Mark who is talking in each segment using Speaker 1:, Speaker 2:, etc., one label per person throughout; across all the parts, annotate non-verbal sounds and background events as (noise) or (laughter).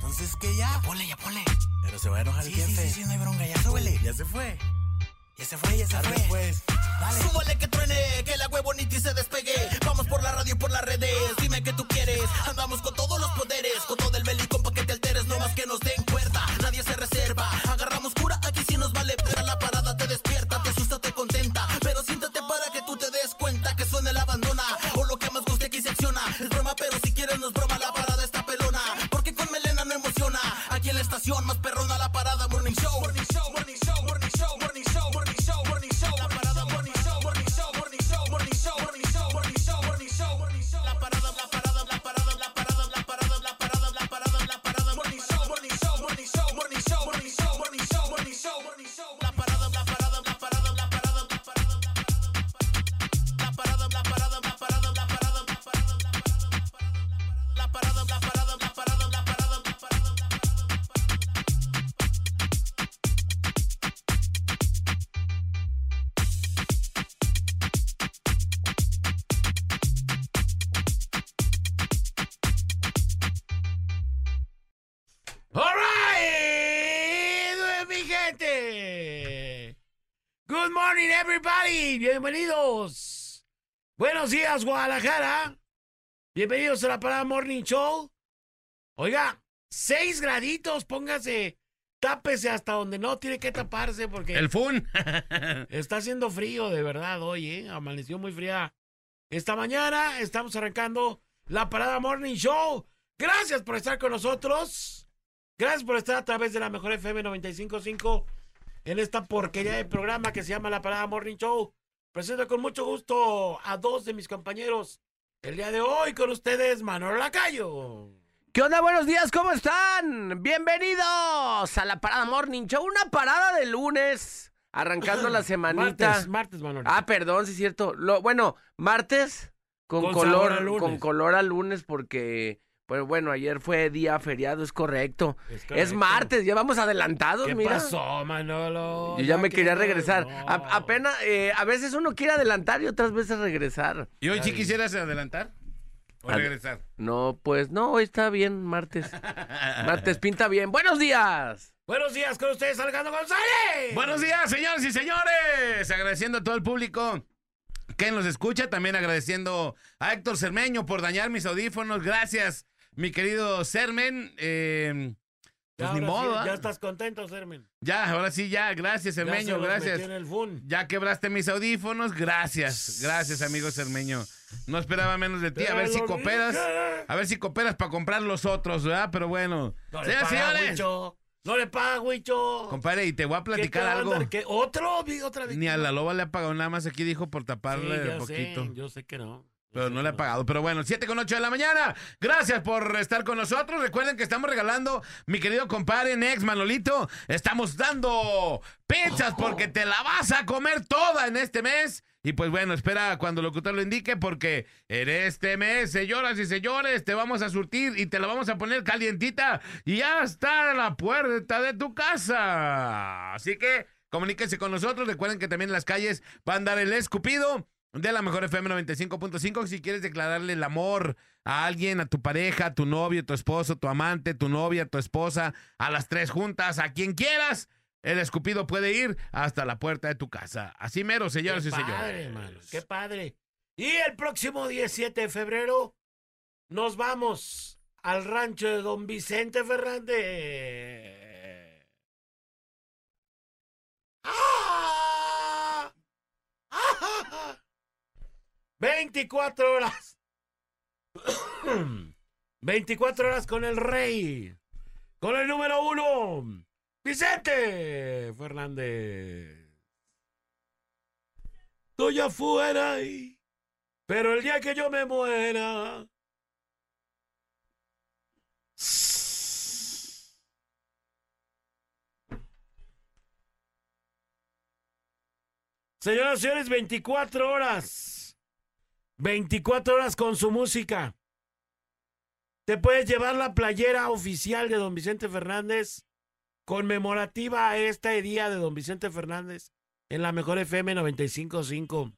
Speaker 1: pues es que ya.
Speaker 2: Ya ponle, ya ponle.
Speaker 1: Pero se va a enojar
Speaker 2: Sí,
Speaker 1: el
Speaker 2: sí,
Speaker 1: jefe.
Speaker 2: sí, sí, no hay bronca, ya súbele.
Speaker 1: Ya se fue.
Speaker 2: Ya se fue, ya se
Speaker 1: Dale,
Speaker 2: fue.
Speaker 1: pues.
Speaker 2: Dale.
Speaker 3: Súbale que truene, que la huevoniti se despegue. Vamos por la radio y por las redes, dime que tú quieres. Andamos con todos los poderes, con todo el belicón pa' que te alteres, no más que nos den cuerda. Nadie se reserva, agarramos cura, aquí sí nos vale. Pero la parada te despierta, te asusta, te contenta. Pero siéntate para que tú te des cuenta que suena la abandona. O lo que más guste aquí se acciona. Es broma, pero si quieres nos broma, la parada está pelona. Porque con melena no emociona. Aquí en la estación más perrona la parada, morning show, morning show, morning show, morning show, morning show, morning show, morning show, la parada, morning show, morning show, morning show, morning show, morning show, morning show, morning show, morning show, la parada, la parada, la parada, la parada, la parada, la parada, la parada, la parada, morning show, morning show, morning show, morning show, morning show, morning show, morning show, morning show, la parada, la parada, la parada, la parada, la parada, la parada, la parada, la parada, la parada, la parada, la parada, la parada, la parada, la parada, la parada, la parada, la parada, la parada.
Speaker 4: Alright, mi gente. Good morning, everybody. Bienvenidos. Buenos días, Guadalajara. Bienvenidos a la Parada Morning Show. Oiga, seis graditos, póngase, tápese hasta donde no tiene que taparse porque
Speaker 5: El fun.
Speaker 4: (laughs) está haciendo frío de verdad hoy, ¿eh? Amaneció muy fría. Esta mañana estamos arrancando la Parada Morning Show. Gracias por estar con nosotros. Gracias por estar a través de la mejor FM 955 en esta porquería de programa que se llama La Parada Morning Show. Presento con mucho gusto a dos de mis compañeros. El día de hoy con ustedes, Manuel Lacayo.
Speaker 6: ¿Qué onda? Buenos días, ¿cómo están? Bienvenidos a la Parada Morning Show, una parada de lunes, arrancando
Speaker 4: (laughs) (clears throat)
Speaker 6: la semanita.
Speaker 4: Martes, martes, Manuel.
Speaker 6: Ah, perdón, sí es cierto. Lo, bueno, martes con,
Speaker 4: Con sabor a
Speaker 6: color,
Speaker 4: lunes.
Speaker 6: con color a lunes porque, pues bueno, ayer fue día feriado, es correcto.
Speaker 4: Es
Speaker 6: Es
Speaker 4: correcto.
Speaker 6: martes, ya vamos adelantados,
Speaker 4: ¿Qué
Speaker 6: mira.
Speaker 4: pasó, Manolo?
Speaker 6: Yo ya me
Speaker 4: ¿qué
Speaker 6: quería
Speaker 4: onda?
Speaker 6: regresar.
Speaker 4: No.
Speaker 6: A- apenas, eh, a veces uno quiere adelantar y otras veces regresar.
Speaker 5: ¿Y hoy sí quisieras adelantar? ¿O
Speaker 6: Ad-
Speaker 4: (laughs)
Speaker 5: regresar?
Speaker 6: No, pues no, hoy está bien, martes. (laughs) Martes pinta bien. Buenos días.
Speaker 4: Buenos días con ustedes, Alejandro González.
Speaker 5: Buenos días, señores y señores. Agradeciendo a todo el público que nos escucha. También agradeciendo a Héctor Cermeño por dañar mis audífonos. Gracias, mi querido Cermen. Eh, pues
Speaker 4: Ya
Speaker 5: ni
Speaker 4: ahora sí,
Speaker 5: modo. ¿ah?
Speaker 4: ya estás contento, Sermen.
Speaker 5: Ya, ahora sí, ya. Gracias,
Speaker 4: Ya se
Speaker 5: Cermeño.
Speaker 4: los
Speaker 5: Gracias.
Speaker 4: metió en el fun.
Speaker 5: Ya quebraste mis audífonos. Gracias. Gracias, amigo Cermeño. No esperaba menos de ti. A
Speaker 4: Te
Speaker 5: ver si
Speaker 4: lo
Speaker 5: cooperas.
Speaker 4: dije.
Speaker 5: A ver si cooperas para comprar los otros, ¿verdad? Pero bueno.
Speaker 4: No le
Speaker 5: Señoras y
Speaker 4: paga,
Speaker 5: señores.
Speaker 4: Huicho. No le paga, Huicho.
Speaker 5: Compadre, y te voy a
Speaker 4: ¿Qué
Speaker 5: platicar
Speaker 4: te va a
Speaker 5: algo.
Speaker 4: andar? ¿Qué? ¿Otro? vi- ¿Otra vez?
Speaker 5: Ni a la loba le ha pagado nada más aquí, dijo, por taparle
Speaker 4: ya
Speaker 5: poquito.
Speaker 4: Sé, yo sé que no. Yo
Speaker 5: Pero
Speaker 4: sé
Speaker 5: no
Speaker 4: que
Speaker 5: le ha pagado. Pero bueno, 7 con 8 de la mañana. Gracias por estar con nosotros. Recuerden que estamos regalando, mi querido compadre Nex Manolito. Estamos dando pizzas porque te la vas a comer toda en este mes. Y pues bueno, espera cuando el locutor lo indique porque en este mes, señoras y señores, te vamos a surtir y te la vamos a poner calientita y ya está a la puerta de tu casa. Así que comuníquense con nosotros. Recuerden que también en las calles va a andar el escupido de la mejor FM 95.5. Si quieres declararle el amor a alguien, a tu pareja, a tu novio, tu esposo, tu amante, tu novia, tu esposa, a las tres juntas, a quien quieras, el escupido puede ir hasta la puerta de tu casa. Así mero, señores
Speaker 4: Qué
Speaker 5: y señores.
Speaker 4: padre, mano, Qué padre. Y el próximo 17 de febrero nos vamos al rancho de don Vicente Fernández. ¡Ah! ¡Ah! 24 horas. 24 horas con el rey. Con el número uno. Vicente Fernández. Tú ya fuera y- pero el día que yo me muera. Señoras y señores, 24 horas. 24 horas con su música. Te puedes llevar la playera oficial de Don Vicente Fernández, conmemorativa a este día de Don Vicente Fernández en la mejor FM 95.5.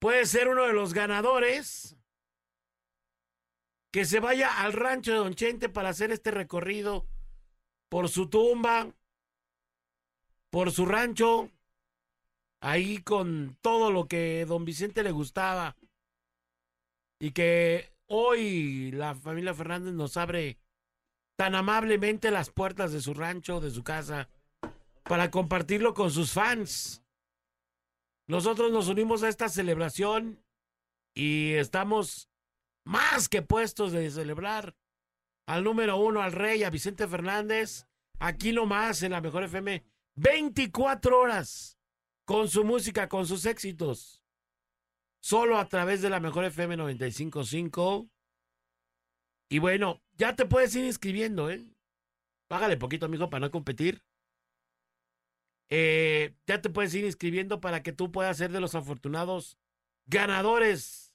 Speaker 4: Puede ser uno de los ganadores que se vaya al rancho de Don Chente para hacer este recorrido por su tumba, por su rancho, ahí con todo lo que Don Vicente le gustaba. Y que hoy la familia Fernández nos abre tan amablemente las puertas de su rancho, de su casa, para compartirlo con sus fans. Nosotros nos unimos a esta celebración y estamos más que puestos de celebrar al número uno, al rey, a Vicente Fernández, aquí nomás en la Mejor FM, 24 horas con su música, con sus éxitos, solo a través de la Mejor FM 955. Y bueno, ya te puedes ir inscribiendo, ¿eh? Págale poquito, amigo, para no competir. Eh, ya te puedes ir inscribiendo para que tú puedas ser de los afortunados ganadores.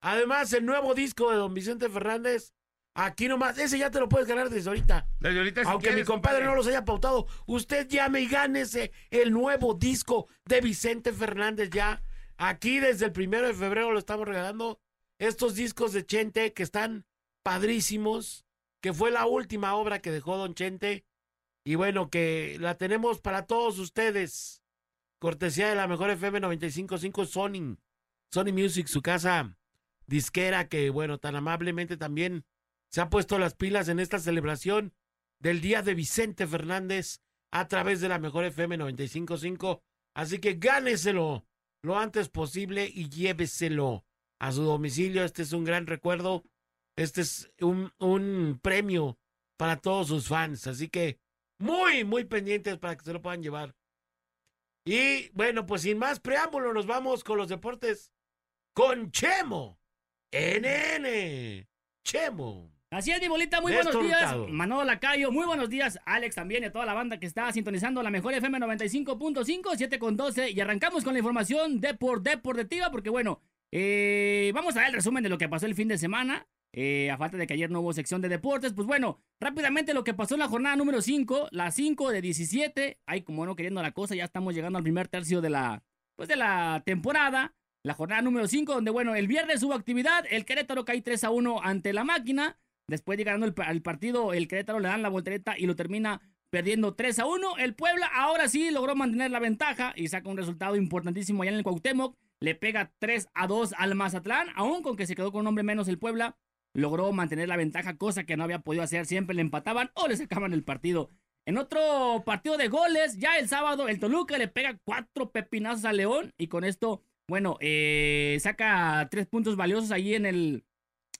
Speaker 4: Además, el nuevo disco de Don Vicente Fernández, aquí nomás, ese ya te lo puedes ganar desde ahorita.
Speaker 5: Desde ahorita, si
Speaker 4: Aunque mi
Speaker 5: quieres,
Speaker 4: compadre, no los haya pautado, usted llame y gánese el nuevo disco de Vicente Fernández ya. Aquí desde el primero de febrero lo estamos regalando. Estos discos de Chente que están padrísimos, que fue la última obra que dejó Don Chente. Y bueno, que la tenemos para todos ustedes. Cortesía de la mejor FM 955 Sony. Sony Music, su casa disquera que, bueno, tan amablemente también se ha puesto las pilas en esta celebración del Día de Vicente Fernández a través de la mejor FM 955. Así que gáneselo lo antes posible y lléveselo a su domicilio. Este es un gran recuerdo. Este es un, un premio para todos sus fans. Así que muy, muy pendientes para que se lo puedan llevar. Y bueno, pues sin más preámbulo, nos vamos con los deportes con Chemo. NN. Chemo.
Speaker 1: Así es, mi bolita, muy
Speaker 4: Néstor
Speaker 1: buenos días.
Speaker 4: Hurtado.
Speaker 1: Manolo Lacayo, muy buenos días. Alex también y a toda la banda que está sintonizando la mejor FM 95.5, 7 con 12. Y arrancamos con la información de por deportiva, porque bueno, eh, vamos a ver el resumen de lo que pasó el fin de semana. Eh, a falta de que ayer no hubo sección de deportes, pues bueno, rápidamente lo que pasó en la jornada número 5, la 5 de 17. Ay, como no queriendo la cosa, ya estamos llegando al primer tercio de la, pues de la temporada. La jornada número 5, donde bueno, el viernes hubo actividad, el Querétaro cae 3 a 1 ante la máquina. Después de ganando el, pa- al partido, el Querétaro le dan la voltereta y lo termina perdiendo 3 a 1. El Puebla ahora sí logró mantener la ventaja y saca un resultado importantísimo allá en el Cuauhtémoc. Le pega 3 a 2 al Mazatlán, aún con que se quedó con un hombre menos el Puebla. Logró mantener la ventaja, cosa que no había podido hacer. Siempre le empataban o le sacaban el partido. En otro partido de goles, ya el sábado, el Toluca le pega cuatro pepinazos a León y con esto, bueno, eh, saca tres puntos valiosos ahí en el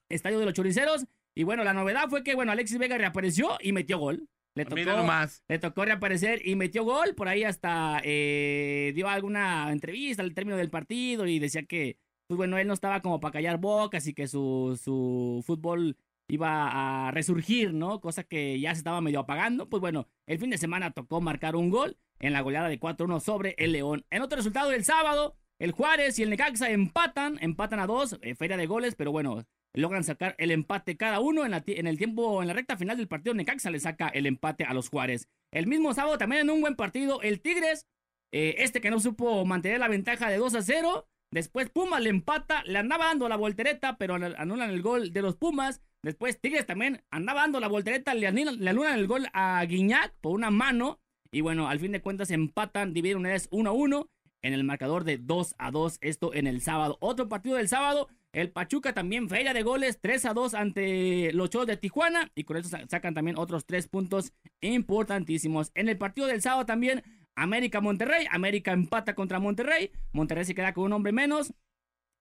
Speaker 1: estadio de los choriceros. Y bueno, la novedad fue que, bueno, Alexis Vega reapareció y metió gol. Le tocó,
Speaker 5: Mira nomás.
Speaker 1: le tocó reaparecer y metió gol. Por ahí hasta eh, dio alguna entrevista al término del partido y decía que, pues bueno, él no estaba como para callar bocas y que su, su fútbol iba a resurgir, ¿no? Cosa que ya se estaba medio apagando. Pues bueno, el fin de semana tocó marcar un gol en la goleada de 4-1 sobre el León. En otro resultado del sábado, el Juárez y el Necaxa empatan, empatan a dos, eh, feria de goles, pero bueno, logran sacar el empate cada uno en, la ti- en el tiempo, en la recta final del partido, Necaxa le saca el empate a los Juárez. El mismo sábado también en un buen partido, el Tigres, eh, este que no supo mantener la ventaja de 2 a 0, después Pumas le empata, le andaba dando la voltereta, pero anul- anulan el gol de los Pumas. Después Tigres también andaba dando la voltereta, le anil- le anulan el gol a Guiñac por una mano. Y bueno, al fin de cuentas empatan, dividen unidades 1 a 1 en el marcador de 2 a 2. Esto en el sábado. Otro partido del sábado. El Pachuca también feria de goles 3 a 2 ante los Cholos de Tijuana. Y con eso sa- sacan también otros 3 puntos importantísimos. En el partido del sábado también América-Monterrey. América empata contra Monterrey. Monterrey se queda con un hombre menos.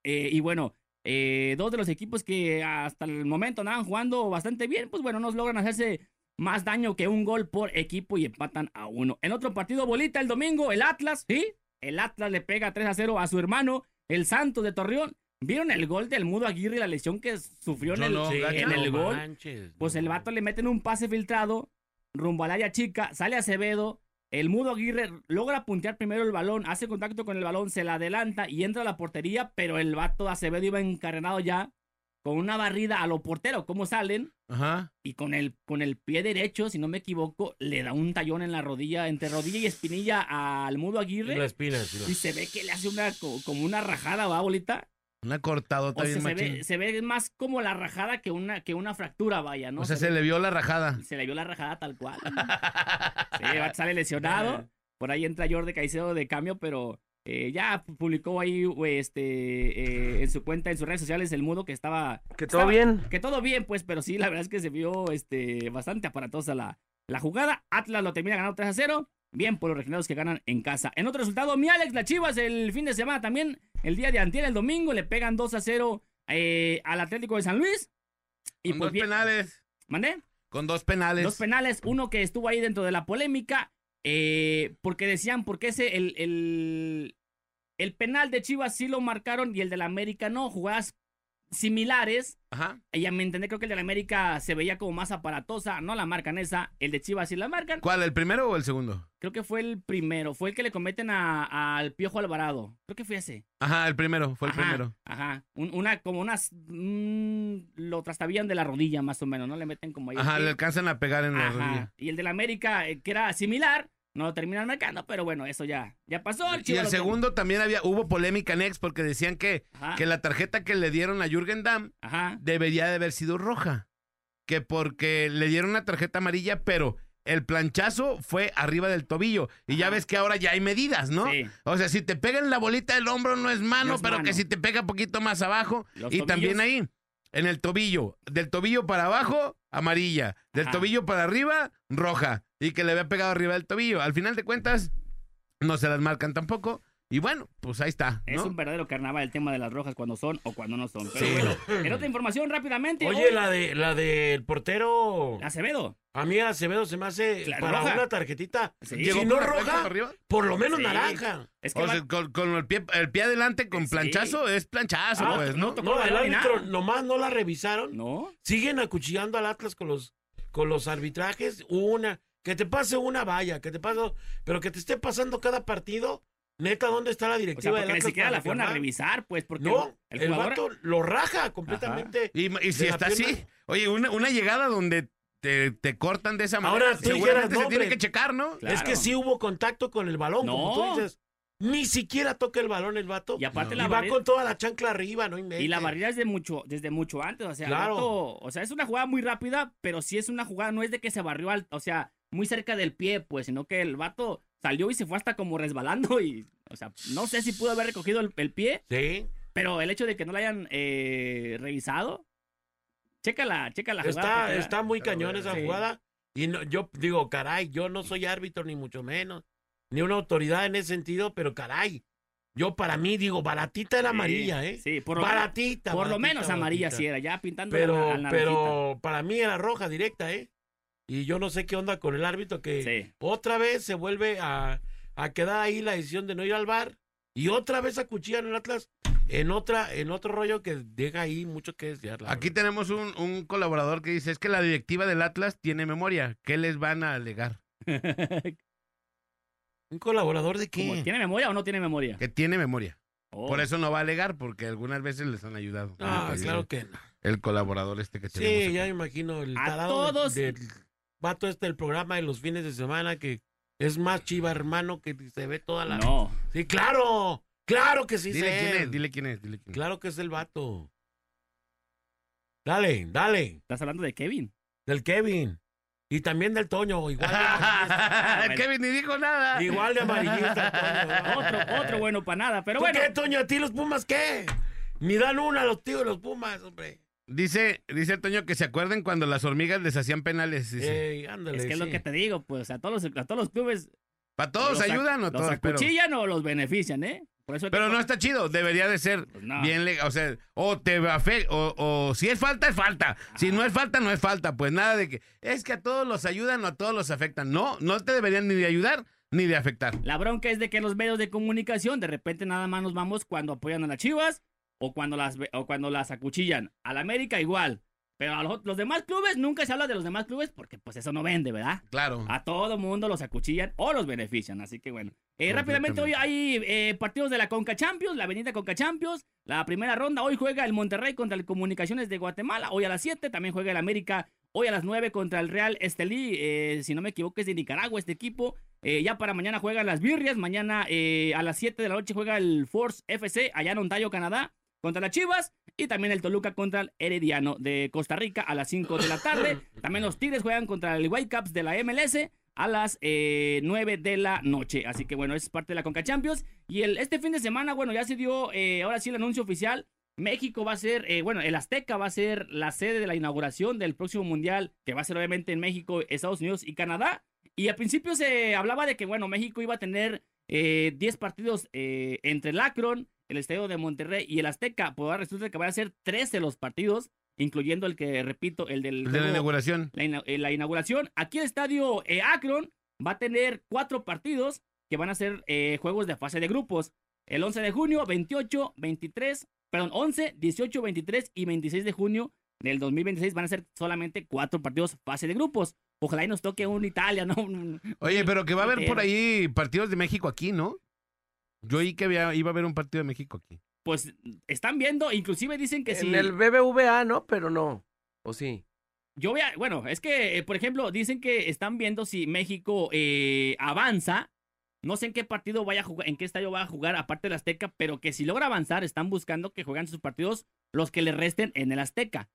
Speaker 1: Eh, y bueno, eh, dos de los equipos que hasta el momento andaban jugando bastante bien, pues bueno, nos logran hacerse más daño que un gol por equipo y empatan a uno. En otro partido, bolita el domingo, el Atlas, ¿sí? El Atlas le pega 3 a 0 a su hermano, el Santos de Torreón. ¿Vieron el gol del Mudo Aguirre y la lesión que sufrió en
Speaker 5: Yo
Speaker 1: el,
Speaker 5: no,
Speaker 1: en
Speaker 5: gacho.
Speaker 1: el
Speaker 4: No
Speaker 1: gol?
Speaker 4: manches,
Speaker 1: Pues
Speaker 4: no.
Speaker 1: el vato le meten un pase filtrado rumbo al área chica, sale Acevedo, el mudo Aguirre logra puntear primero el balón, hace contacto con el balón, se la adelanta y entra a la portería, pero el vato de Acevedo iba encarenado ya con una barrida a los porteros, ¿cómo salen?
Speaker 5: Ajá.
Speaker 1: Y con el, con el pie derecho, si no me equivoco, le da un tallón en la rodilla, entre rodilla y espinilla al mudo
Speaker 4: Y la
Speaker 1: Aguirre.
Speaker 4: espina, sí, la-
Speaker 1: Y se ve que le hace una co- como una rajada, ¿va, bolita?
Speaker 5: Una cortadota
Speaker 1: O sea,
Speaker 5: bien
Speaker 1: se,
Speaker 5: machín.
Speaker 1: ve, se ve más como la rajada que una, que una fractura, vaya, ¿no?
Speaker 5: o sea, se le vio la rajada.
Speaker 1: Y se le vio la rajada tal cual. Sí, va- sale lesionado. Por ahí entra Jordi Caicedo de cambio, pero eh, ya publicó ahí güey, este, eh, en su cuenta, en sus redes sociales, el mudo que estaba.
Speaker 6: Que todo
Speaker 1: estaba-
Speaker 6: bien.
Speaker 1: Que todo bien, pues, pero sí, la verdad es que se vio este, bastante aparatosa la, la jugada. Atlas lo termina ganando 3 a 0. Bien por los registrados que ganan en casa. En otro resultado, mi Alex, las Chivas el fin de semana también, el día de antier, el domingo, le pegan 2 a 0 eh, al Atlético de San Luis.
Speaker 5: Y con
Speaker 1: pues,
Speaker 5: dos
Speaker 1: bien-
Speaker 5: penales.
Speaker 1: ¿Mandé?
Speaker 5: Con dos penales.
Speaker 1: Dos penales, uno que estuvo ahí dentro de la polémica, eh, porque decían, porque ese, el, el, el penal de Chivas sí lo marcaron y el del América no, jugadas similares.
Speaker 5: Ajá.
Speaker 1: Y a mi entender, creo que el del América se veía como más aparatosa, no la marcan esa, el de Chivas sí la marcan.
Speaker 5: ¿Cuál, el primero o el segundo?
Speaker 1: Creo que fue el primero, fue el que le cometen a- al Piojo Alvarado, creo que fue ese.
Speaker 5: Ajá, el primero, fue el
Speaker 1: Ajá,
Speaker 5: primero.
Speaker 1: Ajá, Un- una, como unas, mm, lo trastabillan de la rodilla más o menos, ¿no? Le meten como ahí. el
Speaker 5: Ajá,
Speaker 1: pie.
Speaker 5: le alcanzan a pegar en la
Speaker 1: Ajá.
Speaker 5: rodilla.
Speaker 1: Y el del América, eh, que era similar, no lo terminan marcando, pero bueno, eso ya, ya pasó.
Speaker 5: Y
Speaker 1: Chivas
Speaker 5: el
Speaker 1: lo que-
Speaker 5: segundo también había, hubo polémica en ex porque decían que,
Speaker 1: Ajá,
Speaker 5: que la tarjeta que le dieron a Jürgen Damm
Speaker 1: ajá.
Speaker 5: debería de haber sido roja. Que porque le dieron una tarjeta amarilla, pero el planchazo fue arriba del tobillo. Y ya
Speaker 1: Ajá.
Speaker 5: ves que ahora ya hay medidas, ¿no?
Speaker 1: Sí.
Speaker 5: O sea, si te pega en la bolita del hombro no es mano,
Speaker 1: No es
Speaker 5: pero
Speaker 1: mano.
Speaker 5: que si te pega poquito más abajo.
Speaker 1: Los
Speaker 5: y también
Speaker 1: tobillos.
Speaker 5: ahí, en el tobillo. Del tobillo para abajo, amarilla. Del
Speaker 1: Ajá.
Speaker 5: tobillo para arriba, roja. Y que le había pegado arriba del tobillo. Al final de cuentas, no se las marcan tampoco. Y bueno, pues ahí está.
Speaker 1: Es
Speaker 5: ¿no?
Speaker 1: un verdadero carnaval el tema de las rojas cuando son o cuando no son. Pero bueno, en otra información rápidamente.
Speaker 4: Oye,
Speaker 1: hoy,
Speaker 4: la de la del portero.
Speaker 1: Acevedo.
Speaker 4: A mí Acevedo se me hace
Speaker 1: Claro,
Speaker 4: para
Speaker 1: roja.
Speaker 4: una tarjetita.
Speaker 1: Sí.
Speaker 5: Llegó
Speaker 4: si no
Speaker 5: con la plancha
Speaker 4: roja,
Speaker 5: para arriba.
Speaker 4: por lo menos
Speaker 1: Sí.
Speaker 4: naranja.
Speaker 1: Es que
Speaker 5: O
Speaker 1: va-
Speaker 5: sea, con, con el, pie, el pie adelante con
Speaker 1: Sí.
Speaker 5: planchazo es planchazo,
Speaker 1: Ah,
Speaker 5: pues, ¿no?
Speaker 1: no tocó
Speaker 4: No, el
Speaker 1: balón ni
Speaker 4: árbitro
Speaker 1: nada.
Speaker 4: nomás no la revisaron.
Speaker 1: No,
Speaker 4: Siguen acuchillando al Atlas con los, con los arbitrajes. Una, que te pase una valla, que te pase, dos, pero que te esté pasando cada partido. Neta, ¿dónde está la
Speaker 1: o sea,
Speaker 4: directiva del
Speaker 1: porque ni
Speaker 4: Atlas?
Speaker 1: siquiera
Speaker 4: para
Speaker 1: la fueron a
Speaker 4: firmar?
Speaker 1: revisar, pues, porque
Speaker 4: No, el,
Speaker 1: el jugador.
Speaker 4: vato lo raja completamente.
Speaker 5: Y, y si
Speaker 4: De la
Speaker 5: está
Speaker 4: pierna.
Speaker 5: así, oye, una, una llegada donde te, te cortan de esa manera,
Speaker 4: Ahora tú dijeras,
Speaker 5: seguramente
Speaker 4: no,
Speaker 5: se tiene
Speaker 4: hombre.
Speaker 5: que checar, ¿no?
Speaker 1: Claro.
Speaker 4: Es que sí hubo contacto con el balón, como tú
Speaker 1: No.
Speaker 4: dices. Ni siquiera toca el balón el vato.
Speaker 1: Y aparte
Speaker 4: Y
Speaker 1: la
Speaker 4: va
Speaker 1: barri-
Speaker 4: con toda la chancla arriba, no inventes.
Speaker 1: Y la barrera es de mucho, desde mucho antes, o sea, el
Speaker 4: Claro.
Speaker 1: vato- o sea, es una jugada muy rápida, pero sí es una jugada, no es de que se barrió al, o sea, muy cerca del pie, pues, sino que el vato salió y se fue hasta como resbalando y, o sea, no sé si pudo haber recogido el, el pie,
Speaker 4: Sí,
Speaker 1: pero el hecho de que no la hayan eh, revisado, chécala, chécala. la jugada,
Speaker 4: está,
Speaker 1: porque era-
Speaker 4: está muy
Speaker 5: está
Speaker 4: cañón
Speaker 5: buena.
Speaker 4: esa
Speaker 1: Sí.
Speaker 4: jugada. Y no, yo digo, caray, yo no soy árbitro ni mucho menos, ni una autoridad en ese sentido, pero caray, yo para mí digo, baratita era
Speaker 1: Sí,
Speaker 4: amarilla, ¿eh?
Speaker 1: Sí, por lo,
Speaker 4: Baratita.
Speaker 1: por lo
Speaker 4: baratita,
Speaker 1: menos amarilla
Speaker 4: baratita.
Speaker 1: sí era, ya pintando
Speaker 4: Pero,
Speaker 1: la, la naranjita.
Speaker 4: pero para mí era roja directa, ¿eh? Y yo no sé qué onda con el árbitro que
Speaker 1: Sí.
Speaker 4: otra vez se vuelve a, a quedar ahí la decisión de no ir al bar y otra vez acuchillan el Atlas en otra en otro rollo que deja ahí mucho que desear. la
Speaker 5: Aquí
Speaker 4: verdad.
Speaker 5: tenemos un, un colaborador que dice, es que la directiva del Atlas tiene memoria, ¿qué les van a
Speaker 1: (laughs)
Speaker 5: alegar?
Speaker 4: ¿Un colaborador de
Speaker 1: Como,
Speaker 4: qué?
Speaker 1: ¿Tiene memoria o no tiene memoria?
Speaker 5: Que tiene memoria.
Speaker 1: Oh.
Speaker 5: Por eso no va a alegar, porque algunas veces les han ayudado.
Speaker 4: Ah,
Speaker 5: Dice
Speaker 4: claro que no.
Speaker 5: El colaborador este que tenemos.
Speaker 4: Sí,
Speaker 5: acá.
Speaker 4: ya me imagino el
Speaker 1: A
Speaker 4: tarado del-
Speaker 1: todos.
Speaker 4: del vato este del programa de los fines de semana que es más chiva hermano que se ve toda la...
Speaker 1: No.
Speaker 4: Sí, claro, claro que sí.
Speaker 5: Dile
Speaker 4: sé
Speaker 5: quién
Speaker 4: él.
Speaker 5: es, dile quién es, dile quién es.
Speaker 4: Claro que es el vato. Dale, dale.
Speaker 1: Estás hablando de Kevin.
Speaker 4: Del Kevin. Y también del Toño.
Speaker 5: (laughs)
Speaker 4: Igual de amarillista.
Speaker 1: bueno.
Speaker 5: Ah, Kevin ni dijo nada.
Speaker 4: igual de
Speaker 5: (laughs)
Speaker 4: amarillista el Toño.
Speaker 1: Otro, otro bueno para nada, pero
Speaker 4: ¿Tú
Speaker 1: bueno.
Speaker 4: qué, Toño? ¿A ti los Pumas qué? Ni dan una a los tíos los Pumas, hombre.
Speaker 5: Dice, dice el Toño que se acuerden cuando las hormigas les hacían penales. Dice,
Speaker 4: Ey, ándale.
Speaker 1: Es que es lo
Speaker 4: sí.
Speaker 1: que te digo, pues a todos los, a todos los clubes.
Speaker 5: ¿Para todos
Speaker 1: los ac-
Speaker 5: ayudan o
Speaker 1: ¿Los
Speaker 5: todos? Pero,
Speaker 1: acuchillan o los benefician, eh? Por eso hay que
Speaker 5: pero
Speaker 1: co-
Speaker 5: no está chido, debería de ser
Speaker 1: Pues no.
Speaker 5: bien legal. O sea, o te afecta, o, o si es falta, es falta. Si
Speaker 1: Ah.
Speaker 5: no es falta, no es falta. Pues nada de que es que a todos los ayudan o a todos los afectan. No, no te deberían ni de ayudar ni de afectar.
Speaker 1: La bronca es de que los medios de comunicación de repente nada más nos vamos cuando apoyan a las chivas o cuando las, ve- o cuando las acuchillan. Al América igual. Pero a los, los demás clubes nunca se habla de los demás clubes porque pues eso no vende, ¿verdad?
Speaker 5: Claro.
Speaker 1: A todo mundo los acuchillan o los benefician, así que bueno. Eh,
Speaker 5: Completamente.
Speaker 1: rápidamente hoy hay eh, partidos de la Conca Champions, la avenida Conca Champions, la primera ronda. Hoy juega el Monterrey contra el Comunicaciones de Guatemala, hoy a las 7, también juega el América, hoy a las 9 contra el Real Estelí, eh, si no me equivoco es de Nicaragua este equipo. Eh, ya para mañana juegan las Birrias, mañana eh, a las 7 de la noche juega el Force FC allá en Ontario, Canadá. contra las Chivas y también el Toluca contra el Herediano de Costa Rica a las 5 de la tarde. También los Tigres juegan contra el Whitecaps de la MLS a las eh, 9 de la noche. Así que bueno, es parte de la Conca Champions. Y el, este fin de semana, bueno, ya se dio eh, ahora sí el anuncio oficial. México va a ser, eh, bueno, el Azteca va a ser la sede de la inauguración del próximo mundial, que va a ser obviamente en México, Estados Unidos y Canadá. Y al principio se hablaba de que, bueno, México iba a tener eh, 10 partidos eh, entre el Akron, el Estadio de Monterrey y el Azteca. Pues ahora resulta que van a ser 13 los partidos, incluyendo el que, repito, el
Speaker 5: De
Speaker 1: del
Speaker 5: la
Speaker 1: juego-
Speaker 5: inauguración.
Speaker 1: la, ina- eh, la inauguración. Aquí el estadio eh, Akron va a tener cuatro partidos que van a ser eh, juegos de fase de grupos. El 11 de junio, 28, 23, perdón, 11, 18, 23 y 26 de junio del 2026 van a ser solamente cuatro partidos fase de grupos. Ojalá y nos toque un Italia, ¿no? (laughs) Un- un-
Speaker 5: Oye, pero que va a haber por
Speaker 1: Pero-
Speaker 5: ahí partidos de México aquí, ¿no? Yo oí que había- iba a haber un partido de México aquí.
Speaker 1: Pues están viendo, inclusive dicen que
Speaker 6: en
Speaker 1: si...
Speaker 6: el BBVA, ¿no? Pero no. ¿O sí?
Speaker 1: Yo voy a, bueno, es que, eh, por ejemplo, dicen que están viendo si México eh, avanza. No sé en qué partido vaya a jugar, en qué estadio va a jugar, aparte del Azteca, pero que si logra avanzar, están buscando que juegan sus partidos los que le resten en el Azteca.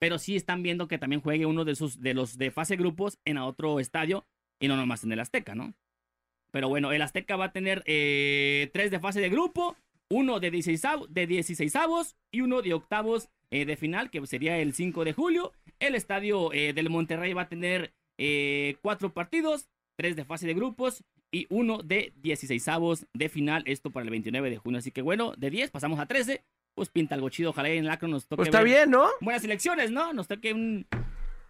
Speaker 1: Pero sí están viendo que también juegue uno de sus, de los de fase grupos en otro estadio y no nomás en el Azteca, ¿no? Pero bueno, el Azteca va a tener eh, tres de fase de grupo, uno de 16 de 16avos y uno de octavos eh, de final, que sería el 5 de julio. El estadio eh, del Monterrey va a tener eh, cuatro partidos, tres de fase de grupos y uno de 16avos de final, esto para el 29 de junio. Así que bueno, de 10 pasamos a 13, pues pinta algo chido, ojalá y en el Acro nos toque
Speaker 6: Pues está
Speaker 1: ver
Speaker 6: bien, ¿no?
Speaker 1: buenas elecciones, ¿no? Nos toque un...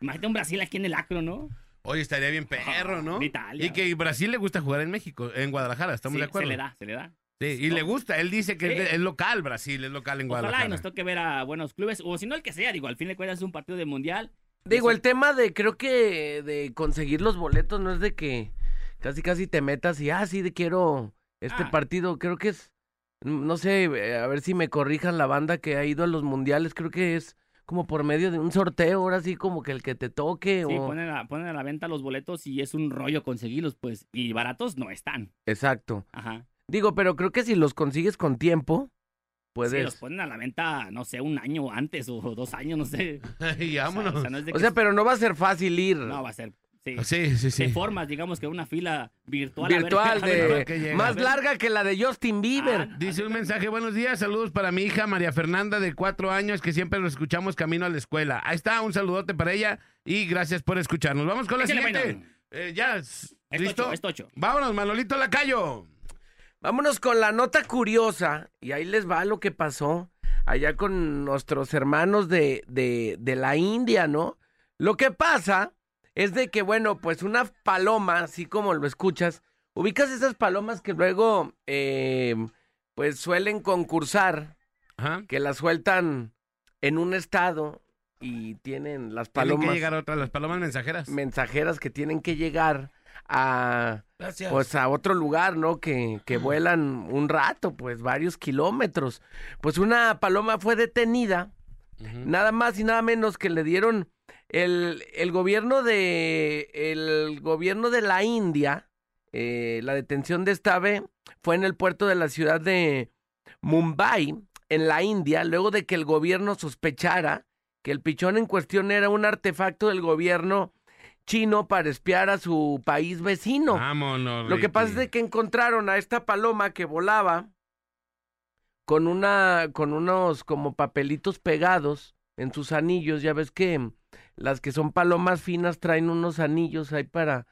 Speaker 1: Imagínate un Brasil aquí en el Acro, ¿no?
Speaker 5: Oye, estaría bien perro, ¿no?
Speaker 1: (laughs) de Italia.
Speaker 5: Y que Brasil le gusta jugar en México, en Guadalajara, estamos
Speaker 1: Sí,
Speaker 5: de acuerdo.
Speaker 1: Se le da, se le da.
Speaker 5: Sí, y le gusta, él dice que
Speaker 1: Sí.
Speaker 5: es, es local Brasil, es local en
Speaker 1: Ojalá
Speaker 5: Guadalajara.
Speaker 1: y nos toque ver a buenos clubes, o si no el que sea, digo, al fin de cuentas es un partido de mundial.
Speaker 6: Digo, el tema de, creo que de conseguir los boletos no es de que casi casi te metas y, ah, sí, de quiero este
Speaker 1: Ah.
Speaker 6: partido. Creo que es, mm, no sé, eh, a ver si me corrijan la banda que ha ido a los mundiales. Creo que es como por medio de un sorteo, ahora sí, como que el que te toque.
Speaker 1: Sí,
Speaker 6: o...
Speaker 1: ponen a, ponen a la venta los boletos y es un rollo conseguirlos, pues, y baratos no están.
Speaker 6: Exacto.
Speaker 1: Ajá.
Speaker 6: Digo, pero creo que si los consigues con tiempo, puedes.
Speaker 1: Sí, los ponen a la venta, no sé, un año antes o dos años, no sé.
Speaker 5: (laughs) y
Speaker 1: O sea,
Speaker 5: vámonos.
Speaker 1: o sea, no es de
Speaker 6: o
Speaker 1: que-
Speaker 6: sea, pero no va a ser fácil ir.
Speaker 1: no, va a ser. Sí.
Speaker 5: sí, sí, sí.
Speaker 1: Te formas, digamos que una fila virtual. a ver-
Speaker 6: virtual,
Speaker 1: a ver-
Speaker 5: a
Speaker 6: de,
Speaker 5: ver qué llega.
Speaker 6: más
Speaker 5: A ver.
Speaker 6: larga que la de Justin Bieber.
Speaker 1: Ah,
Speaker 5: Dice un mensaje, buenos días, saludos para mi hija María Fernanda de cuatro años que siempre lo escuchamos camino a la escuela. Ahí está, un saludote para ella y gracias por escucharnos. Vamos con la
Speaker 1: Échale,
Speaker 5: siguiente.
Speaker 1: bueno.
Speaker 5: Eh, ya, s-
Speaker 1: Es
Speaker 5: ¿listo?
Speaker 1: tocho, es tocho.
Speaker 5: Vámonos, Manolito Lacayo.
Speaker 6: Vámonos con la nota curiosa. Y ahí les va lo que pasó allá con nuestros hermanos de, de, de la India, ¿no? Lo que pasa es de que, bueno, pues una paloma, así como lo escuchas, ubicas esas palomas que luego, eh, pues suelen concursar,
Speaker 5: Ajá.
Speaker 6: que las sueltan en un estado y tienen las
Speaker 5: Palomas. que
Speaker 6: palomas
Speaker 5: llegar otra, las palomas mensajeras.
Speaker 6: mensajeras que tienen que llegar a
Speaker 4: Gracias.
Speaker 6: pues a otro lugar, ¿no? Que, que vuelan un rato, pues varios kilómetros. Pues una paloma fue detenida, nada más y nada menos que le dieron el, el gobierno de el gobierno de la India, eh, la detención de esta ave fue en el puerto de la ciudad de Mumbai, en la India, luego de que el gobierno sospechara que el pichón en cuestión era un artefacto del gobierno chino para espiar a su país vecino.
Speaker 5: Vámonos.
Speaker 6: Lo que pasa es de que encontraron a esta paloma que volaba con una con unos como papelitos pegados en sus anillos, ya ves que las que son palomas finas traen unos anillos ahí para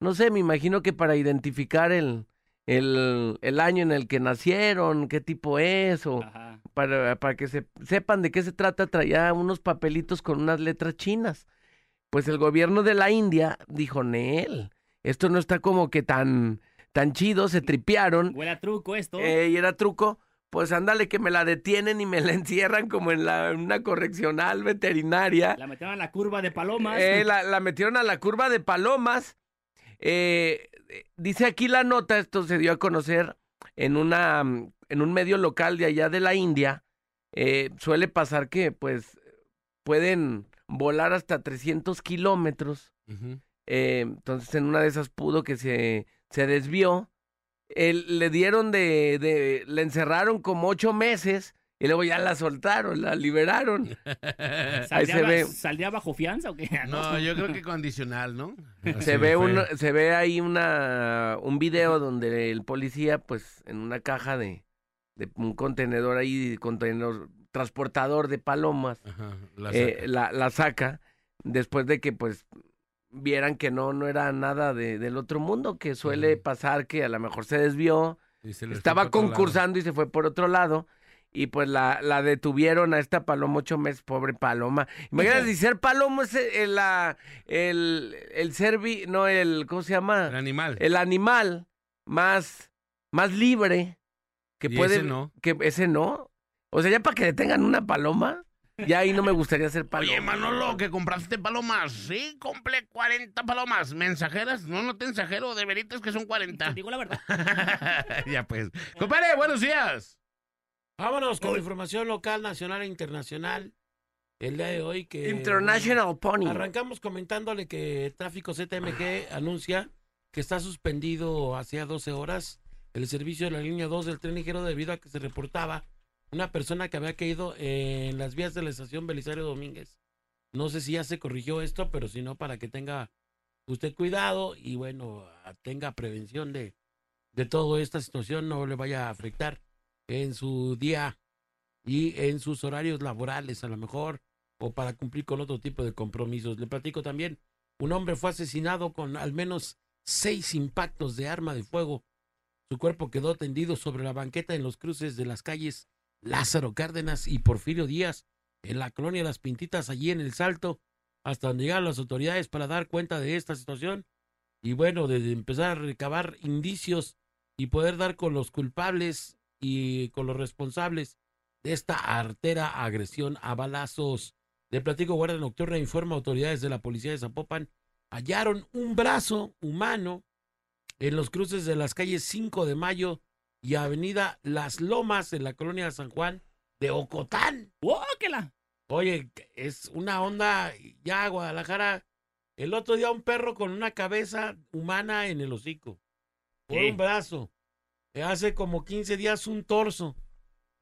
Speaker 6: no sé, me imagino que para identificar el el, el año en el que nacieron, qué tipo es o
Speaker 1: Ajá.
Speaker 6: para, para que se, sepan de qué se trata, traía unos papelitos con unas letras chinas. Pues el gobierno de la India dijo, Nel, esto no está como que tan, tan chido, se tripearon
Speaker 1: Huele a truco esto.
Speaker 6: eh, y era truco. Pues ándale que me la detienen y me la (laughs) encierran como en, la, en una correccional veterinaria.
Speaker 1: La metieron a la curva de palomas.
Speaker 6: Eh, la, la metieron a la curva de palomas. Eh, eh, dice aquí la nota, esto se dio a conocer en, una, mm, en un medio local de allá de la India. Eh, suele pasar que pues pueden volar hasta 300 kilómetros. Eh, entonces en una de esas pudo que se, se desvió. El- le dieron de, de... Le encerraron como ocho meses y luego ya la soltaron, la liberaron.
Speaker 1: (laughs) ¿Saldría,
Speaker 6: se
Speaker 1: ba-
Speaker 6: ve.
Speaker 1: ¿Saldría bajo fianza o qué?
Speaker 5: No, yo creo que condicional, ¿no?
Speaker 6: Se ve, un, se ve ahí una, un video donde el policía, pues, en una caja de, de un contenedor ahí, contenedor, transportador de palomas,
Speaker 5: Ajá, la
Speaker 6: eh,
Speaker 5: saca.
Speaker 6: la, la saca después de que pues vieran que no, no era nada de- del otro mundo, que suele
Speaker 5: Ujú.
Speaker 6: pasar que a lo mejor se desvió,
Speaker 5: Y se le
Speaker 6: estaba
Speaker 5: escapó a otro lado.
Speaker 6: concursando y se fue por otro lado. Y pues la, la detuvieron a esta paloma ocho meses, pobre paloma. Imagínate, si ser paloma es el, el, la- el, el servi, no, el, ¿cómo se
Speaker 5: El
Speaker 6: llama?
Speaker 5: animal.
Speaker 6: El animal más, más libre que
Speaker 5: Y
Speaker 6: puede.
Speaker 5: ese no.
Speaker 6: Que ese no. O sea, ya para que detengan una paloma, ya ahí no me gustaría ser paloma.
Speaker 5: (laughs) Oye, Manolo, que compraste palomas. Sí, compré 40 palomas. ¿Mensajeras? No, no te mensajero. De veritas que son 40.
Speaker 1: Digo la verdad.
Speaker 5: (laughs) ya pues. Compadre, buenos días.
Speaker 4: Vámonos con información local, nacional e internacional. El día de hoy que...
Speaker 6: International Pony. Ah.
Speaker 4: Arrancamos comentándole que Tráfico ZMG anuncia que está suspendido hacía 12 horas el servicio de la línea 2 del tren ligero debido a que se reportaba una persona que había caído en las vías de la estación Belisario Domínguez. No sé si ya se corrigió esto, pero si no, para que tenga usted cuidado y bueno, tenga prevención de, de toda esta situación, no le vaya a afectar en su día y en sus horarios laborales a lo mejor o para cumplir con otro tipo de compromisos. Le platico también, un hombre fue asesinado con al menos seis impactos de arma de fuego. Su cuerpo quedó tendido sobre la banqueta en los cruces de las calles Lázaro Cárdenas y Porfirio Díaz, en la colonia Las Pintitas, allí en El Salto, hasta donde llegaron las autoridades para dar cuenta de esta situación y bueno, de empezar a recabar indicios y poder dar con los culpables y con los responsables de esta artera agresión a balazos. De platico Guardia Nocturna informa a autoridades de la policía de Zapopan hallaron un brazo humano en los cruces de las calles 5 de Mayo y Avenida Las Lomas en la colonia San Juan de Ocotán.
Speaker 1: ¡Guácala!
Speaker 4: Oye, es una onda ya Guadalajara. El otro día un perro con una cabeza humana en el hocico. Por
Speaker 1: Sí.
Speaker 4: un brazo. Eh, Hace como 15 días un torso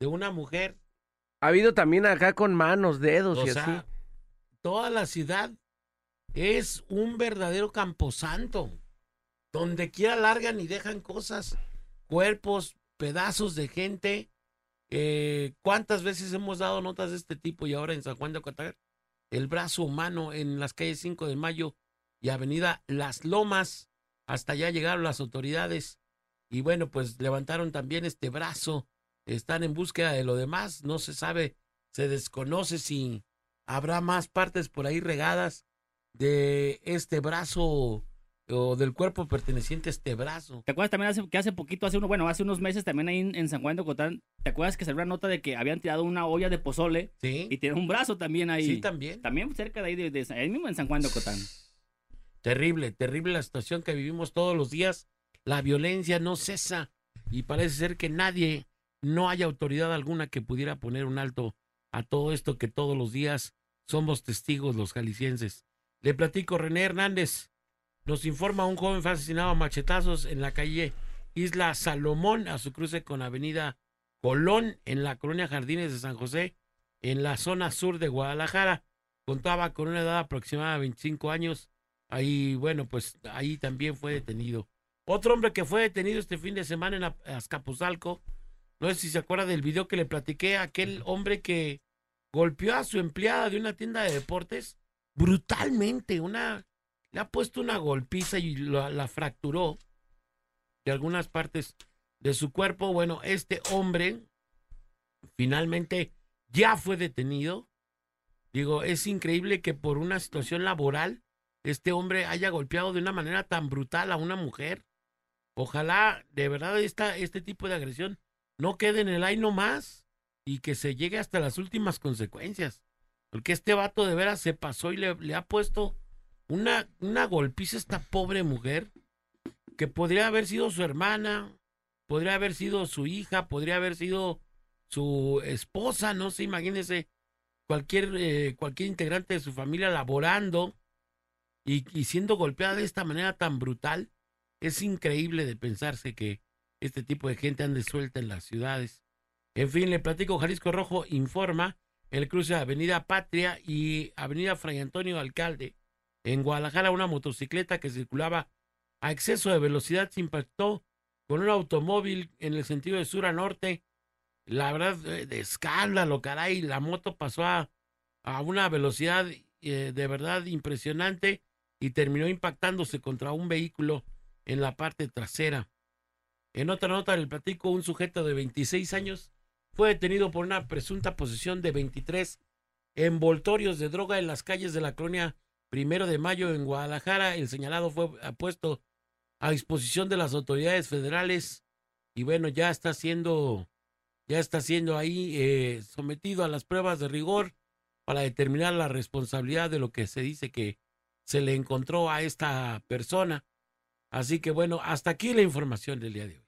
Speaker 4: de una mujer.
Speaker 6: Ha habido también acá con manos, dedos
Speaker 4: O
Speaker 6: y
Speaker 4: sea,
Speaker 6: así.
Speaker 4: toda la ciudad es un verdadero camposanto. Donde quiera largan y dejan cosas, cuerpos, pedazos de gente. Eh, ¿Cuántas veces hemos dado notas de este tipo y ahora en San Juan de Ocotlán? El brazo humano en las calles 5 de Mayo y Avenida Las Lomas. Hasta allá llegaron las autoridades y bueno, pues levantaron también este brazo. Están en búsqueda de lo demás. No se sabe, se desconoce si, habrá más partes por ahí regadas de este brazo o del cuerpo perteneciente a este brazo.
Speaker 1: ¿Te acuerdas también hace, que hace poquito, hace uno, bueno, hace unos meses también ahí en, en San Juan de Ocotán, ¿te acuerdas que salió una nota de que habían tirado una olla de pozole y
Speaker 4: Sí,
Speaker 1: tiene un brazo también ahí?
Speaker 4: sí, también. Eh.
Speaker 1: También cerca de ahí, de, de- ahí mismo en San Juan de Ocotán.
Speaker 4: Terrible, terrible la situación que vivimos todos los días. La violencia no cesa y parece ser que nadie, no hay autoridad alguna que pudiera poner un alto a todo esto que todos los días somos testigos los jaliscienses. Le platico, René Hernández nos informa un joven fue asesinado a machetazos en la calle Isla Salomón a su cruce con Avenida Colón en la colonia Jardines de San José en la zona sur de Guadalajara. Contaba con una edad aproximada de 25 años Ahí, bueno, pues ahí también fue detenido. Otro hombre que fue detenido este fin de semana en A- Azcapotzalco. No sé si se acuerda del video que le platiqué, aquel hombre que golpeó a su empleada de una tienda de deportes brutalmente, una le ha puesto una golpiza y la, la fracturó de algunas partes de su cuerpo. Bueno, este hombre finalmente ya fue detenido. Digo, es increíble que por una situación laboral este hombre haya golpeado de una manera tan brutal a una mujer. Ojalá de verdad esta, este tipo de agresión no quede en el aire nomás y que se llegue hasta las últimas consecuencias. Porque este vato de veras se pasó y le, le ha puesto una, una golpiza a esta pobre mujer que podría haber sido su hermana, podría haber sido su hija, podría haber sido su esposa, no sé, imagínense, cualquier, eh, cualquier integrante de su familia laborando y, y siendo golpeada de esta manera tan brutal, es increíble de pensarse que este tipo de gente ande suelta en las ciudades. En fin, le platico, Jalisco Rojo informa en el cruce de Avenida Patria y Avenida Fray Antonio Alcalde. En Guadalajara, una motocicleta que circulaba a exceso de velocidad se impactó con un automóvil en el sentido de sur a norte. La verdad, eh, de escándalo, caray. La moto pasó a, a una velocidad eh, de verdad impresionante y terminó impactándose contra un vehículo en la parte trasera. En otra nota del platico, un sujeto de 26 años fue detenido por una presunta posesión de 23 envoltorios de droga en las calles de la colonia Primero de Mayo en Guadalajara. El señalado fue ah, puesto a disposición de las autoridades federales y bueno, ya está siendo, ya está siendo ahí eh, sometido a las pruebas de rigor para determinar la responsabilidad de lo que se dice que se le encontró a esta persona. Así que bueno, hasta aquí la información del día de hoy.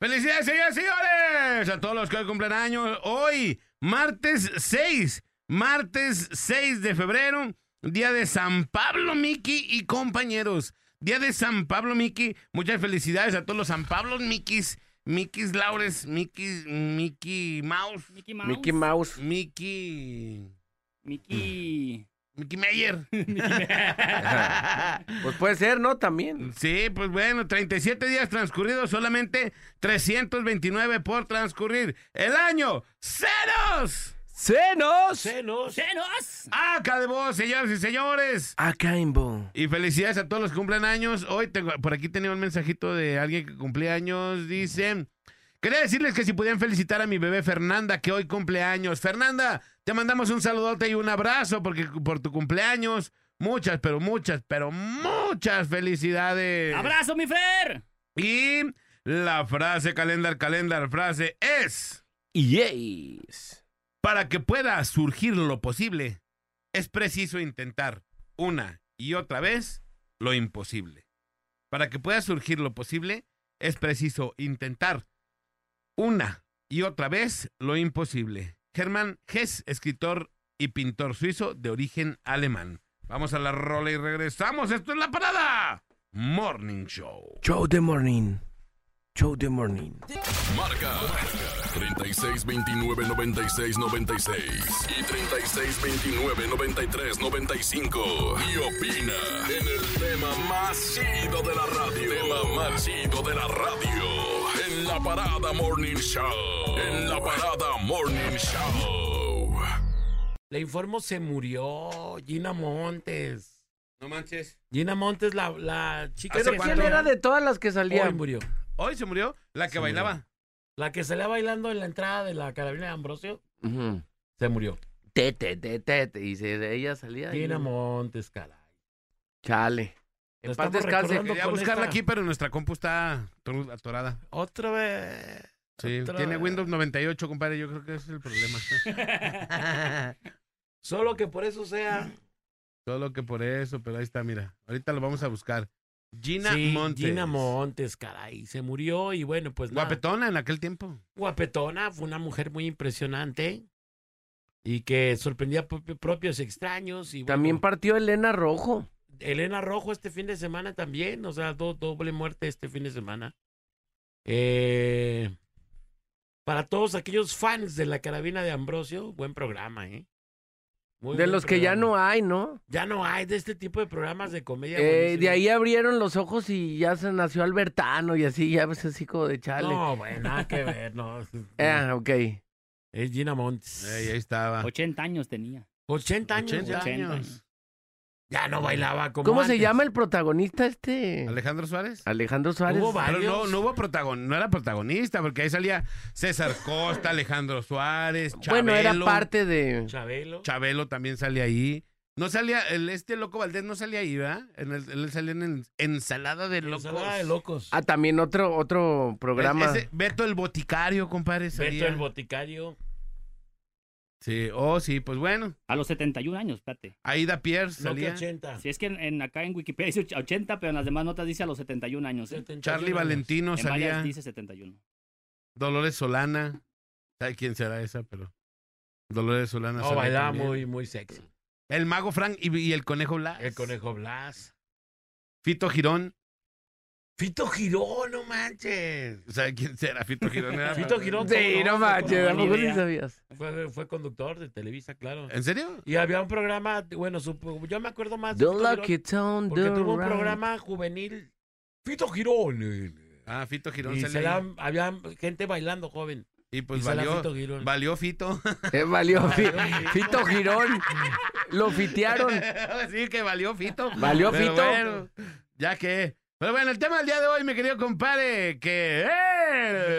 Speaker 5: ¡Felicidades, señores, señores! A todos los que hoy cumplen años. Hoy, martes 6, martes 6 de febrero, día de San Pablo Miki y compañeros. Día de San Pablo Miki. Muchas felicidades a todos los San Pablos Mikis, Mikis Laures, Mikis, Mickey Mouse,
Speaker 1: Mickey Mouse.
Speaker 6: Mickey Mouse.
Speaker 5: Mickey,
Speaker 1: Mickey.
Speaker 5: (laughs) Mickey Meyer.
Speaker 6: Pues puede ser, ¿no? También.
Speaker 5: Sí, pues bueno, 37 días transcurridos, solamente 329 por transcurrir. El año, ceros.
Speaker 6: ¡Senos!
Speaker 4: Senos.
Speaker 1: ¡Senos!
Speaker 5: Acá de vos, señores y señores.
Speaker 6: Acá en Bo.
Speaker 5: Y felicidades a todos los que cumplen años. Hoy tengo- por aquí tenía un mensajito de alguien que cumplía años. Dice, quería decirles que si podían felicitar a mi bebé Fernanda, que hoy cumple años. Fernanda, te mandamos un saludote y un abrazo porque por tu cumpleaños. Muchas, pero muchas, pero muchas felicidades.
Speaker 1: ¡Abrazo, mi Fer!
Speaker 5: Y la frase, calendar, calendar, frase es,
Speaker 6: Yes.
Speaker 5: para que pueda surgir lo posible, es preciso intentar una y otra vez lo imposible. Para que pueda surgir lo posible, es preciso intentar una y otra vez lo imposible. Germán Hess, escritor y pintor suizo de origen alemán. Vamos a la rola y regresamos. Esto es la parada. Morning Show.
Speaker 6: Show the morning. Show the morning.
Speaker 7: Marca 36 29 96 96 y 36 29 93 95. Y opina en el tema más chido de la radio. Tema más chido de la radio. En la parada Morning Show. En la parada Morning Show.
Speaker 4: Le informo, se murió Gina Montes.
Speaker 5: No manches.
Speaker 4: Gina Montes, la, la chica
Speaker 5: ¿Hace
Speaker 4: que
Speaker 5: cuánto?
Speaker 6: ¿Quién era de todas las que salía?
Speaker 4: Hoy murió.
Speaker 5: Hoy se murió la que
Speaker 4: Se murió.
Speaker 5: bailaba.
Speaker 4: La que salía bailando en la entrada de la carabina de Ambrosio,
Speaker 6: Ujú.
Speaker 4: se murió.
Speaker 6: Te, te, te, te, te. Y se- ella salía. ahí.
Speaker 4: Gina Montes, caray.
Speaker 6: Chale. En
Speaker 4: Lo
Speaker 6: paz
Speaker 4: estamos
Speaker 6: descanse.
Speaker 4: recordando
Speaker 5: Quería
Speaker 4: con
Speaker 5: buscarla
Speaker 4: esta-
Speaker 5: aquí, pero nuestra compu está tor- atorada.
Speaker 4: Otra vez.
Speaker 5: Sí,
Speaker 4: Otra
Speaker 5: tiene
Speaker 4: vez.
Speaker 5: Windows 98, compadre. Yo creo que ese es el problema.
Speaker 4: (laughs) Solo que por eso sea.
Speaker 5: Solo que por eso, pero ahí está, mira. Ahorita lo vamos a buscar. Gina
Speaker 4: Sí,
Speaker 5: Montes.
Speaker 4: Gina Montes, caray. Se murió y bueno, pues nada.
Speaker 5: Guapetona en aquel tiempo.
Speaker 4: guapetona, fue una mujer muy impresionante y que sorprendía a propi- propios extraños. Y bueno,
Speaker 6: También partió Elena Rojo.
Speaker 4: Elena Rojo este fin de semana también, o sea, do- doble muerte este fin de semana. Eh, para todos aquellos fans de la carabina de Ambrosio, buen programa, ¿eh? Muy
Speaker 6: de
Speaker 4: buen
Speaker 6: los que ya
Speaker 4: programa.
Speaker 6: no hay, ¿no?
Speaker 4: Ya no hay de este tipo de programas de comedia.
Speaker 6: Eh, de
Speaker 4: buenísimo.
Speaker 6: ahí abrieron los ojos y ya se nació Albertano y así, ya ves así como de chale.
Speaker 4: No, bueno, nada que ver, no.
Speaker 6: (laughs) Ah, ok.
Speaker 4: Es Gina Montes.
Speaker 5: Ey, ahí estaba.
Speaker 1: 80 años tenía.
Speaker 4: 80 años.
Speaker 5: 80
Speaker 4: ya.
Speaker 5: años.
Speaker 1: años.
Speaker 4: Ya no bailaba como
Speaker 6: ¿Cómo se
Speaker 4: antes.
Speaker 6: llama el protagonista este?
Speaker 5: Alejandro Suárez.
Speaker 6: Alejandro Suárez.
Speaker 4: Hubo va-
Speaker 5: Pero no,
Speaker 4: Varios.
Speaker 5: no hubo protagon, no era protagonista, porque ahí salía César Costa, Alejandro Suárez, Chabelo.
Speaker 6: Bueno, era parte de...
Speaker 4: Chabelo.
Speaker 5: Chabelo también salía ahí. No salía, el este loco Valdés no salía ahí, ¿verdad? En el, él salía en el- Ensalada de Locos.
Speaker 4: Ensalada de locos.
Speaker 6: Ah, también otro, otro programa.
Speaker 5: Es- ese Beto el Boticario, compadre.
Speaker 4: Beto
Speaker 5: salía.
Speaker 4: el boticario.
Speaker 5: Sí, oh, sí, pues bueno.
Speaker 1: A los 71 años, espérate.
Speaker 5: Aida Pierce
Speaker 4: No que
Speaker 5: salía.
Speaker 4: 80.
Speaker 1: Si es que en, en- acá en Wikipedia dice 80, pero en las demás notas dice a los 71 años. ¿eh?
Speaker 4: 71
Speaker 5: Charlie
Speaker 4: años.
Speaker 5: Valentino
Speaker 1: en varias
Speaker 5: salía.
Speaker 1: dice 71.
Speaker 5: Dolores Solana. ¿Sabe quién será esa? Pero. Dolores Solana.
Speaker 4: No,
Speaker 5: salía
Speaker 4: bailaba
Speaker 5: también.
Speaker 4: muy, muy sexy.
Speaker 5: El Mago Frank y, y el Conejo Blas.
Speaker 4: El conejo Blas.
Speaker 5: Fito Girón.
Speaker 4: Fito Girón, no manches.
Speaker 5: ¿Sabe quién será Fito Girón? Era- (laughs)
Speaker 4: Fito Girón.
Speaker 6: Sí,
Speaker 4: ¿cómo
Speaker 6: no manches,
Speaker 4: ¿Cómo
Speaker 6: ¿a
Speaker 4: no?
Speaker 6: poco sí
Speaker 1: idea.
Speaker 6: sabías?
Speaker 4: Fue, fue conductor de Televisa, claro.
Speaker 5: ¿En serio?
Speaker 4: Y había un programa, bueno, su- yo me acuerdo más
Speaker 6: The
Speaker 4: de Fito Girón
Speaker 6: Lucky Town,
Speaker 4: porque
Speaker 6: the
Speaker 4: tuvo un
Speaker 6: right.
Speaker 4: programa juvenil. Fito Girón. eh.
Speaker 5: Ah, Fito Girón
Speaker 4: Y
Speaker 5: sale
Speaker 4: se
Speaker 5: ahí.
Speaker 4: la- había gente bailando joven.
Speaker 5: Y pues
Speaker 4: y sale
Speaker 5: valió,
Speaker 4: Fito Girón.
Speaker 5: valió Fito.
Speaker 6: (laughs) Eh,
Speaker 4: (laughs)
Speaker 6: valió fi- Fito Girón. Lo fitearon.
Speaker 5: (laughs) sí, que valió Fito.
Speaker 6: Valió
Speaker 5: Pero
Speaker 6: Fito.
Speaker 5: bueno, ya que. Pero bueno, el tema del día de hoy, mi querido compadre, que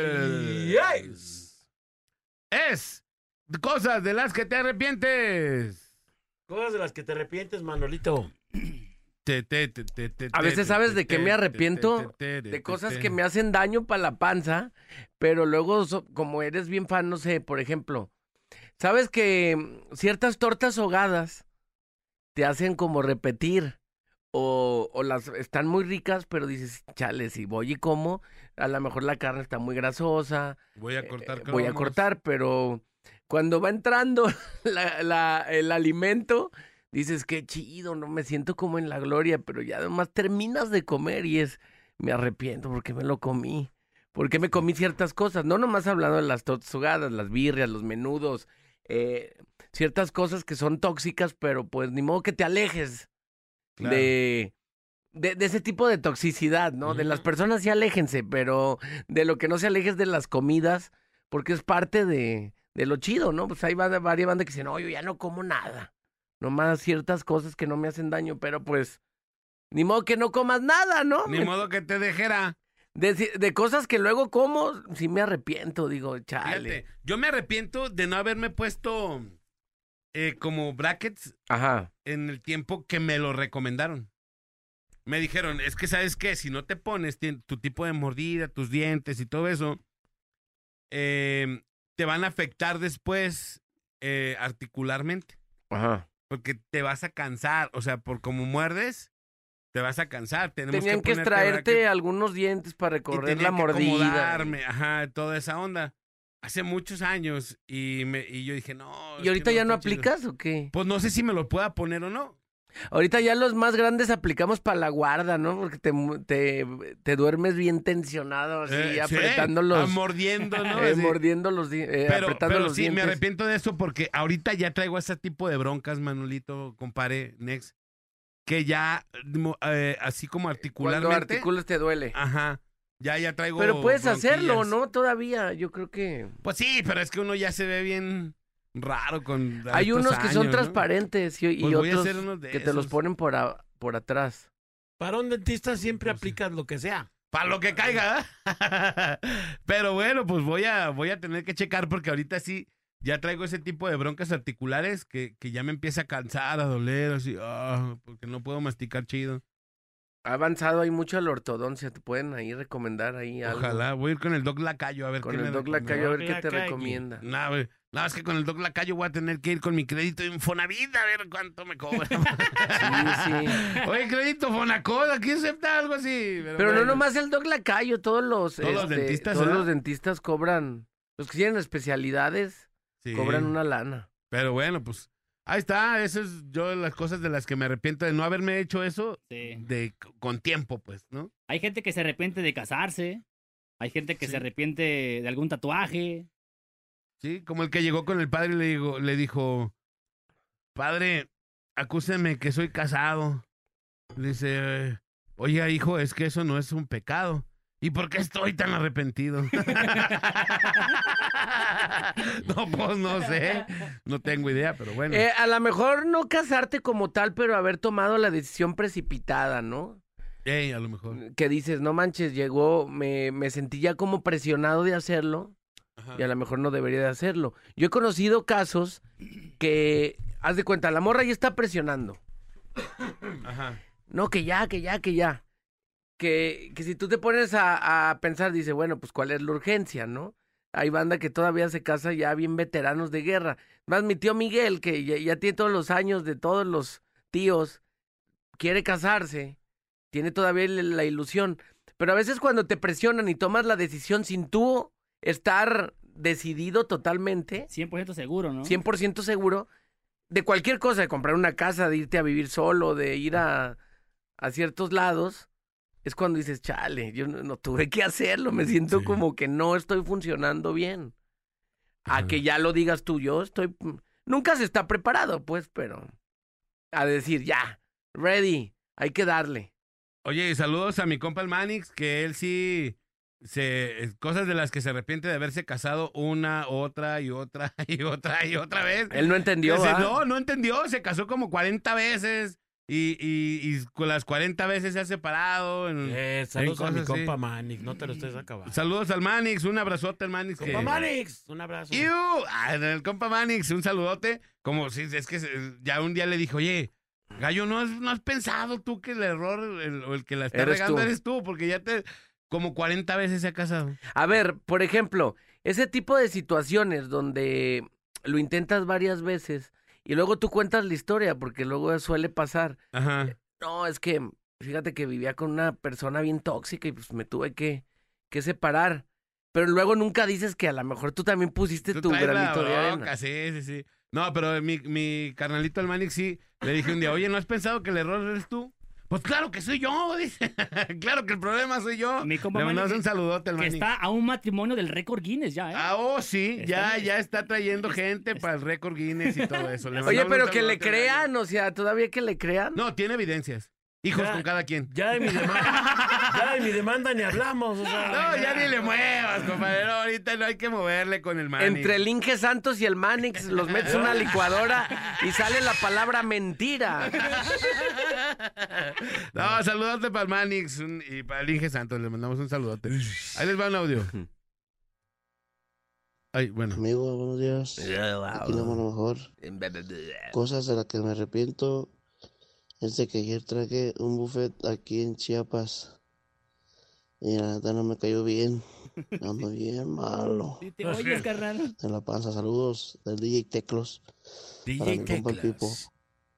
Speaker 5: es,
Speaker 4: Yes.
Speaker 5: es cosas de las que te arrepientes.
Speaker 4: Cosas de las que te arrepientes, Manolito.
Speaker 5: Te, te, te, te, te,
Speaker 6: A veces,
Speaker 5: te,
Speaker 6: ¿sabes
Speaker 5: te,
Speaker 6: de qué
Speaker 5: te,
Speaker 6: me
Speaker 5: te,
Speaker 6: arrepiento?
Speaker 5: te, te, te,
Speaker 6: De cosas
Speaker 5: te.
Speaker 6: que me hacen daño para la panza, pero luego, so- como eres bien fan, no sé, por ejemplo, sabes que mm, ciertas tortas ahogadas te hacen como repetir. O, o las están muy ricas, pero dices, chale, si voy y como, a lo mejor la carne está muy grasosa,
Speaker 5: Voy a cortar.
Speaker 6: eh, voy a
Speaker 5: cromos.
Speaker 6: cortar, pero cuando va entrando (laughs) la- la- el alimento, dices, qué chido, no me siento como en la gloria, pero ya además terminas de comer y es, me arrepiento porque me lo comí, porque me comí ciertas cosas, no nomás hablando de las tortas ahogadas, las birrias, los menudos, eh, ciertas cosas que son tóxicas, pero pues ni modo que te alejes
Speaker 5: Claro.
Speaker 6: de... De, de ese tipo de toxicidad, ¿no? De las personas sí aléjense, pero de lo que no se alejes de las comidas, porque es parte de, de lo chido, ¿no? Pues hay banda- varias bandas que dicen, no, yo ya no como nada. Nomás ciertas cosas que no me hacen daño, pero pues, ni modo que no comas nada, ¿no?
Speaker 5: Ni modo que te dejera.
Speaker 6: De, de cosas que luego como, sí me arrepiento, digo, chale.
Speaker 5: Fíjate, yo me arrepiento de no haberme puesto eh, como brackets
Speaker 6: Ajá.
Speaker 5: en el tiempo que me lo recomendaron. Me dijeron, es que sabes qué, si no te pones ti- tu tipo de mordida, tus dientes y todo eso, eh, te van a afectar después eh, articularmente,
Speaker 6: Ajá.
Speaker 5: porque te vas a cansar, o sea, por como muerdes, te vas a cansar. Tenemos
Speaker 6: Tenían que,
Speaker 5: ponerte
Speaker 6: extraerte
Speaker 5: brackets
Speaker 6: algunos dientes para
Speaker 5: y
Speaker 6: recorrer
Speaker 5: tenía
Speaker 6: la
Speaker 5: que
Speaker 6: mordida.
Speaker 5: acomodarme, ajá, toda esa onda. Hace muchos años y, me, y yo dije, no. es
Speaker 6: ¿Y
Speaker 5: que
Speaker 6: ahorita ya no
Speaker 5: está chido".
Speaker 6: aplicas o qué?
Speaker 5: Pues no sé si me lo pueda poner o no.
Speaker 6: Ahorita ya los más grandes aplicamos para la guarda, ¿no? Porque te, mu- te, te duermes bien tensionado, así,
Speaker 5: Eh, sí,
Speaker 6: apretando los...
Speaker 5: ah, mordiendo,
Speaker 6: (laughs)
Speaker 5: ¿no?
Speaker 6: eh,
Speaker 5: Así.
Speaker 6: mordiendo los di- eh,
Speaker 5: pero,
Speaker 6: apretando
Speaker 5: pero
Speaker 6: los
Speaker 5: sí,
Speaker 6: dientes.
Speaker 5: me arrepiento de esto porque ahorita ya traigo ese tipo de broncas, Manolito, compare, Nex, que ya, mo- eh, así como
Speaker 6: Cuando
Speaker 5: articularmente.
Speaker 6: articulas te duele.
Speaker 5: Ajá. Ya, ya traigo.
Speaker 6: pero puedes
Speaker 5: bronquillas.
Speaker 6: hacerlo, ¿no? Todavía, yo creo que...
Speaker 5: Pues sí, pero es que uno ya se ve bien raro con.
Speaker 6: Hay
Speaker 5: estos
Speaker 6: unos que son
Speaker 5: años, ¿no?
Speaker 6: transparentes y, y
Speaker 5: Pues voy a hacer
Speaker 6: otros
Speaker 5: unos de
Speaker 6: que te los
Speaker 5: esos.
Speaker 6: ponen por, a- por atrás.
Speaker 4: Para un dentista siempre aplicas lo que sea.
Speaker 5: Para Pues lo que caiga. ¿eh? ¿verdad? Pero bueno, pues voy a, voy a tener que checar porque ahorita sí ya traigo ese tipo de broncas articulares que, que ya me empieza a cansar, a doler, así, ah, porque no puedo masticar chido.
Speaker 6: Ha avanzado, hay mucho la ortodoncia, te pueden ahí recomendar ahí algo.
Speaker 5: Ojalá, voy a ir con el Doc Lacayo a ver
Speaker 6: Con
Speaker 5: qué me
Speaker 6: el Doc
Speaker 5: recomienda.
Speaker 6: Lacayo, a ver
Speaker 4: Doc
Speaker 6: qué te
Speaker 4: Lacayo.
Speaker 6: recomienda.
Speaker 5: No, güey, no, es que con el Doc Lacayo voy a tener que ir con mi crédito Infonavit a ver cuánto me
Speaker 6: (laughs)
Speaker 5: cobra.
Speaker 6: Sí, sí.
Speaker 5: Oye, crédito Fonacod, aquí acepta algo así.
Speaker 6: Pero no
Speaker 5: bueno.
Speaker 6: nomás el Doc Lacayo, todos los, este,
Speaker 5: Todos los dentistas, ¿eh?
Speaker 6: todos
Speaker 5: ¿verdad?
Speaker 6: los dentistas cobran, los que tienen especialidades
Speaker 5: Sí.
Speaker 6: cobran una lana.
Speaker 5: Pero bueno, pues ahí está. Eso es yo de las cosas de las que me arrepiento de no haberme hecho eso
Speaker 1: Sí.
Speaker 5: de con tiempo, pues, ¿no?
Speaker 1: Hay gente que se arrepiente de casarse. Hay gente que
Speaker 5: Sí.
Speaker 1: se arrepiente de algún tatuaje.
Speaker 5: Sí, como el que llegó con el padre y le digo, le dijo, padre, acúseme que soy casado. Dice, oye hijo, es que eso no es un pecado. ¿Y por qué estoy tan arrepentido? (laughs) no, pues no sé. No tengo idea, pero bueno.
Speaker 6: Eh, a lo mejor no casarte como tal, pero haber tomado la decisión precipitada, ¿no?
Speaker 5: Ey, a lo mejor.
Speaker 6: Que dices, no manches, llegó, me, me sentí ya como presionado de hacerlo y a lo mejor no debería de hacerlo. Yo he conocido casos que, haz de cuenta, la morra ya está presionando.
Speaker 5: Ajá.
Speaker 6: No, que ya, que ya, que ya. Que, que si tú te pones a, a pensar, dice, bueno, pues cuál es la urgencia, ¿no? Hay banda que todavía se casa ya bien veteranos de guerra. Más mi tío Miguel, que ya, ya tiene todos los años de todos los tíos, quiere casarse, tiene todavía el- la ilusión. Pero a veces cuando te presionan y tomas la decisión sin tú estar decidido totalmente,
Speaker 1: 100% seguro, ¿no?
Speaker 6: 100% seguro de cualquier cosa, de comprar una casa, de irte a vivir solo, de ir a, a ciertos lados, es cuando dices, chale, yo no, no tuve que hacerlo, me siento
Speaker 5: Sí.
Speaker 6: como que no estoy funcionando bien. A que ya lo digas tú, yo estoy... mm, Nunca se está preparado, pues, pero... A decir, ya, ready, hay que darle.
Speaker 5: Oye, y saludos a mi compa el Manix, que él sí se cosas de las que se arrepiente de haberse casado una, otra y otra (laughs) y otra y otra vez.
Speaker 6: Él no entendió,
Speaker 5: Dice,
Speaker 6: ¿va?
Speaker 5: no, no entendió, se casó como 40 veces y, y, y con las 40 veces se ha separado. en-
Speaker 4: Eh, saludos a
Speaker 5: cosas
Speaker 4: mi
Speaker 5: así.
Speaker 4: compa Manix, no te lo estés acabando.
Speaker 5: Saludos al Manix, un abrazote al Manix.
Speaker 4: compa
Speaker 5: que-
Speaker 4: Manix, un abrazo.
Speaker 5: ¡Iu! Ah, El compa Manix, un saludote. Como si es que se- ya un día le dijo, oye, Gallo, ¿no has, no has pensado tú que el error el- o el que la está
Speaker 6: Eres
Speaker 5: regando
Speaker 6: tú.
Speaker 5: eres tú? Porque ya te, como 40 veces se ha casado.
Speaker 6: A ver, por ejemplo, ese tipo de situaciones donde lo intentas varias veces y luego tú cuentas la historia, porque luego suele pasar.
Speaker 5: Ajá.
Speaker 6: No, es que mm, fíjate que vivía con una persona bien tóxica y pues me tuve que, que separar. Pero luego nunca dices que a lo mejor tú también pusiste
Speaker 5: Tú
Speaker 6: tu
Speaker 5: traes la
Speaker 6: granito de arena.
Speaker 5: bronca, sí, sí, sí. No, pero eh, mi, mi carnalito el Manix sí le dije un día, oye, ¿no has pensado que el error eres tú? Pues claro que soy yo, (laughs) dice. claro que el problema soy yo.
Speaker 1: Mi compa
Speaker 5: le mandamos
Speaker 1: Manix,
Speaker 5: un saludote al
Speaker 1: Que
Speaker 5: Manix.
Speaker 1: está a un matrimonio del récord Guinness ya, ¿eh?
Speaker 5: Ah, oh, sí, ya,
Speaker 1: Está-
Speaker 5: ya está trayendo gente para el récord Guinness y todo
Speaker 1: (laughs)
Speaker 5: eso. Le
Speaker 6: Oye,
Speaker 5: mandamos
Speaker 6: pero
Speaker 5: un
Speaker 6: que le
Speaker 5: saludote al
Speaker 6: crean, o sea, todavía que le crean.
Speaker 5: No, tiene evidencias. Hijos
Speaker 4: Ya.
Speaker 5: con cada quien.
Speaker 4: Ya de mi demanda, ya de mi demanda ni hablamos. O sea,
Speaker 5: No, ya ni le muevas, compadre. No, ahorita no hay que moverle con el man.
Speaker 6: Entre el Inge Santos y el Manix los metes en
Speaker 5: (laughs)
Speaker 6: una licuadora y sale la palabra mentira.
Speaker 5: No, saludote para el Manix un- y para el Inge Santos. Le mandamos un saludote. Ahí les va un audio. Ay, bueno.
Speaker 8: Amigo, buenos días. Aquí nomás lo mejor. Cosas de las que me arrepiento es de que ayer traje un buffet aquí en Chiapas. Y la neta no me
Speaker 6: (laughs)
Speaker 8: cayó bien. Ando bien malo.
Speaker 1: Sí, te oyes, carnal.
Speaker 8: De la panza, saludos del DJ Teclos. para mi compa el Pipo.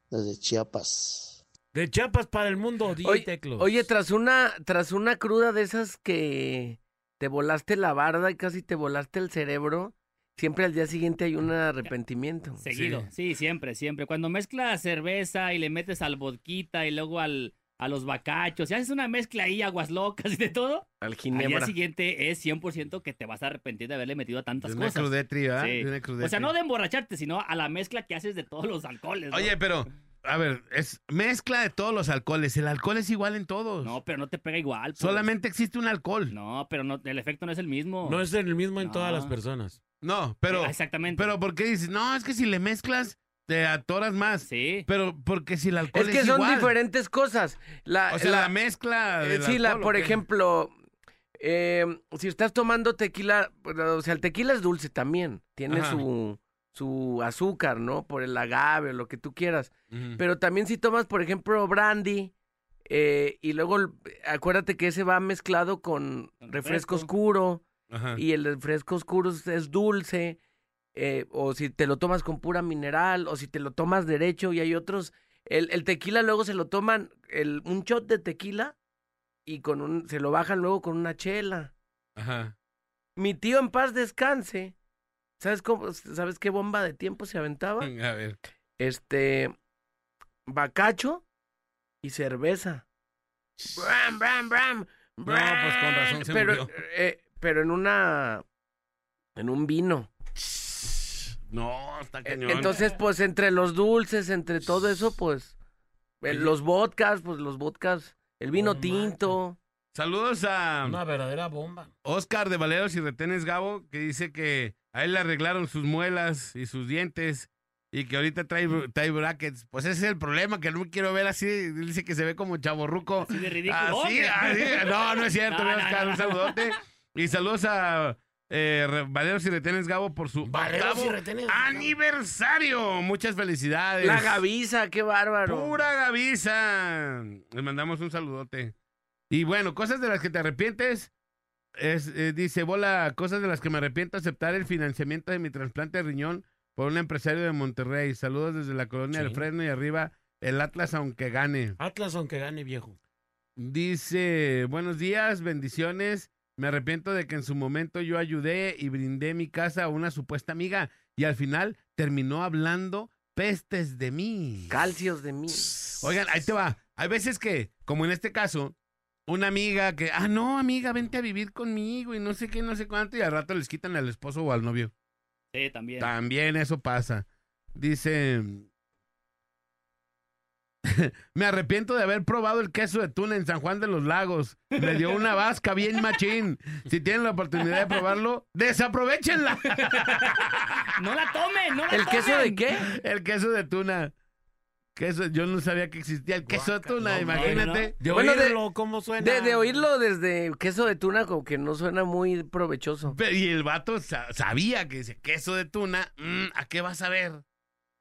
Speaker 8: Desde Chiapas.
Speaker 4: De Chiapas para el mundo, DJ
Speaker 6: Oye,
Speaker 4: Teclos.
Speaker 6: Oye, tras una, tras una cruda de esas que te volaste la barda y casi te volaste el cerebro, siempre al día siguiente hay un arrepentimiento.
Speaker 1: Seguido. Sí. siempre, siempre. Cuando mezclas cerveza y le metes al vodquita y luego al, a los bacachos y haces una mezcla ahí, aguas locas y de todo,
Speaker 6: Al
Speaker 1: al día
Speaker 6: ginebra.
Speaker 1: siguiente es 100% que te vas a arrepentir de haberle metido a tantas
Speaker 5: Es una
Speaker 1: cosas.
Speaker 5: crudetri, ¿verdad?
Speaker 1: Sí.
Speaker 5: Es una crudetri.
Speaker 1: O sea, no de emborracharte, sino a la mezcla que haces de todos los alcoholes. ¿no?
Speaker 5: Oye, pero, a ver, es mezcla de todos los alcoholes. El alcohol es igual en todos.
Speaker 1: No, pero no te pega igual. pues.
Speaker 5: Solamente existe un alcohol. No,
Speaker 1: No, pero no, el efecto no es el mismo.
Speaker 4: no es el mismo en
Speaker 1: No.
Speaker 4: todas las personas.
Speaker 5: pero,
Speaker 1: Ah, Exactamente.
Speaker 5: pero ¿por qué dices? No, es que si le mezclas, te atoras más.
Speaker 1: Sí.
Speaker 5: Pero porque si el alcohol
Speaker 6: Es
Speaker 5: Pues es
Speaker 6: que son
Speaker 5: igual.
Speaker 6: diferentes cosas. La,
Speaker 5: O sea, la,
Speaker 6: la-
Speaker 5: mezcla.
Speaker 6: eh,
Speaker 5: del
Speaker 6: sí, la-
Speaker 5: alcohol, ¿o
Speaker 6: por
Speaker 5: qué?
Speaker 6: ejemplo, eh, si estás tomando tequila, o sea, el tequila es dulce también. Tiene
Speaker 5: Ajá.
Speaker 6: su, su azúcar, ¿no? Por el agave, lo que tú quieras.
Speaker 5: Ujú.
Speaker 6: Pero también si tomas, por ejemplo, brandy, eh, y luego l- acuérdate que ese va mezclado con
Speaker 1: Con
Speaker 6: refresco
Speaker 1: refresco.
Speaker 6: oscuro,
Speaker 5: Ajá.
Speaker 6: y el refresco oscuro es- es dulce, eh, o si te lo tomas con pura mineral, o si te lo tomas derecho, y hay otros. El, el tequila luego se lo toman, el, un shot de tequila, y con un, se lo bajan luego con una chela.
Speaker 5: Ajá.
Speaker 6: Mi tío en paz descanse. ¿Sabes, cómo, ¿Sabes qué bomba de tiempo se aventaba?
Speaker 5: A ver.
Speaker 6: este bacacho y cerveza. Bram, bram, bram, bram.
Speaker 5: pues, con razón se
Speaker 6: pero,
Speaker 5: murió.
Speaker 6: eh, pero en una en un vino.
Speaker 5: No, está
Speaker 6: Eh,
Speaker 5: cañón.
Speaker 6: Entonces, pues entre los dulces, entre todo eso, pues eh, los vodkas, pues los vodkas, el vino
Speaker 4: No
Speaker 6: tinto.
Speaker 5: Saludos a
Speaker 4: Una verdadera bomba.
Speaker 5: Oscar de Valeros y Retenes Gabo, que dice que a él le arreglaron sus muelas y sus dientes y que ahorita trae, trae brackets. Pues ese es el problema, que no me quiero ver así. Dice que se ve como chaborruco.
Speaker 1: Así de ridículo.
Speaker 5: Así,
Speaker 1: hombre.
Speaker 5: así. No, no es cierto,
Speaker 1: No, no,
Speaker 5: Oscar. Un
Speaker 1: no.
Speaker 5: saludote. Y saludos a eh, Re- Valeros y Retenes Gabo por su
Speaker 4: Valeros y
Speaker 5: octavo
Speaker 4: Retenes Gabo.
Speaker 5: aniversario. Muchas felicidades.
Speaker 6: La gaviza, qué bárbaro.
Speaker 5: Pura Gavisa. Les mandamos un saludote. Y bueno, cosas de las que te arrepientes. Es, eh, dice, bola, cosas de las que me arrepiento aceptar el financiamiento de mi trasplante de riñón por un empresario de Monterrey. Saludos desde la colonia del
Speaker 4: Sí.
Speaker 5: Fresno y arriba el Atlas aunque gane.
Speaker 4: Atlas aunque gane viejo.
Speaker 5: Dice, buenos días, bendiciones. Me arrepiento de que en su momento yo ayudé y brindé mi casa a una supuesta amiga y al final terminó hablando pestes de mí.
Speaker 6: Calcios de mí.
Speaker 5: Oigan, ahí te va. Hay veces que, como en este caso, una amiga que, ah, no, amiga, vente a vivir conmigo y no sé qué, no sé cuánto, y al rato les quitan al esposo o al novio.
Speaker 1: Sí, también.
Speaker 5: También eso pasa. Dice, (laughs) me arrepiento de haber probado el queso de tuna en San Juan de los Lagos. Me dio una vasca bien machín. Si tienen la oportunidad de probarlo, desaprovechenla.
Speaker 1: (laughs) No la tomen, no la
Speaker 6: ¿El
Speaker 1: tomen.
Speaker 6: queso de qué?
Speaker 5: El queso de tuna. Queso, yo no sabía que existía el queso de tuna, imagínate.
Speaker 4: De
Speaker 6: Bueno, de-
Speaker 4: oírlo, ¿cómo suena?
Speaker 6: De, de oírlo desde queso de tuna, como que no suena muy provechoso.
Speaker 5: Pero- y el vato sa- sabía que dice queso de tuna, mm, ¿a qué vas a ver?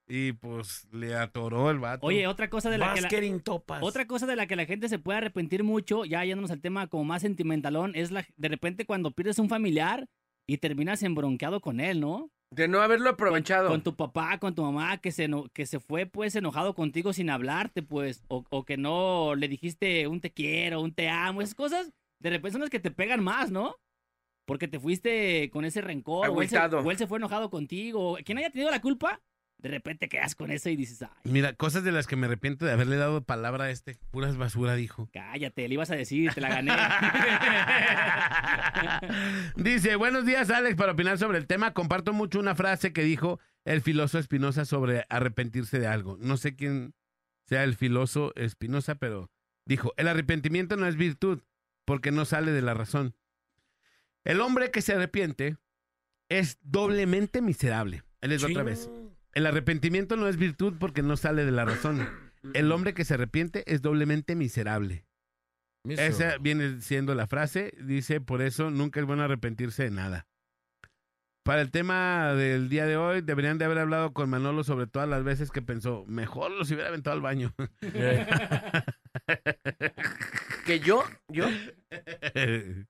Speaker 5: Y pues le atoró el vato.
Speaker 1: Oye, otra cosa de la que la-
Speaker 4: Basketing topas.
Speaker 1: Otra cosa de la que la gente se puede arrepentir mucho, ya yéndonos al tema como más sentimentalón, es la, de repente cuando pierdes un familiar y terminas embronqueado con él, ¿no?
Speaker 6: De no haberlo aprovechado.
Speaker 1: Con tu papá, con tu mamá, que se, eno- que se fue pues enojado contigo sin hablarte, pues, o, o que no le dijiste un te quiero, un te amo, esas cosas, de repente son las que te pegan más, ¿no? Porque te fuiste con ese rencor, o él, se,
Speaker 6: Agüitado.
Speaker 1: o él se fue enojado contigo, quien haya tenido la culpa, de repente quedas con eso y dices, ay,
Speaker 5: Mira, cosas de las que me arrepiento de haberle dado palabra a este. Puras basura, dijo.
Speaker 1: cállate, le ibas a decir, te la gané.
Speaker 5: Dice, buenos días Alex, para opinar sobre el tema, comparto mucho una frase que dijo el filósofo Espinosa sobre arrepentirse de algo. No sé quién sea el filósofo Espinosa, pero dijo, el arrepentimiento no es virtud porque no sale de la razón. El hombre que se arrepiente es doblemente miserable. Él es otra vez. El arrepentimiento no es virtud porque no sale de la razón. El hombre que se arrepiente es doblemente miserable. Esa viene siendo la frase. Dice, por eso nunca es bueno arrepentirse de nada. Para el tema del día de hoy, deberían de haber hablado con Manolo sobre todas las veces que pensó, mejor los hubiera aventado al baño. (laughs)
Speaker 6: Que yo, yo.
Speaker 5: (laughs)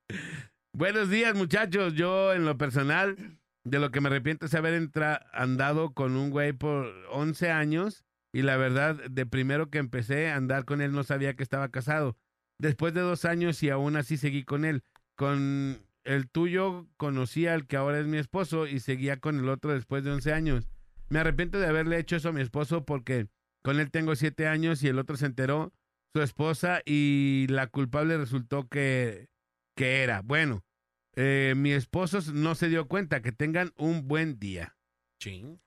Speaker 5: Buenos días, muchachos. Yo, en lo personal, de lo que me arrepiento es haber entra- andado con un güey por 11 años y la verdad, de primero que empecé a andar con él, no sabía que estaba casado. Después de dos años y aún así seguí con él. Con el tuyo conocí al que ahora es mi esposo y seguía con el otro después de 11 años. Me arrepiento de haberle hecho eso a mi esposo porque con él tengo 7 años y el otro se enteró, su esposa, y la culpable resultó que, que era. Bueno, eh, mi esposo no se dio cuenta. Que tengan un buen día
Speaker 4: Ching.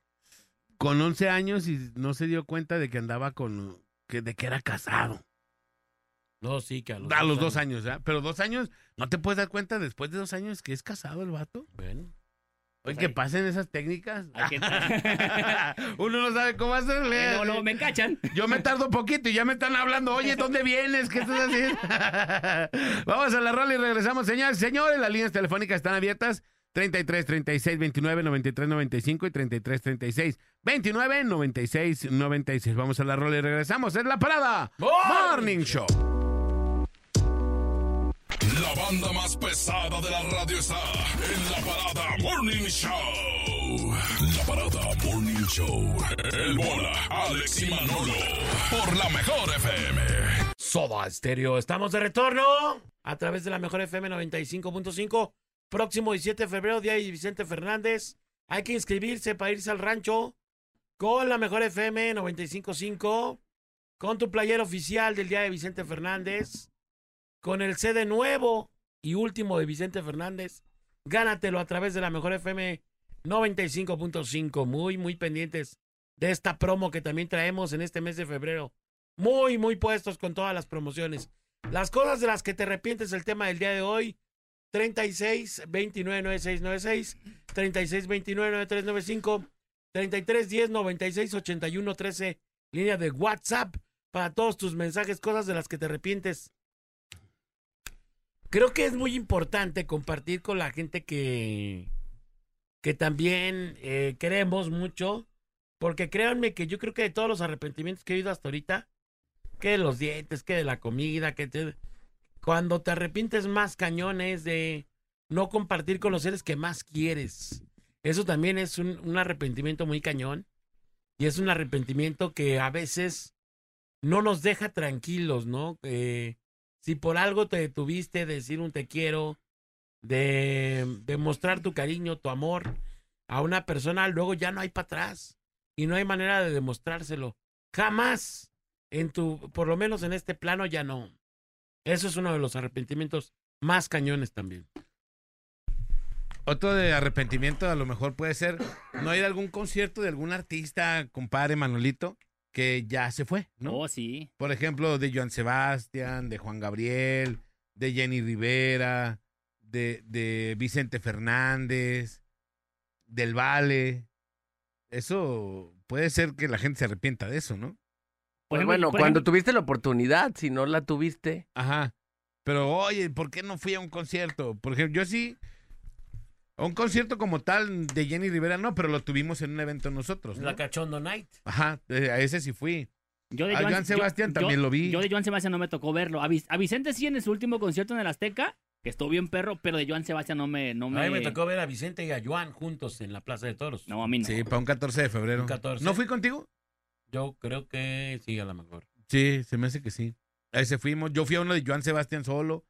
Speaker 5: con 11 años y no se dio cuenta de que andaba con que de que era casado.
Speaker 4: No, sí, que a los,
Speaker 5: A los dos años, ¿ah? Pero dos años, ¿no te puedes dar cuenta después de dos años que es casado el vato?
Speaker 4: Bueno.
Speaker 5: Oye,
Speaker 1: Pues
Speaker 5: que
Speaker 1: ahí.
Speaker 5: pasen esas técnicas.
Speaker 1: Hay
Speaker 5: (laughs)
Speaker 1: que-
Speaker 5: Uno no sabe cómo hacerle.
Speaker 1: Eh, No, no, me encachan.
Speaker 5: Yo me tardo poquito y ya me están hablando. Oye, ¿dónde vienes? ¿Qué estás haciendo? (laughs) Vamos a la rola y regresamos, señores. Señores, las líneas telefónicas están abiertas. 33 36 29 93 95 y 33 36 29 96 96. Vamos a la rola y regresamos. Es la parada. Morning Show.
Speaker 7: La banda más pesada de la radio está en la parada Morning Show. La parada Morning Show. El bola, Alex y Manolo. Por la mejor FM.
Speaker 4: Soda Estéreo. Estamos de retorno a través de la mejor FM 95.5. Próximo 17 de febrero, día de Vicente Fernández. Hay que inscribirse para irse al rancho con la mejor FM 95.5. Con tu player oficial del día de Vicente Fernández. Con el CD nuevo y último de Vicente Fernández. Gánatelo a través de la mejor FM 95.5. Muy, muy pendientes de esta promo que también traemos en este mes de febrero muy, muy puestos con todas las promociones. Las cosas de las que te arrepientes el tema del día de hoy. 36 29 96 96 36 29 93 95 33 10 96 81 13 línea de WhatsApp para todos tus mensajes, cosas de las que te arrepientes. Creo que es muy importante compartir con la gente que que también eh, queremos mucho, porque créanme que yo creo que de todos los arrepentimientos que he oído hasta ahorita, que de los dientes, que de la comida, que te... cuando te arrepientes más cañones de no compartir con los seres que más quieres. Eso también es un, un arrepentimiento muy cañón. Y es un arrepentimiento que a veces no nos deja tranquilos, ¿no? Eh, si por algo te detuviste de decir un te quiero, de, de mostrar tu cariño, tu amor a una persona, luego ya no hay para atrás. Y no hay manera de demostrárselo. Jamás en tu, por lo menos en este plano ya no. Eso es uno de los arrepentimientos más cañones también.
Speaker 5: Otro de arrepentimiento a lo mejor puede ser no ir a algún concierto de algún artista, compadre Manolito, que ya se fue, (laughs) ¿no?
Speaker 1: Oh, sí.
Speaker 5: Por ejemplo, de Joan Sebastián, de Juan Gabriel, de Jenny Rivera, de, de Vicente Fernández, del Vale. Eso puede ser que la gente se arrepienta de eso, ¿no?
Speaker 1: Por
Speaker 6: Pues
Speaker 1: ejemplo,
Speaker 6: bueno,
Speaker 1: por
Speaker 6: cuando
Speaker 1: ejemplo-
Speaker 6: tuviste la oportunidad, si no la tuviste.
Speaker 5: Ajá. Pero, oye, ¿por qué no fui a un concierto? Por ejemplo, yo sí. A un concierto como tal de Jenny Rivera no, pero lo tuvimos en un evento nosotros. ¿no?
Speaker 4: La Cachondo Night.
Speaker 5: Ajá, eh, a ese sí fui.
Speaker 1: Yo de
Speaker 5: A Ah, Joan Sebastián también lo vi.
Speaker 1: Yo de Joan Sebastián no me tocó verlo. A, Vic- a Vicente sí en su último concierto en el Azteca, que estuvo bien perro, pero de Joan Sebastián no me... No me,
Speaker 4: A mí me tocó ver a Vicente y a Joan juntos en la Plaza de Toros.
Speaker 1: No, a mí no.
Speaker 5: Sí, para un 14 de febrero.
Speaker 4: Un 14.
Speaker 5: ¿No fui contigo?
Speaker 4: Yo creo que sí, a lo mejor.
Speaker 5: Sí, se me hace que sí. A ese fuimos. Yo fui a uno de Joan Sebastián solo.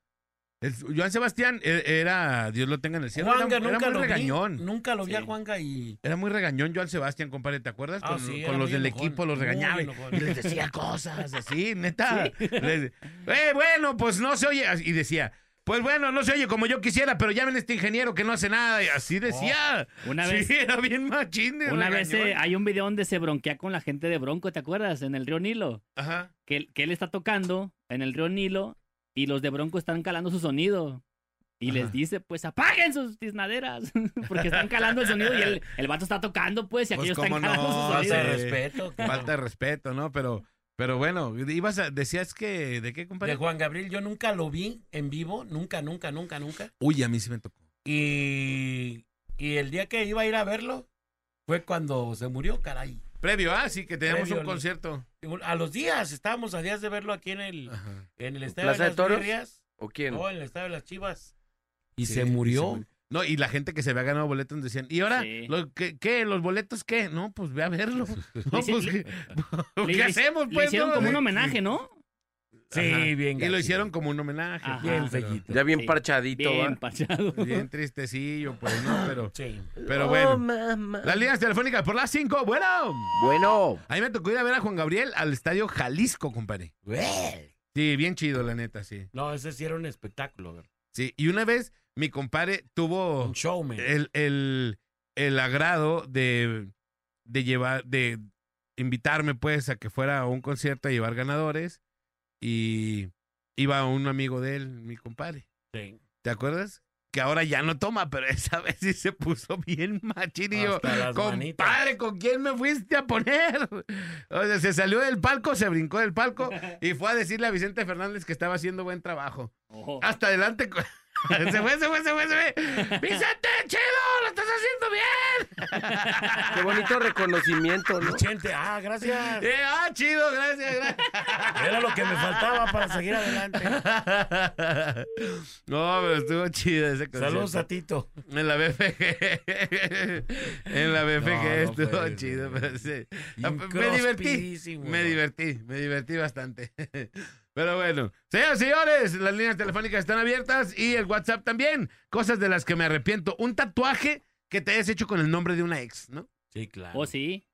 Speaker 5: El, Joan Sebastián e- era, Dios lo tenga en el cielo,
Speaker 4: Juanga
Speaker 5: era, era
Speaker 4: nunca
Speaker 5: muy
Speaker 4: lo
Speaker 5: regañón.
Speaker 4: vi. Nunca lo vi a
Speaker 1: Sí.
Speaker 4: Juanga y...
Speaker 5: Era muy regañón Joan Sebastián, compadre, ¿te acuerdas?
Speaker 4: Ah,
Speaker 5: con
Speaker 4: sí,
Speaker 5: con
Speaker 4: era
Speaker 5: los
Speaker 4: muy
Speaker 5: del
Speaker 4: enojón,
Speaker 5: equipo los
Speaker 4: muy
Speaker 5: regañaba. y-
Speaker 4: enojón.
Speaker 5: Y les decía cosas así, neta. Les- "Eh, bueno, pues no se oye. Y decía, pues bueno, no se oye como yo quisiera, pero llamen a este ingeniero que no hace nada. Y así decía.
Speaker 4: Oh,
Speaker 1: Una
Speaker 5: sí,
Speaker 1: vez,
Speaker 5: era bien machín. de
Speaker 1: una vez
Speaker 5: regañón.
Speaker 1: eh, hay un video donde se bronquea con la gente de Bronco, ¿te acuerdas? En el río Nilo.
Speaker 5: Ajá.
Speaker 1: Que, él- que él está tocando en el río Nilo y los de Bronco están calando su sonido. Y les
Speaker 5: Ajá.
Speaker 1: dice, pues apaguen sus tiznaderas. (laughs) Porque están calando el sonido y el, el vato está tocando, pues, y
Speaker 5: Pues,
Speaker 1: aquellos están
Speaker 5: cómo
Speaker 1: calando
Speaker 5: no,
Speaker 1: su
Speaker 5: sí.
Speaker 1: sonido.
Speaker 4: Falta de respeto. claro.
Speaker 5: Falta de respeto, ¿no? Pero, pero bueno, ibas a, decías que, ¿de qué,
Speaker 4: De
Speaker 5: compadre?
Speaker 4: Juan Gabriel, yo nunca lo vi en vivo, nunca, nunca, nunca, nunca.
Speaker 5: Uy, a mí sí me tocó.
Speaker 4: Y, y el día que iba a ir a verlo fue cuando se murió, caray.
Speaker 5: Previo, ah, sí, que teníamos
Speaker 4: Previo,
Speaker 5: un
Speaker 4: ¿no?
Speaker 5: concierto.
Speaker 4: A los días, estábamos a días de verlo aquí en el,
Speaker 5: Ajá.
Speaker 4: en el Estadio
Speaker 6: Plaza de
Speaker 4: de las
Speaker 6: Toros?
Speaker 4: Birrias.
Speaker 6: ¿O quién?
Speaker 4: No, en el Estadio de las Chivas. Y
Speaker 5: Sí,
Speaker 4: se
Speaker 5: y
Speaker 4: murió.
Speaker 5: No, y la gente que se había ganado boletos decían, ¿y ahora?
Speaker 1: Sí.
Speaker 5: lo que- qué, ¿Los boletos qué? No, pues ve
Speaker 4: (laughs)
Speaker 5: a verlo. No,
Speaker 1: hici-
Speaker 5: pues,
Speaker 1: le-
Speaker 5: ¿qué, (laughs)
Speaker 1: Le-
Speaker 5: ¿qué
Speaker 1: le-
Speaker 5: hacemos?
Speaker 1: Le
Speaker 5: pues,
Speaker 1: hicieron
Speaker 5: no?
Speaker 1: como un
Speaker 5: Sí.
Speaker 1: homenaje, ¿no?
Speaker 4: Sí,
Speaker 5: Ajá.
Speaker 4: bien
Speaker 5: Y lo
Speaker 4: gacho.
Speaker 5: hicieron como un homenaje.
Speaker 1: Ajá.
Speaker 4: Bien
Speaker 5: Bien,
Speaker 4: feíto.
Speaker 6: Ya bien
Speaker 1: Sí.
Speaker 6: parchadito, ¿va?
Speaker 1: Bien, parchado.
Speaker 5: Bien tristecillo, pues, ¿no? Pero,
Speaker 4: (laughs) Sí.
Speaker 5: pero
Speaker 6: Oh,
Speaker 5: bueno.
Speaker 6: mamá.
Speaker 5: Las líneas telefónicas por las 5, bueno.
Speaker 6: Bueno,
Speaker 5: A mí me tocó ir a ver a Juan Gabriel al estadio Jalisco, compadre. Sí, bien chido, la neta, sí.
Speaker 4: No, ese sí era un espectáculo. ver.
Speaker 5: Sí, y una vez mi compadre tuvo
Speaker 4: Un showman.
Speaker 5: el, el- el agrado de, de llevar, de invitarme pues a que fuera a un concierto a llevar ganadores y iba un amigo de él, mi compadre.
Speaker 4: Sí.
Speaker 5: ¿Te acuerdas? Que ahora ya no toma, pero esa (laughs) vez sí se puso bien machín y yo,
Speaker 4: Hasta las
Speaker 5: compadre, ¿con quién me fuiste a poner? (laughs) O sea, se salió del palco, se brincó
Speaker 4: (laughs)
Speaker 5: del palco y fue a decirle a Vicente Fernández que estaba haciendo buen trabajo.
Speaker 4: Oh.
Speaker 1: Ojo.
Speaker 5: Hasta adelante. co- (laughs) se fue, se fue, se fue,
Speaker 4: (laughs)
Speaker 5: se fue. Vicente, chido, lo estás haciendo bien.
Speaker 6: qué bonito
Speaker 5: (laughs)
Speaker 6: reconocimiento, ¿no?
Speaker 4: Gente, ah, gracias.
Speaker 5: Eh, ah, chido, gracias, gracias.
Speaker 4: Era lo que me faltaba para seguir adelante.
Speaker 5: (laughs) No, pero estuvo chido ese concierto.
Speaker 4: Saludos a Tito.
Speaker 5: En la BFG. en la BFG
Speaker 4: No, no
Speaker 5: estuvo
Speaker 4: puede
Speaker 5: chido.
Speaker 4: ser.
Speaker 5: pero sí.
Speaker 4: Un
Speaker 5: Me divertí.
Speaker 4: crospidísimo,
Speaker 5: Me
Speaker 4: ¿no?
Speaker 5: divertí, me divertí bastante. (laughs) Pero bueno, señores, señores, las líneas telefónicas están abiertas y el WhatsApp también. Cosas de las que me arrepiento. Un tatuaje que te hayas hecho con el nombre de una ex, ¿no?
Speaker 4: Sí, claro.
Speaker 1: O sí,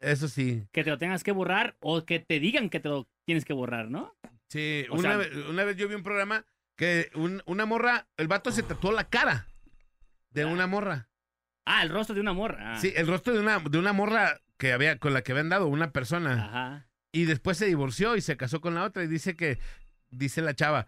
Speaker 5: Eso sí.
Speaker 1: que te lo tengas que borrar o que te digan que te lo tienes que borrar, ¿no?
Speaker 5: Sí,
Speaker 1: O
Speaker 5: Eh, una,
Speaker 1: sea-
Speaker 5: vez, una vez yo vi un programa que un- una morra, el vato se tatuó la cara de una morra.
Speaker 1: Ah, el rostro de una morra. Ah,
Speaker 5: Sí, el rostro de una, de una morra que había, con la que habían dado una persona.
Speaker 1: Ajá.
Speaker 5: Y después se divorció y se casó con la otra. Y dice que, dice la chava,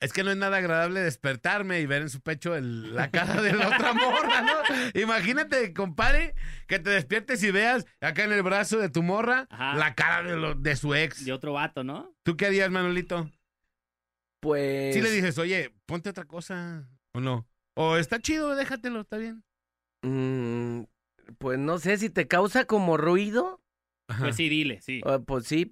Speaker 5: es que no es nada agradable despertarme y ver en su pecho el- la cara de la otra morra,
Speaker 1: (laughs)
Speaker 5: ¿no? Imagínate, compadre, que te despiertes y veas acá en el brazo de tu morra
Speaker 1: Ajá.
Speaker 5: la cara de, lo- de su ex.
Speaker 1: De otro vato, ¿no?
Speaker 5: ¿Tú qué harías, Manolito?
Speaker 6: Pues.
Speaker 5: Si le "Ah, dices, oye, ponte otra cosa, o no. O está chido, déjatelo, está bien.
Speaker 6: mm, pues no sé si te causa como ruido.
Speaker 5: Ajá.
Speaker 1: Pues sí, dile, sí.
Speaker 6: ah, pues sí,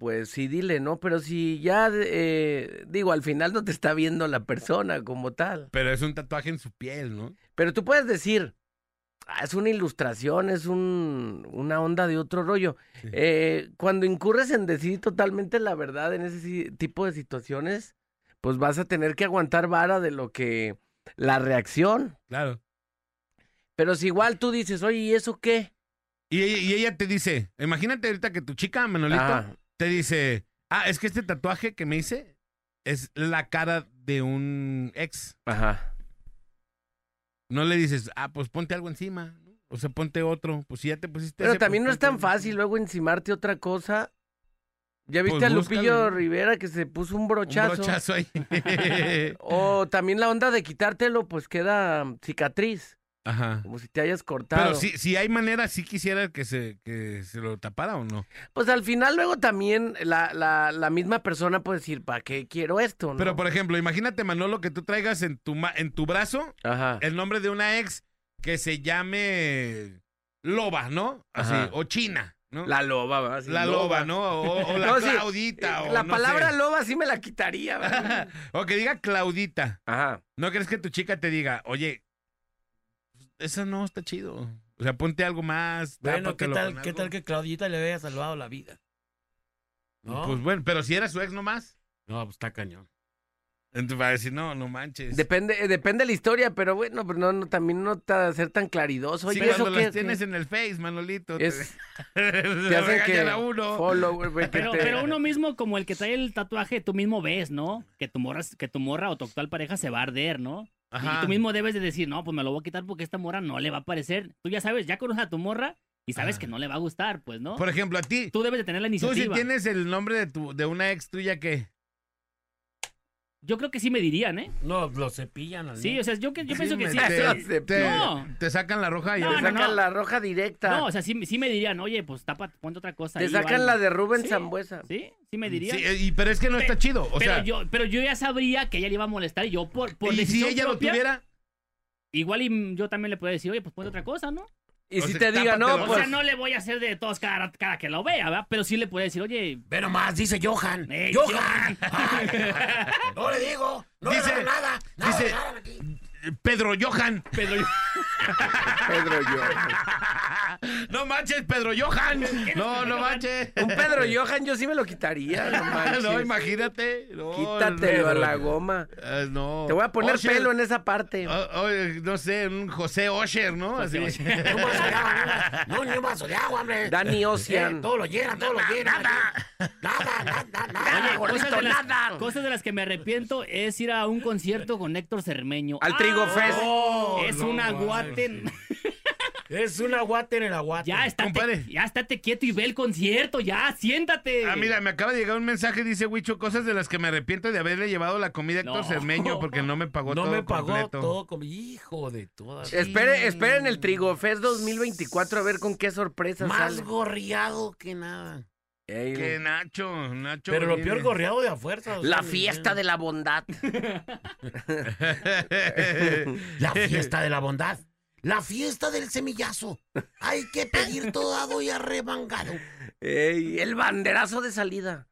Speaker 6: pues sí, dile, ¿no? Pero si ya, eh, digo, al final no te está viendo la persona como tal.
Speaker 5: Pero es un tatuaje en su piel, ¿no?
Speaker 6: Pero tú puedes decir, "Ah, es una ilustración, es un, una onda de otro rollo.
Speaker 5: Sí.
Speaker 6: Eh, cuando incurres en decir totalmente la verdad en ese si- tipo de situaciones, pues vas a tener que aguantar vara de lo que la reacción.
Speaker 5: Claro.
Speaker 6: Pero si igual tú dices, oye, ¿y eso qué?
Speaker 5: Y ella, y ella te dice, imagínate ahorita que tu chica, Manolito,
Speaker 6: Ah,
Speaker 5: te dice, ah, es que este tatuaje que me hice es la cara de un ex.
Speaker 6: Ajá.
Speaker 5: No le dices, ah, pues ponte algo encima. ¿no? O sea, ponte otro. Pues si ya te pusiste.
Speaker 6: Pero
Speaker 5: ese,
Speaker 6: también no
Speaker 5: pues,
Speaker 6: es tan
Speaker 5: ponte-
Speaker 6: fácil luego encimarte otra cosa. ¿Ya viste
Speaker 5: Pues
Speaker 6: a Lupillo
Speaker 5: búscalo.
Speaker 6: Rivera que se puso un
Speaker 5: Un
Speaker 6: brochazo?
Speaker 5: brochazo ahí.
Speaker 6: (laughs) O también la onda de quitártelo, pues queda mm, cicatriz,
Speaker 5: Ajá.
Speaker 6: como si te hayas cortado.
Speaker 5: Pero si, si hay manera, sí quisiera que se, que se lo tapara o no.
Speaker 6: Pues al final luego también la, la, la misma persona puede decir, ¿para qué quiero esto? no?"
Speaker 5: Pero, por ejemplo, imagínate, Manolo, que tú traigas en tu, ma- en tu brazo
Speaker 6: Ajá.
Speaker 5: el nombre de una ex que se llame Loba, ¿no? Así,
Speaker 6: Ajá.
Speaker 5: o China, ¿no?
Speaker 6: La loba, ¿verdad? Sí,
Speaker 5: La loba, ¿no? O,
Speaker 6: (laughs)
Speaker 5: o la
Speaker 6: No, sí, eh,
Speaker 5: Claudita. o
Speaker 6: La
Speaker 5: no
Speaker 6: palabra
Speaker 5: sé.
Speaker 6: loba sí me la quitaría,
Speaker 5: (laughs)
Speaker 6: ¿verdad?
Speaker 5: O que diga Claudita.
Speaker 6: Ajá.
Speaker 5: ¿No crees que tu chica te diga, oye, eso no está chido? O sea, ponte algo más.
Speaker 4: Bueno, ¿qué
Speaker 5: tápatelo
Speaker 4: tal,
Speaker 5: con
Speaker 4: ¿qué
Speaker 5: algo.
Speaker 4: tal que Claudita le había salvado la vida? ¿No?
Speaker 5: Pues bueno, pero si era su ex nomás.
Speaker 4: no, pues está cañón.
Speaker 5: Entonces va a decir, no, no manches.
Speaker 6: Depende, eh, depende de la historia, pero bueno, pero no, no, también no ta- ser tan claridoso.
Speaker 5: Sí,
Speaker 6: Oye,
Speaker 5: cuando
Speaker 6: eso
Speaker 5: Pues las
Speaker 6: qué-
Speaker 5: tienes
Speaker 6: qué-
Speaker 5: en el Face, Manolito.
Speaker 6: es,
Speaker 5: (laughs) te,
Speaker 6: te
Speaker 5: te
Speaker 6: hacen que
Speaker 5: regañan a uno.
Speaker 6: follower,
Speaker 4: Pues
Speaker 6: güey, que
Speaker 1: Pero,
Speaker 6: te-
Speaker 1: pero uno mismo, como el que trae el tatuaje, tú mismo ves, ¿no? Que tu morra, que tu morra o tu actual pareja se va a arder, ¿no? Y-
Speaker 5: Ajá.
Speaker 1: Y tú mismo debes de decir, no, pues me lo voy a quitar porque esta morra no le va a parecer. Tú ya sabes, ya conoces a tu morra y sabes
Speaker 5: Ajá.
Speaker 1: que no le va a gustar, pues, ¿no?
Speaker 5: Ah. Por ejemplo, a ti.
Speaker 1: Tú debes de tener la
Speaker 5: Tú si
Speaker 1: iniciativa.
Speaker 5: tienes el nombre de, tu, de una ex tuya que...
Speaker 1: Yo creo que sí me dirían, ¿eh?
Speaker 4: No, lo cepillan al
Speaker 1: Sí, o sea, yo, que- yo pienso que sí.
Speaker 5: te,
Speaker 1: sí.
Speaker 5: te-
Speaker 1: No.
Speaker 5: te sacan la roja y
Speaker 1: No,
Speaker 6: te
Speaker 1: no,
Speaker 6: sacan
Speaker 1: no.
Speaker 6: la roja directa.
Speaker 1: No, o sea, sí, sí me dirían, oye, pues tapa, ponte otra cosa.
Speaker 6: te
Speaker 1: ahí o
Speaker 6: sacan
Speaker 1: algo".
Speaker 6: la de Rubén
Speaker 1: Sí,
Speaker 6: Zambuesa.
Speaker 1: Sí, sí me dirían.
Speaker 5: Sí, eh, y- pero es que no está chido. O
Speaker 1: pero,
Speaker 5: sea,
Speaker 1: yo, pero yo ya sabría que ella le iba a molestar y yo por, por
Speaker 5: y si
Speaker 1: decisión
Speaker 5: ella
Speaker 1: propia,
Speaker 5: lo tuviera...
Speaker 1: Igual y mm, yo también le podría decir, oye, pues ponte otra cosa, ¿no?
Speaker 6: Y
Speaker 5: O
Speaker 6: si
Speaker 5: sea,
Speaker 6: te diga,
Speaker 5: tápatelo,
Speaker 6: no,
Speaker 5: o
Speaker 1: O
Speaker 6: pues.
Speaker 1: sea, no le voy a hacer de todos cada, cada que lo vea, ¿verdad? Pero sí le podría decir, oye, eh,
Speaker 4: Ve nomás, dice Johan.
Speaker 1: Ey,
Speaker 4: ¡Johan! Ay, no le digo, no
Speaker 5: Dice-
Speaker 4: le digo nada. nada,
Speaker 5: dice-
Speaker 4: nada aquí.
Speaker 5: Pedro Johan. Pedro
Speaker 6: Pedro Johan.
Speaker 5: (laughs) No manches, Pedro Johan. (laughs) No, no manches.
Speaker 6: Un
Speaker 5: (laughs)
Speaker 6: Pedro Johan yo sí me lo quitaría, no manches.
Speaker 5: No, imagínate. No,
Speaker 6: Quítatelo a
Speaker 5: no.
Speaker 6: la goma.
Speaker 5: Eh, no.
Speaker 6: Te voy a poner
Speaker 5: Usher.
Speaker 6: pelo en esa parte.
Speaker 5: O- oye, no sé, un José Osher, ¿no? Así.
Speaker 1: José
Speaker 4: Un vaso de agua, (laughs) no, ni un vaso de agua, hombre.
Speaker 6: Dani
Speaker 4: Eh,
Speaker 6: Ocean.
Speaker 4: todo lo llenan, todo lo llenan. Nada, nada, nada, nada,
Speaker 5: ah,
Speaker 1: oye, cosas,
Speaker 4: gordito,
Speaker 1: de las,
Speaker 4: nada.
Speaker 1: cosas de las que me arrepiento es ir a un concierto con Héctor Cermeño.
Speaker 6: Al
Speaker 5: Ah,
Speaker 6: Trigo Fest.
Speaker 5: Oh,
Speaker 1: no, es
Speaker 4: no
Speaker 1: un aguate.
Speaker 4: Es un aguate en el aguate.
Speaker 1: Ya, estate,
Speaker 5: Compadre.
Speaker 1: ya estate quieto y ve el concierto, ya, siéntate.
Speaker 5: Ah, mira, me acaba de llegar un mensaje, dice Huicho, cosas de las que me arrepiento de haberle llevado la comida a Héctor
Speaker 1: No.
Speaker 5: Cermeño porque no me pagó
Speaker 4: No
Speaker 5: todo
Speaker 4: me pagó
Speaker 5: completo.
Speaker 4: todo como hijo de todas.
Speaker 6: Espere, esperen el Trigofest 2024 a ver con qué sorpresa
Speaker 4: Más
Speaker 6: sale.
Speaker 4: gorriado que nada.
Speaker 6: Ey,
Speaker 5: Que Nacho, Nacho.
Speaker 4: Pero lo
Speaker 5: Godínez.
Speaker 4: peor
Speaker 5: (laughs)
Speaker 4: gorriado de a fuerza. o sea,
Speaker 6: la
Speaker 4: ni
Speaker 6: fiesta
Speaker 4: idea.
Speaker 6: de la
Speaker 1: (laughs)
Speaker 6: bondad.
Speaker 4: La fiesta de la bondad. La fiesta del semillazo. Hay que pedir todo dado y arrebangado.
Speaker 6: Ey, el banderazo de salida.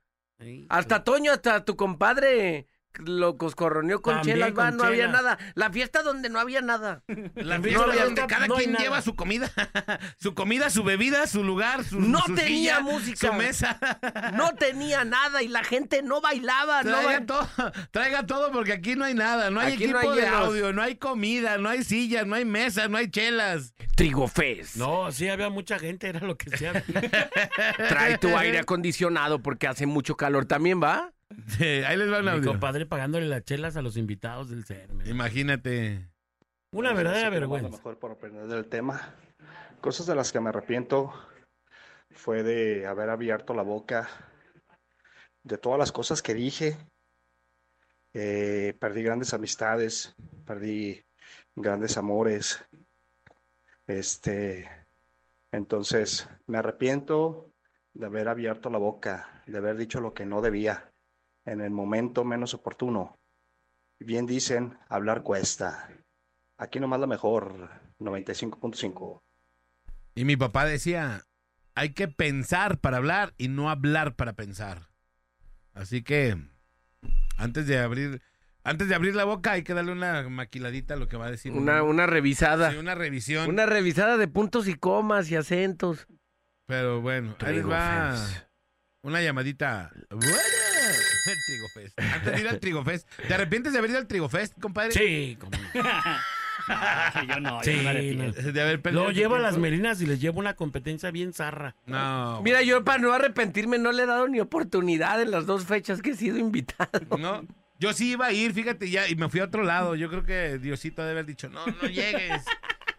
Speaker 6: Hasta Toño, hasta tu compadre lo coscorroneó con
Speaker 4: También
Speaker 6: chelas, va,
Speaker 4: con
Speaker 6: no había
Speaker 4: chelas.
Speaker 6: nada. La fiesta donde no había nada.
Speaker 5: (laughs) La
Speaker 4: No
Speaker 5: fiesta
Speaker 4: había-
Speaker 5: donde cada
Speaker 4: no hay
Speaker 5: quien
Speaker 4: nada.
Speaker 5: lleva su comida, (laughs) su comida, su bebida, su lugar, su
Speaker 6: No
Speaker 5: su
Speaker 6: tenía
Speaker 5: silla,
Speaker 6: música.
Speaker 5: su mesa.
Speaker 6: No tenía nada y la gente no bailaba, Ah, no
Speaker 5: Traiga
Speaker 6: ba-
Speaker 5: todo, (laughs) traiga todo porque aquí no hay nada, no hay
Speaker 6: Aquí no
Speaker 5: equipo
Speaker 6: hay
Speaker 5: de
Speaker 6: hielos.
Speaker 5: audio, no hay comida, no hay sillas, no hay mesa, no hay chelas.
Speaker 6: Trigofest.
Speaker 4: No, sí, había mucha gente, era lo que sea.
Speaker 6: Trae (laughs) tu aire acondicionado porque hace mucho calor también, ¿va?
Speaker 5: Sí, ahí (laughs) les va un
Speaker 4: Mi
Speaker 5: audio.
Speaker 4: compadre pagándole las chelas a los invitados del CERN.
Speaker 5: Imagínate.
Speaker 4: Una verdadera
Speaker 9: Así que vamos a lo
Speaker 4: vergüenza.
Speaker 9: mejor por aprender del tema. Cosas de las que me arrepiento fue de haber abierto la boca de todas las cosas que dije. Eh, perdí grandes amistades, perdí grandes amores. Este, entonces me arrepiento de haber abierto la boca, de haber dicho lo que no debía en el momento menos oportuno. Bien dicen, hablar cuesta. Aquí nomás la mejor, 95.5.
Speaker 5: Y mi papá decía, hay que pensar para hablar y no hablar para pensar. Así que antes de abrir, antes de abrir la boca hay que darle una maquiladita a lo que va a decir.
Speaker 6: Una,
Speaker 5: uno.
Speaker 6: una revisada.
Speaker 5: Sí, una revisión.
Speaker 6: Una revisada de puntos y comas y acentos.
Speaker 5: Pero bueno, ahí les va
Speaker 6: Trigofest.
Speaker 5: una llamadita. (laughs) Bueno, el Trigofest. Antes de ir al Trigofest, ¿te arrepientes de haber ido al Trigofest, compadre?
Speaker 4: Sí, como...
Speaker 1: (laughs) Sí, yo no, yo
Speaker 4: Sí,
Speaker 1: no me arrepiento.
Speaker 5: De haber perdido
Speaker 4: Lo
Speaker 5: tu
Speaker 4: lleva a
Speaker 5: tiempo.
Speaker 4: las merinas y les lleva una competencia bien zarra.
Speaker 5: No.
Speaker 6: Mira, yo para no arrepentirme no le he dado ni oportunidad en las dos fechas que he sido invitado.
Speaker 5: No. Yo sí iba a ir, fíjate, ya, y me fui a otro lado. Yo creo que Diosito debe haber dicho, no,
Speaker 6: (laughs)
Speaker 5: no llegues,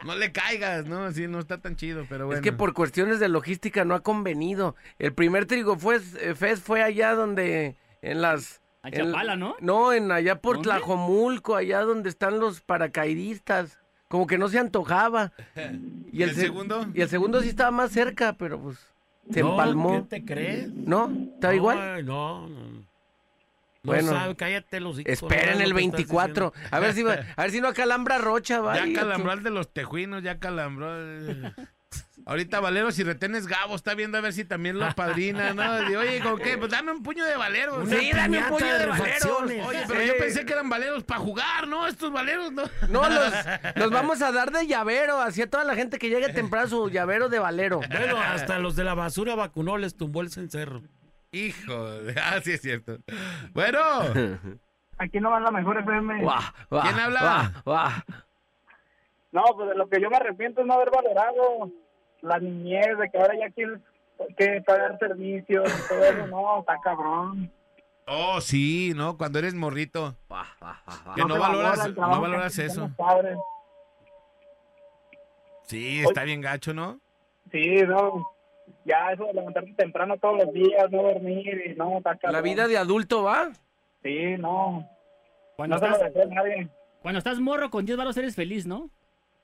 Speaker 5: no le caigas, ¿no? Así no está tan chido, pero bueno.
Speaker 6: Es que por cuestiones de logística no ha convenido. El primer Trigo fue- eh, Fest fue allá donde, en las...
Speaker 1: A
Speaker 6: en-
Speaker 1: Chapala, ¿no?
Speaker 6: No, en allá por
Speaker 1: ¿Dónde?
Speaker 6: Tlajomulco, allá donde están los paracaidistas. Como que no se antojaba. ¿Y
Speaker 5: Eh, ¿El
Speaker 6: se-
Speaker 5: segundo?
Speaker 6: Y el segundo sí estaba más cerca, pero pues se
Speaker 4: No,
Speaker 6: empalmó.
Speaker 4: ¿Qué te crees?
Speaker 6: ¿No? ¿Está
Speaker 4: No,
Speaker 6: igual?
Speaker 4: eh, No, no. no.
Speaker 6: Bueno. (laughs)
Speaker 4: sabe, cállate los hijos,
Speaker 6: Esperen
Speaker 4: no
Speaker 6: el
Speaker 4: lo que estás
Speaker 6: 24.
Speaker 4: diciendo.
Speaker 6: A ver
Speaker 4: (laughs)
Speaker 6: si va- a ver si no acalambra Rocha, va.
Speaker 5: Ya
Speaker 6: y-
Speaker 5: calambró al de los tejuinos, ya calambró. el- Ahorita Valero, si retenes Gabo, está viendo a ver si también lo padrina, ¿no? Y, Oye, ¿con qué? Pues dame un puño de Valero.
Speaker 4: Una
Speaker 6: Sí, dame un
Speaker 4: piñata
Speaker 6: puño
Speaker 4: de
Speaker 6: de valeros.
Speaker 4: refacciones.
Speaker 5: Oye, pero yo pensé que eran valeros para jugar, ¿no? Estos valeros, ¿no?
Speaker 6: No, los,
Speaker 5: (laughs)
Speaker 6: los vamos a dar de llavero. Así a toda la gente que llegue temprano su llavero de valero.
Speaker 4: Bueno, hasta los de la basura vacunó, les tumbó el cencerro.
Speaker 5: Hijo, de- ah, sí
Speaker 6: (laughs)
Speaker 5: es cierto. Bueno,
Speaker 10: (laughs) Aquí no va la mejor FM.
Speaker 6: Guau, guau,
Speaker 5: ¿Quién habla?
Speaker 6: guau, guau.
Speaker 10: No, pues de lo que yo me arrepiento es no haber valorado la niñez, de que ahora ya quiero que pagar servicios y todo eso. No, está cabrón.
Speaker 5: oh, sí, ¿no? Cuando eres morrito. Que
Speaker 10: se
Speaker 5: no
Speaker 10: valora
Speaker 5: valoras,
Speaker 10: el
Speaker 5: no
Speaker 10: trabajo
Speaker 5: valoras
Speaker 10: que hacen
Speaker 5: eso.
Speaker 10: los padres.
Speaker 5: Sí, está bien gacho, ¿no?
Speaker 10: Sí, no. Ya eso de levantarte temprano todos los días, no dormir y no, está cabrón.
Speaker 6: La vida de adulto va.
Speaker 10: Sí, no.
Speaker 1: Cuando,
Speaker 10: No se lo
Speaker 1: estás,
Speaker 10: deseo a nadie.
Speaker 1: cuando estás morro con 10 varos eres feliz, ¿no?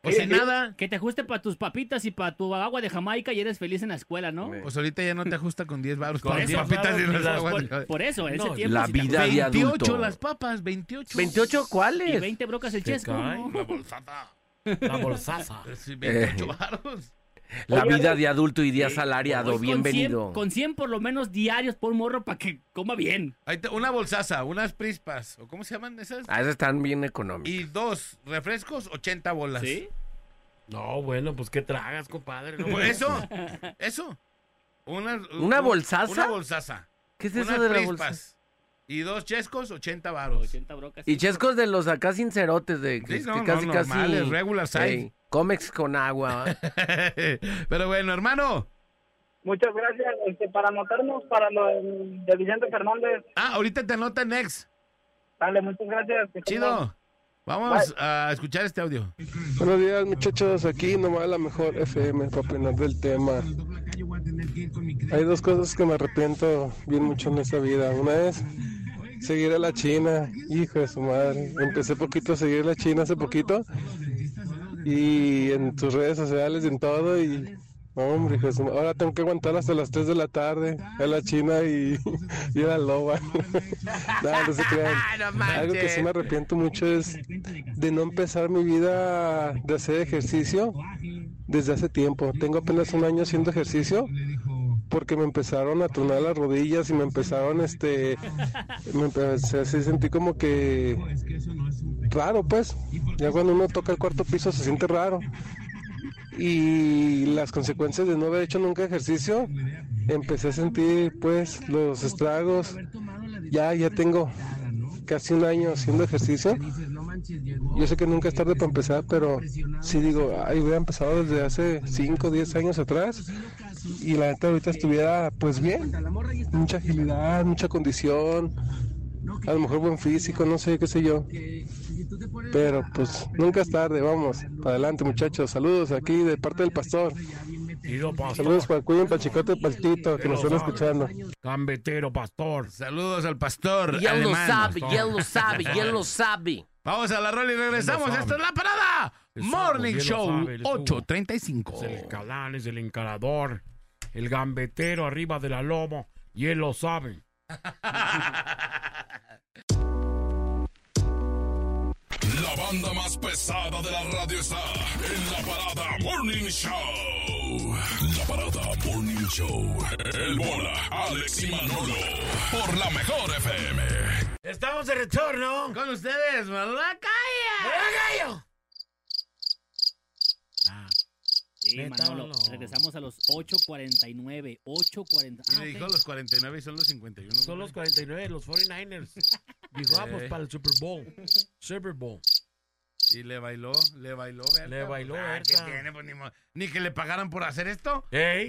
Speaker 5: Pues en nada.
Speaker 1: Que te ajuste para tus papitas y para tu agua de Jamaica y eres feliz en la escuela, ¿no?
Speaker 5: Pues ahorita ya no te ajusta con 10 baros.
Speaker 4: Con
Speaker 5: Con
Speaker 4: 10
Speaker 5: papitas
Speaker 4: varos
Speaker 5: y
Speaker 4: ni
Speaker 5: las
Speaker 4: las
Speaker 5: aguas.
Speaker 1: Por, por eso, en
Speaker 4: No,
Speaker 1: ese tiempo.
Speaker 6: la
Speaker 1: si te
Speaker 6: vida de
Speaker 5: 28
Speaker 6: adulto.
Speaker 5: las papas, 28.
Speaker 6: 28
Speaker 1: Y
Speaker 6: cuáles?
Speaker 1: 20 brocas el
Speaker 4: Se
Speaker 1: chesco.
Speaker 4: cae.
Speaker 1: ¿no?
Speaker 5: Una bolsata.
Speaker 4: La bolsaza.
Speaker 5: Sí,
Speaker 6: Eh.
Speaker 5: 28 (laughs) baros.
Speaker 6: La vida de adulto y día salariado.
Speaker 1: Pues con
Speaker 6: Bienvenido.
Speaker 1: 100 Con 100 por lo menos diarios por morro para que coma bien.
Speaker 5: Ahí te- una bolsaza, unas prispas, o cómo se llaman esas.
Speaker 6: Ah, esas están bien económicas.
Speaker 5: Y dos refrescos, 80 bolas.
Speaker 1: ¿Sí?
Speaker 4: No, bueno, pues qué tragas, compadre. No,
Speaker 5: Por pues, eso, eso. Una,
Speaker 6: ¿Una
Speaker 5: un-
Speaker 6: bolsaza?
Speaker 5: Una bolsaza.
Speaker 6: ¿Qué es
Speaker 5: unas
Speaker 6: eso de la
Speaker 5: prispas.
Speaker 6: bolsa?
Speaker 5: Y dos chescos, 80 baros.
Speaker 1: 80 brocas.
Speaker 6: Y chescos de los acá sincerotes, de que,
Speaker 5: Sí, no,
Speaker 6: que
Speaker 5: no,
Speaker 6: casi,
Speaker 5: normales,
Speaker 6: casi.
Speaker 5: regular size.
Speaker 6: Ey, Comex con agua. ¿va?
Speaker 5: (laughs) Pero bueno, hermano.
Speaker 10: Muchas gracias este, para anotarnos para lo del- de Vicente Fernández.
Speaker 5: Ah, ahorita te anota Next.
Speaker 10: Dale, muchas gracias. Que tengas-
Speaker 5: Chido. Vamos a escuchar este audio.
Speaker 11: Buenos días muchachos, aquí nomás la mejor FM para opinar del tema. Hay dos cosas que me arrepiento bien mucho en esta vida. Una es seguir a la China, hijo de su madre. Empecé poquito a seguir a la China hace poquito y en tus redes sociales y en todo y... no, hombre, hijo de su ma- ahora tengo que aguantar hasta las 3 de la tarde a la China y, (laughs) y a la loba. (laughs) no, no se crean. Algo que sí me arrepiento mucho es de no empezar mi vida de hacer ejercicio desde hace tiempo. Tengo apenas un año haciendo ejercicio porque me empezaron a tronar las rodillas y me empezaron, este, me empecé a sentir como que raro, pues. Ya cuando uno toca el cuarto piso se siente raro. Y las consecuencias de no haber hecho nunca ejercicio, empecé a sentir, pues, los estragos. Ya, ya tengo casi un año haciendo ejercicio. Yo sé que nunca es tarde para empezar, pero sí digo, ay, hubiera empezado desde hace 5 o 10 años atrás y la neta ahorita estuviera pues bien. Mucha agilidad, mucha condición, a lo mejor buen físico, no sé, qué sé yo. Pero pues nunca es tarde, vamos, para adelante muchachos. Saludos aquí de parte del pastor.
Speaker 4: Chido, pastor.
Speaker 11: Saludos para el cuyo, para el chicote, para el Tito, que nos están escuchando.
Speaker 4: Cambetero, pastor.
Speaker 5: Saludos al pastor.
Speaker 6: Y él lo
Speaker 5: alemán.
Speaker 6: sabe, y él lo sabe, y él lo sabe.
Speaker 5: (laughs) Vamos a la rola y regresamos.
Speaker 4: Él lo
Speaker 5: Esta
Speaker 4: sabe.
Speaker 5: es la parada.
Speaker 4: Él sabe,
Speaker 5: Morning
Speaker 4: él lo
Speaker 5: Show
Speaker 4: sabe, él estuvo. Es
Speaker 5: 835.
Speaker 4: el calán, es el encarador, el gambetero arriba de la lomo, y él lo sabe.
Speaker 7: La banda más pesada de la radio está en la parada Morning Show. La parada Morning Show. El bola, Alex y Manolo. Por la mejor FM.
Speaker 4: Estamos de retorno.
Speaker 5: Con ustedes, Malacaya.
Speaker 4: Ah,
Speaker 1: Sí,
Speaker 4: Pues, Neta,
Speaker 1: Manolo,
Speaker 4: no.
Speaker 1: Regresamos a los 8.49. 8.40.
Speaker 5: Y
Speaker 1: Ah,
Speaker 5: le dijo
Speaker 1: ok.
Speaker 5: los 49 y son los 51.
Speaker 4: Son los 49, los (laughs) 49ers. Dijo, vamos
Speaker 5: Eh.
Speaker 4: para el Super Bowl. Super Bowl.
Speaker 5: Y le bailó, le bailó. Berta.
Speaker 4: Le bailó,
Speaker 5: Ah, ¿qué
Speaker 4: Berta.
Speaker 5: tiene? Pues ni, mo- ni que le pagaran por hacer esto, (laughs)
Speaker 4: ¡Ey!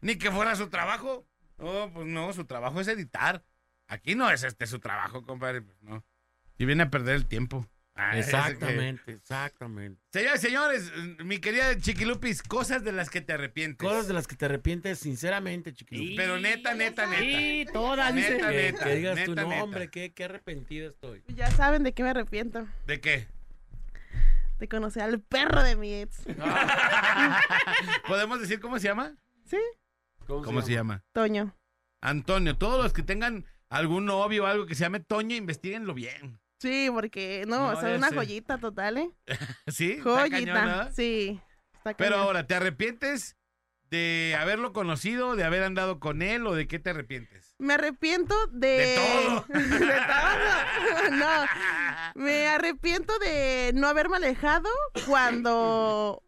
Speaker 5: ni que fuera su trabajo. Oh, pues no, su trabajo es editar. Aquí no es este su trabajo, compadre. pues, No. Y viene a perder el tiempo. Ah, ese que-
Speaker 4: Exactamente, exactamente.
Speaker 5: Señoras y señores, eh, mi querida Chiquilupis, cosas de las que te arrepientes.
Speaker 4: Cosas de las que te arrepientes sinceramente,
Speaker 5: Sí,
Speaker 4: chiquillo.
Speaker 5: Pero neta, neta, neta.
Speaker 1: Sí, todas, dice.
Speaker 5: Neta,
Speaker 4: que,
Speaker 5: neta.
Speaker 4: que digas
Speaker 5: neta,
Speaker 4: tu nombre,
Speaker 5: neta.
Speaker 4: qué, qué arrepentido estoy.
Speaker 12: Ya saben de qué me arrepiento.
Speaker 5: ¿De qué?
Speaker 12: De conocer al perro de mi ex.
Speaker 5: Ah. ¿Podemos decir cómo se llama?
Speaker 12: Sí.
Speaker 5: ¿Cómo, se, llama?
Speaker 12: Toño.
Speaker 5: Antonio, todos los que tengan algún novio o algo que se llame Toño, investiguenlo bien.
Speaker 12: Sí, porque no,
Speaker 5: No,
Speaker 12: son
Speaker 5: ya
Speaker 12: una
Speaker 5: sé.
Speaker 12: joyita total, ¿eh?
Speaker 5: (laughs) ¿Sí? Está
Speaker 12: Joyita.
Speaker 5: cañón, ¿verdad?
Speaker 12: Sí. está
Speaker 5: Pero
Speaker 12: cañón.
Speaker 5: ahora, ¿te arrepientes de haberlo conocido, de haber andado con él o de qué te arrepientes?
Speaker 12: Me arrepiento de.
Speaker 5: De todo.
Speaker 12: (laughs) De todo. (laughs) No. Me arrepiento de no haberme alejado cuando.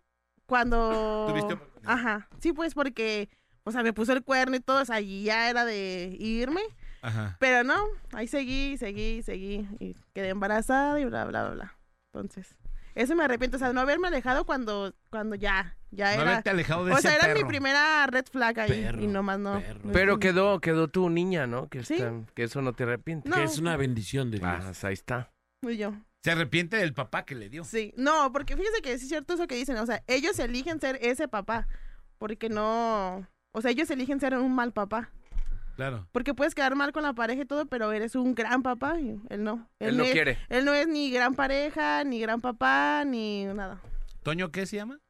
Speaker 12: Cuando.
Speaker 5: Tuviste
Speaker 12: Ajá. Sí, pues porque. O sea, me puso el cuerno y todo. O sea, y ya era de irme.
Speaker 5: Ajá.
Speaker 12: Pero no. Ahí seguí, seguí, seguí. Y quedé embarazada y bla, bla, bla, bla. Entonces. Eso me arrepiento. O sea, no haberme alejado cuando. Cuando ya. Ya
Speaker 5: No
Speaker 12: era.
Speaker 5: haberte alejado de
Speaker 12: o
Speaker 5: ese
Speaker 12: sea, era mi
Speaker 5: perro.
Speaker 12: primera red flag ahí. y nomás no.
Speaker 6: Pero quedó, quedó tu niña, ¿no? Que,
Speaker 12: Sí.
Speaker 6: está- que eso no te arrepientes. Ah,
Speaker 12: No. Que es
Speaker 4: una bendición de Dios.
Speaker 6: ahí está.
Speaker 12: Y yo.
Speaker 5: ¿Se arrepiente del papá que le dio?
Speaker 12: Sí, no, porque fíjese que sí es cierto eso que dicen, o sea, ellos eligen ser ese papá, porque no, o sea, ellos eligen ser un mal papá,
Speaker 5: Claro.
Speaker 12: porque puedes quedar mal con la pareja y todo, pero eres un gran papá y él no.
Speaker 5: Él no
Speaker 12: es-
Speaker 5: quiere.
Speaker 12: Él no es ni gran pareja, ni gran papá, ni nada.
Speaker 5: ¿Toño qué se llama?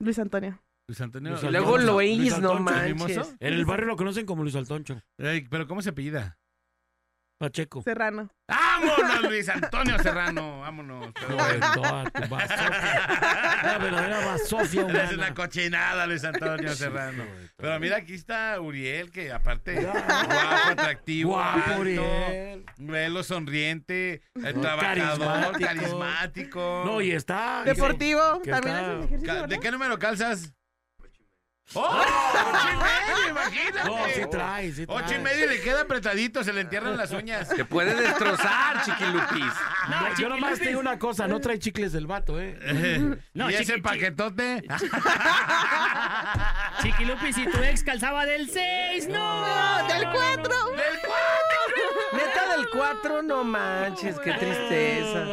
Speaker 12: Luis Antonio.
Speaker 5: Luis Antonio.
Speaker 4: Luis
Speaker 5: ¿Luis
Speaker 4: Altoncho,
Speaker 5: Altoncho?
Speaker 4: Luis
Speaker 5: ¿Luis
Speaker 4: Altoncho,
Speaker 5: Altoncho,
Speaker 4: ¿el
Speaker 5: el
Speaker 4: mimoso?
Speaker 5: mimoso?
Speaker 4: En el barrio lo conocen como Luis Altoncho.
Speaker 5: Ey, ¿Pero cómo se apellida?
Speaker 4: Pacheco. (laughs)
Speaker 12: Serrano. (laughs)
Speaker 5: ¡Vámonos, Luis Antonio Serrano! ¡Vámonos! Pero bueno.
Speaker 4: La verdadera basofia
Speaker 5: Eres
Speaker 4: humana.
Speaker 5: una cochinada, Luis (laughs) Antonio Serrano. Pero mira, aquí está Uriel, que aparte guapo, atractivo,
Speaker 4: Guapo,
Speaker 5: alto,
Speaker 4: Uriel.
Speaker 5: velo sonriente, eh,
Speaker 4: No, carismático.
Speaker 5: trabajador, carismático.
Speaker 4: No, y está.
Speaker 12: Deportivo,
Speaker 4: que
Speaker 12: también
Speaker 4: está-
Speaker 12: haces ejercicio,
Speaker 5: Ca-
Speaker 12: ¿verdad?
Speaker 5: ¿De qué número calzas? ¡Oh! ¡Ocho y medio, imagínate!
Speaker 4: No, ¡Oh, sí trae, sí trae.
Speaker 5: Ocho y medio le queda apretadito, se le entierran las uñas.
Speaker 6: Te puede destrozar, chiquilupis.
Speaker 4: No, yo
Speaker 5: Chiquilupis.
Speaker 4: nomás te digo una cosa, no trae chicles del vato,
Speaker 5: (laughs)
Speaker 4: ¿eh?
Speaker 1: No,
Speaker 5: y
Speaker 1: chiqui-
Speaker 5: ese
Speaker 1: chi-
Speaker 5: paquetote.
Speaker 1: Chiquilupi, si tu ex calzaba del 6, no.
Speaker 12: No, del cuatro.
Speaker 5: ¡Del cuatro!
Speaker 6: Neta del 4, no manches, qué tristeza.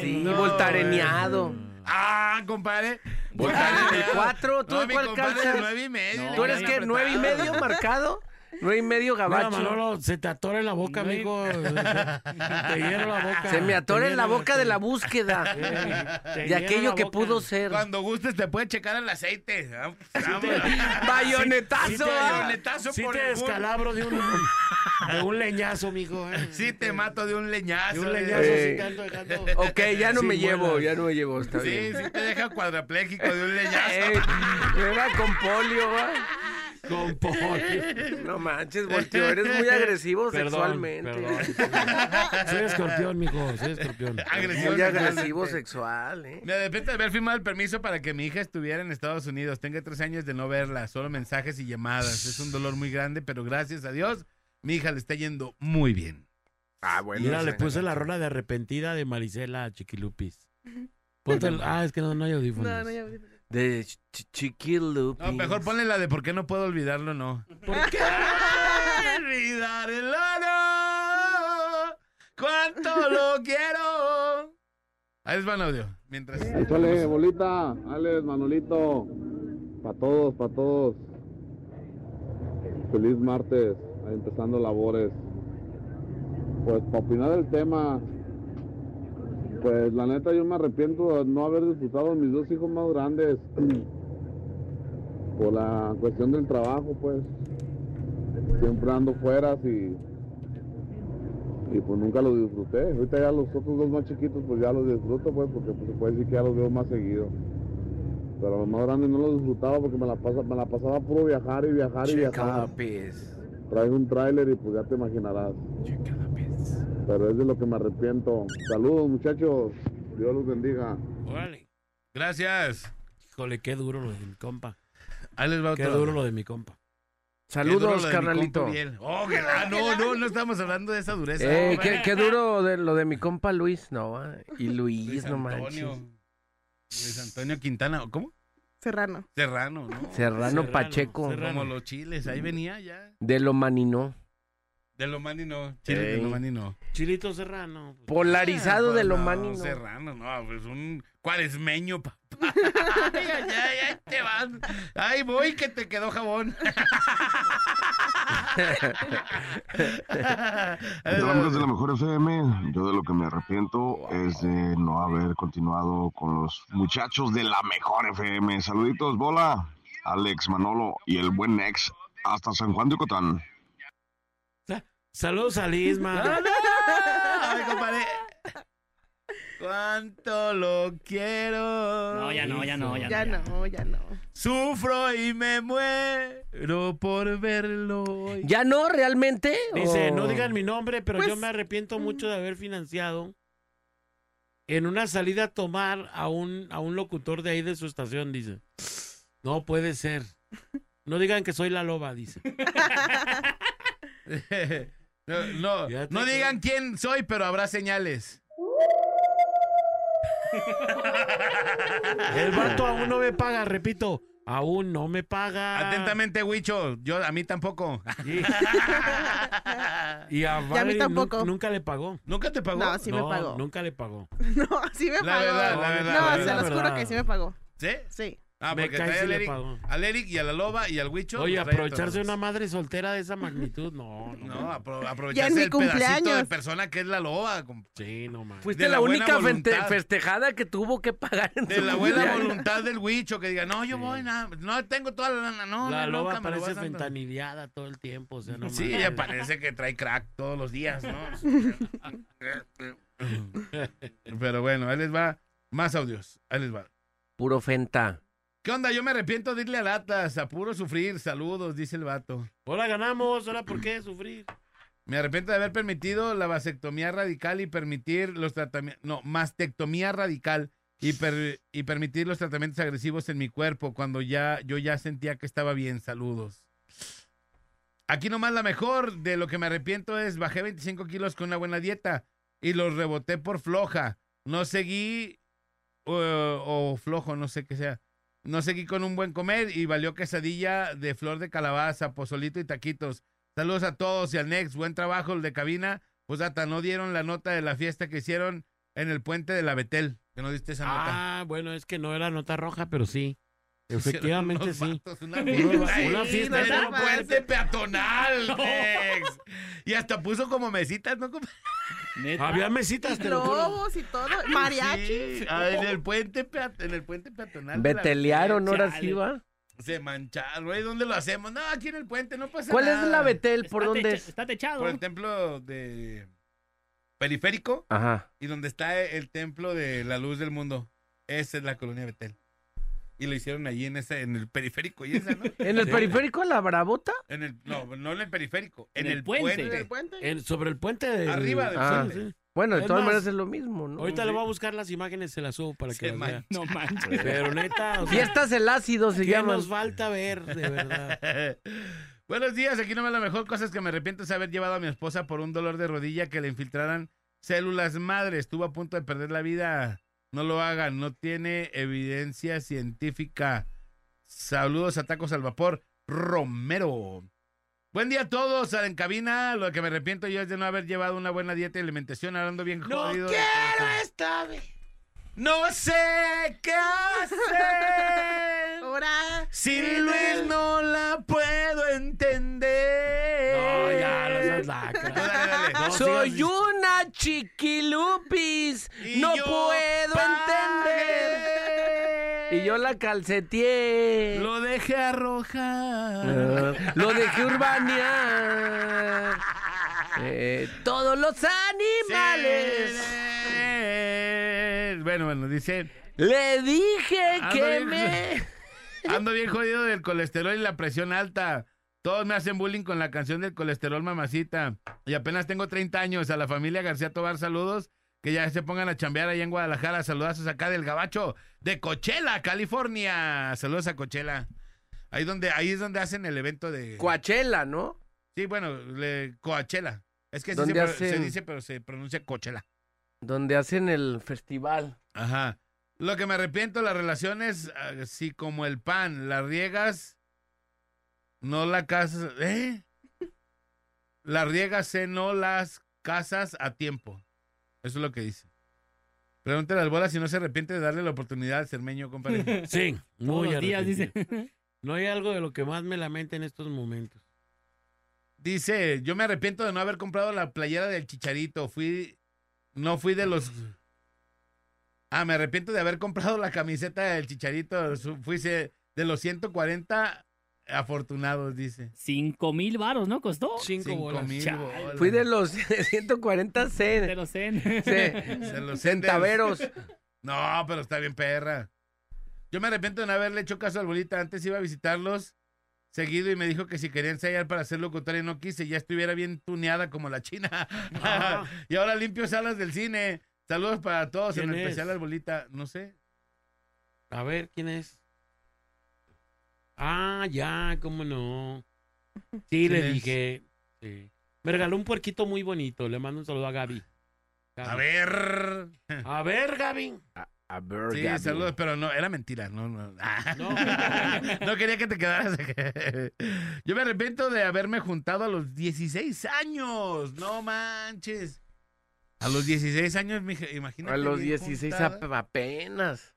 Speaker 6: sí,
Speaker 5: no,
Speaker 6: voltareneado.
Speaker 5: Ah, compadre. Ah.
Speaker 6: Voltareneado. El cuatro, ¿tú
Speaker 5: No,
Speaker 6: de
Speaker 5: mi
Speaker 6: cuál
Speaker 5: compadre,
Speaker 6: calzas?
Speaker 5: Nueve y medio.
Speaker 6: ¿Tú eres qué? ¿Nueve y medio marcado? ¿Nueve y medio
Speaker 4: Mira,
Speaker 6: gabacho?
Speaker 4: Manolo, se te atore la boca, amigo. Te hiero la boca.
Speaker 6: Se me atora
Speaker 4: Te
Speaker 6: en la
Speaker 4: hiero
Speaker 6: boca de la búsqueda
Speaker 4: Sí, te
Speaker 6: (laughs) de
Speaker 4: hiero
Speaker 6: aquello
Speaker 4: la
Speaker 6: que
Speaker 4: boca.
Speaker 6: pudo ser.
Speaker 5: Cuando gustes te puedes checar el aceite. Ah, vámonos.
Speaker 4: Sí
Speaker 6: Bayonetazo.
Speaker 4: te-
Speaker 6: ah.
Speaker 5: Bayonetazo
Speaker 4: Sí
Speaker 5: por
Speaker 4: te
Speaker 5: el culo.
Speaker 4: descalabro de un,
Speaker 5: (laughs)
Speaker 4: de un leñazo, amigo. ¿eh?
Speaker 5: Sí te mato de un
Speaker 4: De
Speaker 5: leñazo.
Speaker 4: un
Speaker 5: eh.
Speaker 4: leñazo,
Speaker 6: Eh.
Speaker 4: sí te ando dejando.
Speaker 6: Ok, ya no
Speaker 4: Sí,
Speaker 6: me llevo,
Speaker 4: buena.
Speaker 6: ya no me llevo, está bien.
Speaker 5: Sí, sí te deja cuadrapléjico de
Speaker 6: (laughs)
Speaker 5: un leñazo.
Speaker 6: Ey, me va con polio, va.
Speaker 4: Con pollo.
Speaker 6: No manches, volteo, eres muy agresivo sexualmente.
Speaker 4: perdón. Soy escorpión, mijo, soy
Speaker 5: (laughs)
Speaker 4: escorpión.
Speaker 5: Agresivo
Speaker 6: Muy
Speaker 5: sexual.
Speaker 6: agresivo sexual, ¿eh?
Speaker 5: Me arrepiento de haber firmado el permiso para que mi hija estuviera en Estados Unidos. Tengo tres años de no verla, solo mensajes y llamadas. Es un dolor muy grande, pero gracias a Dios, mi hija le está yendo muy bien.
Speaker 6: Ah, bueno.
Speaker 4: Mira,
Speaker 6: sí.
Speaker 4: le puse la rola de arrepentida de Marisela a Chiquilupis. Ponte el- Ah, es que no, no hay audífonos.
Speaker 12: No, no, ya-
Speaker 6: De ch- Chiquilupis.
Speaker 5: No, mejor ponle la de por qué no puedo olvidarlo, no.
Speaker 4: ¿Por qué?
Speaker 5: Olvidar el oro. Cuánto lo
Speaker 6: (laughs)
Speaker 5: quiero. Ahí les va el audio. Mientras.
Speaker 11: Dale, bolita, Alex, Manolito, para todos, para todos. Feliz martes, empezando labores. Pues para opinar del tema, pues la neta yo me arrepiento de no haber disfrutado a mis dos hijos más grandes (clears throat) por la cuestión del trabajo, pues. Siempre ando fuera y, y pues nunca los disfruté. Ahorita ya los otros dos más chiquitos pues ya los disfruto, pues, porque pues, se puede decir que ya los veo más seguido. Pero a los más grandes no los disfrutaba porque me la, pasa- me la pasaba puro viajar y viajar y viajar.
Speaker 6: Chiquilupis.
Speaker 11: Traigo un tráiler y pues ya te imaginarás. Pero es de lo que me arrepiento. Saludos muchachos. Dios los bendiga.
Speaker 4: Órale.
Speaker 5: Gracias.
Speaker 4: Híjole, qué duro lo de mi compa.
Speaker 5: Ahí les va
Speaker 4: Qué
Speaker 5: otro.
Speaker 4: duro lo de mi compa.
Speaker 5: Qué duro lo
Speaker 6: Saludos,
Speaker 5: de mi
Speaker 6: carnalito.
Speaker 5: compa Uriel. Oh, que la- no, no, no estamos hablando de esa dureza.
Speaker 6: Eh, qué, qué duro de lo de mi compa Luis, no, ah, y Luis,
Speaker 5: Luis
Speaker 6: no
Speaker 5: Antonio.
Speaker 6: manches.
Speaker 5: Luis Antonio Quintana. ¿Cómo?
Speaker 12: Serrano.
Speaker 5: Serrano, ¿no?
Speaker 6: Serrano,
Speaker 4: Serrano,
Speaker 6: Pacheco,
Speaker 4: Serrano.
Speaker 5: Como los chiles, ahí venía ya.
Speaker 6: de lo maninó.
Speaker 13: De lo mani no.
Speaker 5: Chile de lo mani no.
Speaker 4: Chilito Serrano.
Speaker 6: Polarizado de lo mani no.
Speaker 5: Ah, Serrano, no, pues un cuaresmeño, papá. ay, ay, ay, ay, te vas. Ay, voy que te quedó (laughs) jabón.
Speaker 14: Yo, amigos de la mejor FM, yo de lo que me arrepiento es de no haber continuado con los muchachos de la mejor FM. Saluditos, bola, Alex, Manolo y el buen ex hasta San Juan de Cotán.
Speaker 4: Saludos a Lisma.
Speaker 5: Ay, compadre. Cuánto lo quiero.
Speaker 1: No, ya no, ya no, ya no.
Speaker 12: Ya no, ya no.
Speaker 5: Sufro y me muero por verlo. hoy.
Speaker 6: ¿Ya no realmente?
Speaker 4: Dice,
Speaker 6: ¿O-
Speaker 4: no digan mi nombre, pero yo
Speaker 6: Pues-
Speaker 4: me arrepiento
Speaker 5: mm.
Speaker 4: mucho de haber financiado en una salida a tomar a un, a un locutor de ahí de su estación, dice. No puede ser. No digan que soy la loba, dice.
Speaker 5: No, no, no digan quién soy, pero habrá señales.
Speaker 4: El vato aún no me paga, repito, aún no me paga.
Speaker 5: Atentamente, Huicho. Yo, a mí tampoco. (laughs)
Speaker 4: Y a,
Speaker 5: Y a mí
Speaker 4: Valerie nun-
Speaker 5: tampoco.
Speaker 4: nunca le pagó.
Speaker 5: ¿Nunca te pagó?
Speaker 12: No, sí me pagó.
Speaker 4: Nunca le pagó.
Speaker 12: No, (laughs) sí me
Speaker 5: La
Speaker 12: pagó.
Speaker 5: verdad, la verdad,
Speaker 12: No,
Speaker 5: la
Speaker 12: se
Speaker 5: verdad.
Speaker 12: los juro que sí me pagó.
Speaker 5: ¿Sí?
Speaker 12: Sí.
Speaker 5: Ah,
Speaker 4: Me
Speaker 5: porque
Speaker 4: cae
Speaker 5: trae
Speaker 4: si
Speaker 5: al
Speaker 4: le
Speaker 5: Eric,
Speaker 4: pagó.
Speaker 5: al Eric y a la loba y al Huicho.
Speaker 4: Oye,
Speaker 5: los trae
Speaker 4: aprovecharse de
Speaker 5: todos.
Speaker 4: una madre soltera de esa magnitud, no. No,
Speaker 5: No, apro- aprovecharse del pedacito de persona que es la loba. compa.
Speaker 4: Sí, no mames.
Speaker 6: Fuiste
Speaker 5: de
Speaker 6: la,
Speaker 5: la buena
Speaker 6: única fente-
Speaker 5: voluntad.
Speaker 6: festejada que tuvo que pagar en
Speaker 5: De
Speaker 6: su
Speaker 5: la buena
Speaker 6: cumpleaños.
Speaker 5: voluntad del Huicho que diga, no, yo voy, nada, no tengo toda la lana, no.
Speaker 4: La
Speaker 5: no,
Speaker 4: loba
Speaker 5: nunca me
Speaker 4: parece
Speaker 5: lo vas a dar".
Speaker 4: fentanileada todo el tiempo, o sea, no
Speaker 5: Sí,
Speaker 4: mames.
Speaker 5: ya parece que trae crack todos los
Speaker 4: (laughs)
Speaker 5: días, ¿no?
Speaker 15: (laughs)
Speaker 5: (laughs) Pero bueno, ahí les va más audios. Ahí les va.
Speaker 6: Puro fenta.
Speaker 5: ¿Qué onda? Yo me arrepiento de irle a latas, a puro sufrir. Saludos, dice el vato.
Speaker 4: Ahora ganamos, pues, ahora por qué sufrir.
Speaker 5: Me arrepiento de haber permitido la vasectomía radical y permitir los tratamientos. No, mastectomía radical y, per- y permitir los tratamientos agresivos en mi cuerpo cuando ya yo ya sentía que estaba bien. Saludos. Aquí nomás la mejor de lo que me arrepiento es bajé 25 kilos con una buena dieta y los reboté por floja. No seguí eh, o flojo, no sé qué sea. No seguí con un buen comer y valió quesadilla de flor de calabaza, pozolito y taquitos. Saludos a todos y al Next. Buen trabajo el de cabina. Pues hasta no dieron la nota de la fiesta que hicieron en el puente de la Betel. Que no diste esa nota.
Speaker 4: Ah, bueno, es que no era nota roja, pero
Speaker 5: (laughs)
Speaker 4: sí. Efectivamente, sí.
Speaker 5: Una
Speaker 4: Una-
Speaker 5: fiesta, ahí,
Speaker 4: una fiesta
Speaker 5: en el
Speaker 4: de-
Speaker 5: puente peatonal,
Speaker 4: (laughs) No.
Speaker 5: Next. Y hasta puso como mesitas, ¿no? compa?
Speaker 4: Había
Speaker 5: pues,
Speaker 4: mesitas, te lo juro.
Speaker 12: Globos y todo. Mariachi.
Speaker 5: Sí, ah, en, el puente peat- en el puente peatonal. de la
Speaker 6: Betelearon,
Speaker 5: Betel,
Speaker 6: ahora sí
Speaker 5: chale.
Speaker 4: (laughs)
Speaker 6: va.
Speaker 5: Se mancharon, güey. ¿Dónde lo hacemos? No, aquí en el puente, no pasa
Speaker 6: ¿Cuál
Speaker 5: nada.
Speaker 6: es la Betel? ¿Por
Speaker 5: Está
Speaker 6: dónde
Speaker 5: techa-
Speaker 6: es?
Speaker 1: Está techado.
Speaker 5: Por el templo de Periférico
Speaker 6: Ajá.
Speaker 5: y donde está el templo de la luz del mundo. Esa es la colonia Betel. Y lo hicieron allí en ese, en el periférico y esa, ¿no?
Speaker 6: (laughs) ¿En el
Speaker 5: Sí.
Speaker 6: periférico la Bravota?
Speaker 5: En el, no, no en el periférico, en,
Speaker 1: En el
Speaker 5: el, puente.
Speaker 1: puente.
Speaker 12: ¿El puente?
Speaker 4: El- sobre el puente de.
Speaker 5: Arriba del
Speaker 6: Ah,
Speaker 5: puente.
Speaker 6: Bueno, de
Speaker 4: Es
Speaker 6: todas
Speaker 4: más,
Speaker 6: maneras es lo mismo, ¿no?
Speaker 4: Ahorita le voy a buscar las imágenes, se las subo para que
Speaker 5: Se
Speaker 4: las
Speaker 5: man-
Speaker 4: vea.
Speaker 1: No manches.
Speaker 4: (laughs) Pero neta, o sea,
Speaker 6: Fiestas el ácido se
Speaker 4: ¿qué
Speaker 6: llaman.
Speaker 4: nos falta ver, de verdad?
Speaker 5: (laughs) Buenos días, aquí no me la mejor cosa es que me arrepiento es haber llevado a mi esposa por un dolor de rodilla que le infiltraran células madre. Estuvo a punto de perder la vida. No lo hagan, no tiene evidencia científica. Saludos a Tacos al Vapor, Romero. Buen día a todos, en cabina. Lo que me arrepiento yo es de no haber llevado una buena dieta y alimentación, hablando bien
Speaker 4: ¡No
Speaker 5: jodido. de-
Speaker 4: quiero esta vez!
Speaker 5: No sé qué hacer.
Speaker 12: Ahora.
Speaker 5: Sin Luis no la puedo entender.
Speaker 4: No, ya, no
Speaker 6: (laughs)
Speaker 4: seas lacra.
Speaker 5: Dale, dale.
Speaker 4: No,
Speaker 6: Soy
Speaker 4: sigas-
Speaker 6: una chiquilupis,
Speaker 5: Y
Speaker 6: no
Speaker 5: yo
Speaker 6: puedo entender. Y yo la calceteé, lo,
Speaker 5: Lo dejé arrojar.
Speaker 6: Ah, dejé
Speaker 5: (laughs)
Speaker 6: urbanear. Eh, todos los animales.
Speaker 5: Pues, Bueno, bueno, dice.
Speaker 6: Le dije
Speaker 5: Ando
Speaker 6: que
Speaker 5: bien-
Speaker 6: me...
Speaker 5: (laughs) Ando bien jodido del colesterol y la presión alta. Todos me hacen bullying con la canción del colesterol, mamacita. Y apenas tengo 30 años. A la familia García Tobar, saludos. Que ya se pongan a chambear allá en Guadalajara. Saludazos acá del gabacho de Coachella, California. Saludos a Coachella. Ahí, donde, ahí es donde hacen el evento de...
Speaker 6: Coachella, ¿no?
Speaker 5: sí, bueno, le- Coachella. Es que sí
Speaker 6: ¿Dónde
Speaker 5: se, pro-
Speaker 6: hacen?
Speaker 5: se dice, pero se pronuncia Coachella.
Speaker 6: Donde hacen el festival.
Speaker 5: Ajá. Lo que me arrepiento, las relaciones, así como
Speaker 4: (laughs)
Speaker 5: el pan, la riegas, no la casas. ¿Eh? Las riegas no las casas a tiempo. Eso es lo que dice. Pregúntale al bola si no se arrepiente de darle la oportunidad al cermeño,
Speaker 4: (laughs)
Speaker 5: compadre.
Speaker 4: Sí, muy
Speaker 5: Todos los días,
Speaker 4: arrepentido. (laughs) No hay algo de lo que más me lamenta en estos momentos.
Speaker 5: Dice, yo me arrepiento de no haber comprado la playera del Chicharito. Fui, no fui de los... Ah, me arrepiento de haber comprado la camiseta del Chicharito. Su- Fui se- de los 140 afortunados, dice.
Speaker 1: Cinco mil varos, ¿no? Costó.
Speaker 5: Cinco Cinco bolas. mil
Speaker 1: Chale.
Speaker 5: bolas.
Speaker 6: Fui de los 140 cen. De
Speaker 1: los cen.
Speaker 5: Se los
Speaker 6: centaveros.
Speaker 5: No, pero está bien perra. Yo me arrepiento de no haberle hecho caso al bolita. Antes iba a visitarlos seguido y me dijo que si quería ensayar para ser locutora y no quise, ya estuviera bien tuneada como la china. (laughs) y ahora limpio salas del cine. Saludos para todos, en
Speaker 4: ¿Quién es?
Speaker 5: especial al bolita. No sé.
Speaker 4: A ver, ¿quién es? Ah, ya, cómo no. Sí,
Speaker 5: ¿Quién
Speaker 4: le
Speaker 5: es?
Speaker 4: dije. sí. Me regaló un puerquito muy bonito. Le mando un saludo a Gaby.
Speaker 5: A ver.
Speaker 4: A ver, Gaby.
Speaker 6: A ver,
Speaker 5: Sí,
Speaker 6: Gaby.
Speaker 5: saludos, pero no, era mentira. No, no. (laughs) No quería que te quedaras. Yo me arrepiento de haberme juntado a los 16 años. No manches. A los 16 años, mija, imagínate.
Speaker 6: A los
Speaker 5: bien
Speaker 6: 16
Speaker 5: juntada.
Speaker 6: ap- apenas.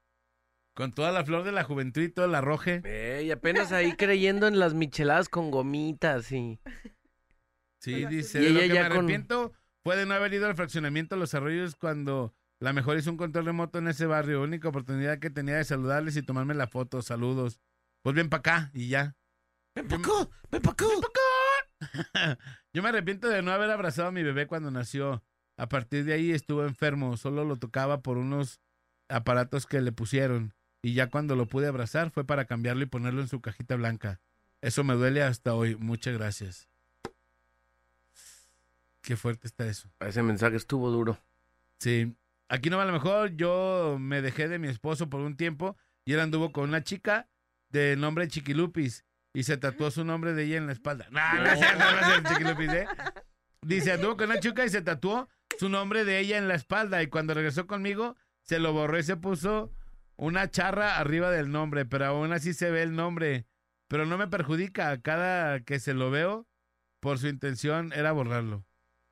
Speaker 5: Con toda la flor de la juventud y todo el arroje.
Speaker 6: Ey, apenas ahí creyendo en las micheladas con gomitas y...
Speaker 5: Sí, dice.
Speaker 6: Y
Speaker 5: de lo
Speaker 6: ella
Speaker 5: que me
Speaker 6: ya con-
Speaker 5: arrepiento puede no haber ido al fraccionamiento de los arroyos cuando la mejor hizo un control remoto en ese barrio. Única oportunidad que tenía de saludarles y tomarme la foto. Saludos. Pues bien para acá y ya. Ven para acá, ven para acá. (laughs) Yo me arrepiento de no haber abrazado a mi bebé cuando nació. A partir de ahí estuvo enfermo. Solo lo tocaba por unos aparatos que le pusieron. Y ya cuando lo pude abrazar fue para cambiarlo y ponerlo en su cajita blanca. Eso me duele hasta hoy. Muchas gracias. Qué fuerte está eso.
Speaker 6: Ese mensaje estuvo duro.
Speaker 5: Sí. Aquí no va a lo mejor. Yo me dejé de mi esposo por un tiempo y él anduvo con una chica de nombre Chiquilupis y se tatuó su nombre de ella en la espalda. No, no es cierto, no es cierto, Chiquilupis, ¿eh? Dice, anduvo con una chica y se tatuó su nombre de ella en la espalda y cuando regresó conmigo se lo borró y se puso una charra arriba del nombre, pero aún así se ve el nombre. Pero no me perjudica. Cada que se lo veo, por su intención era borrarlo.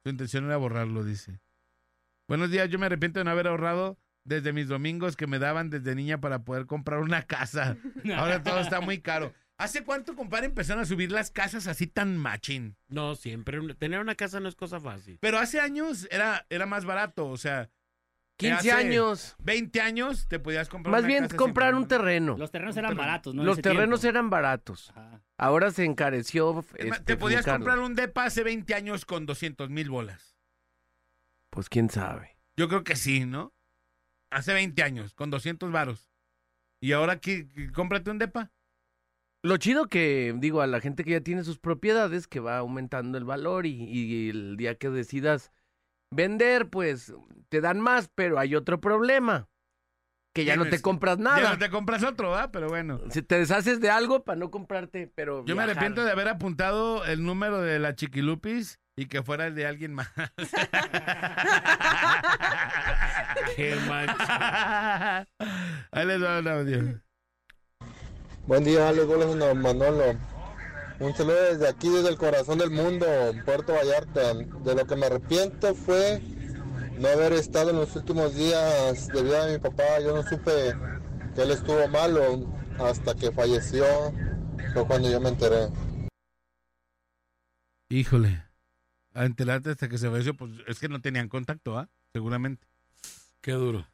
Speaker 5: Su intención era borrarlo, dice. Buenos días, yo me arrepiento de no haber ahorrado desde mis domingos que me daban desde niña para poder comprar una casa. Ahora todo está muy caro. ¿Hace cuánto, compadre, empezaron a subir las casas así tan machín?
Speaker 4: No, siempre. una- Tener una casa no es cosa fácil.
Speaker 5: Pero hace años era, era más barato, o sea... eh,
Speaker 6: 15
Speaker 5: hace
Speaker 6: años.
Speaker 5: 20 años te podías comprar
Speaker 6: Más
Speaker 5: una
Speaker 6: bien
Speaker 5: casa sin
Speaker 6: comprar un
Speaker 5: problema.
Speaker 6: terreno.
Speaker 1: Los terrenos eran baratos, ¿no? En
Speaker 6: Los
Speaker 1: ese
Speaker 6: terrenos
Speaker 1: tiempo.
Speaker 6: eran baratos. Ahora se encareció.
Speaker 5: Es más,
Speaker 6: este,
Speaker 5: Te podías
Speaker 6: fincarlo.
Speaker 5: comprar un depa hace 20 años con 200 mil bolas.
Speaker 6: Pues quién sabe.
Speaker 5: Yo creo que sí, ¿no? Hace 20 años, con 200 varos. Y ahora, ¿qué, qué- cómprate un depa.
Speaker 6: Lo chido que digo a la gente que ya tiene sus propiedades, que va aumentando el valor y, y el día que decidas vender, pues te dan más, pero hay otro problema, que ya no te
Speaker 5: Tienes-
Speaker 6: compras
Speaker 5: Ya
Speaker 6: nada.
Speaker 5: no te compras otro, ¿va? Pero bueno.
Speaker 6: Si te deshaces de algo para no comprarte, pero...
Speaker 5: Yo me
Speaker 6: viajar.
Speaker 5: arrepiento de haber apuntado el número de la Chiquilupis y que fuera el de alguien más. (laughs)
Speaker 4: Qué
Speaker 5: mancha. (laughs) Ahí les va un audio.
Speaker 13: Buen día, Alex Goles no, Manolo. Un saludo desde aquí, desde el corazón del mundo, Puerto Vallarta. De lo que me arrepiento fue no haber estado en los últimos días debido a mi papá. Yo no supe que él estuvo malo hasta que falleció. Fue cuando yo me enteré.
Speaker 5: Híjole. A enterarte hasta que se falleció, pues es que no tenían contacto, ¿ah? Seguramente.
Speaker 4: Qué duro.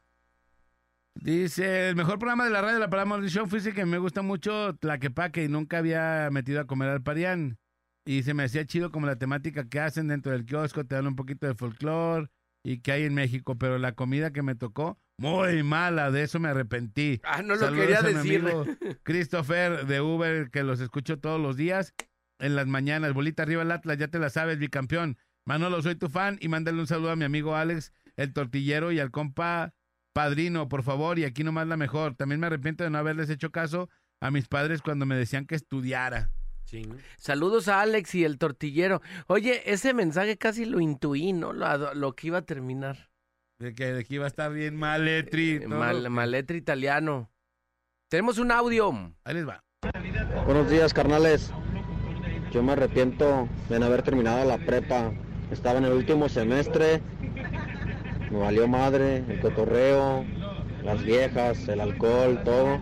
Speaker 5: Dice, el mejor programa de la radio, la Paramount Show, fíjese que me gusta mucho Tlaquepaque y nunca había metido a comer al parián. Y se me hacía chido como la temática que hacen dentro del kiosco, te dan un poquito de folclore y que hay en México, pero la comida que me tocó, muy mala, de eso me arrepentí.
Speaker 6: Ah, no lo quería
Speaker 5: mi
Speaker 6: decir.
Speaker 5: amigo Christopher de Uber, que los escucho todos los días en las mañanas. Bolita arriba el Atlas, ya te la sabes, bicampeón. Manolo, soy tu fan y mándale un saludo a mi amigo Alex, el tortillero, y al compa Padrino, por favor, y aquí nomás la mejor. También me arrepiento de no haberles hecho caso a mis padres cuando me decían que estudiara.
Speaker 6: Saludos a Alex y el tortillero. Oye, ese mensaje casi lo intuí, ¿no? Lo, lo que iba a terminar. Eh,
Speaker 5: De que de que iba a estar bien maletri. todo.
Speaker 6: Mal, maletre italiano. Tenemos un audio.
Speaker 5: Ahí les va.
Speaker 16: Buenos días, carnales. Yo me arrepiento de no haber terminado la prepa. Estaba en el último semestre, me valió madre, el cotorreo, las viejas, el alcohol, todo.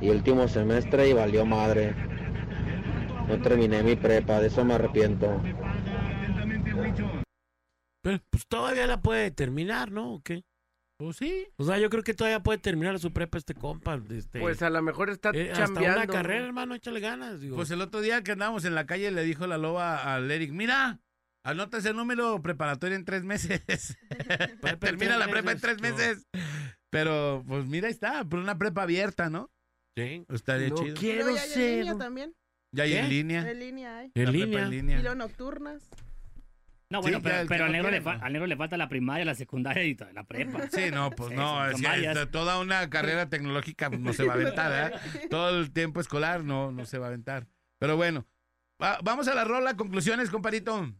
Speaker 16: Y último semestre y valió madre. No terminé mi prepa, de eso me arrepiento.
Speaker 4: Pero pues todavía la puede terminar, ¿no? ¿O qué?
Speaker 1: Pues sí.
Speaker 4: O sea, yo creo que todavía puede terminar su prepa este compa. Este,
Speaker 6: Pues a lo mejor está
Speaker 4: eh, hasta una
Speaker 6: chambeando.
Speaker 4: carrera, hermano, échale ganas. Digo.
Speaker 5: Pues el otro día que andábamos en la calle le dijo la loba al Eric, mira, anota ese número preparatorio en tres meses. Termina la (laughs) prepa en tres meses. Pero pues mira, ahí está, por una prepa abierta, ¿no?
Speaker 4: Sí.
Speaker 5: Estaría
Speaker 12: No
Speaker 5: chido.
Speaker 12: Y luego ya hay en línea también.
Speaker 5: Ya hay
Speaker 4: ¿Qué?
Speaker 5: en línea.
Speaker 12: En línea hay.
Speaker 5: En La prepa línea. en línea.
Speaker 12: Y luego nocturnas.
Speaker 1: No,
Speaker 5: Sí,
Speaker 1: bueno,
Speaker 5: ya
Speaker 1: pero,
Speaker 5: el que
Speaker 1: pero al,
Speaker 5: no
Speaker 1: negro le
Speaker 5: quiere,
Speaker 1: fa- al negro le falta la primaria, la secundaria y toda la prepa.
Speaker 5: Sí, no, pues (laughs)
Speaker 1: Sí,
Speaker 5: no,
Speaker 1: son-
Speaker 5: es
Speaker 1: son
Speaker 5: que
Speaker 1: varias.
Speaker 5: to- toda una carrera tecnológica pues, no se va a
Speaker 12: (laughs)
Speaker 5: aventar, ¿eh? Todo el tiempo escolar no, no se va a aventar. Pero bueno, va- vamos a la rola, conclusiones, comparito.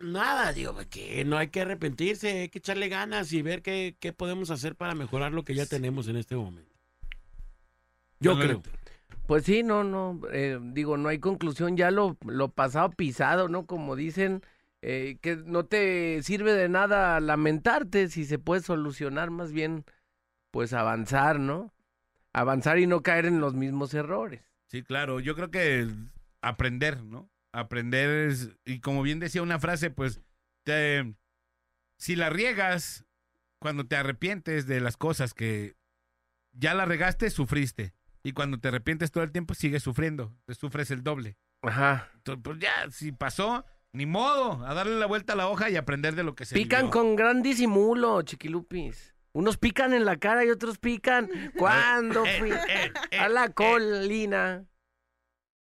Speaker 4: Nada, digo, pues, que no hay que arrepentirse, hay que echarle ganas y ver qué, qué podemos hacer para mejorar lo que ya tenemos en este momento. Yo creo.
Speaker 6: Pues sí, no, no, eh, digo, no hay conclusión, ya lo, lo pasado pisado, ¿no? Como dicen, eh, que no te sirve de nada lamentarte si se puede solucionar, más bien, pues avanzar, ¿no? Avanzar y no caer en los mismos errores.
Speaker 5: Sí, claro, yo creo que aprender, ¿no? Aprender es, y como bien decía una frase, pues, te- si la riegas, cuando te arrepientes de las cosas que ya la regaste, sufriste. Y cuando te arrepientes todo el tiempo, sigues sufriendo, te sufres el doble.
Speaker 6: Ajá.
Speaker 5: Entonces, pues ya, si pasó, ni modo, a darle la vuelta a la hoja y aprender de lo que se
Speaker 6: pican
Speaker 5: vivió.
Speaker 6: con gran disimulo, chiquilupis. Unos pican en la cara y otros
Speaker 5: (laughs)
Speaker 6: pican cuando fui a la colina.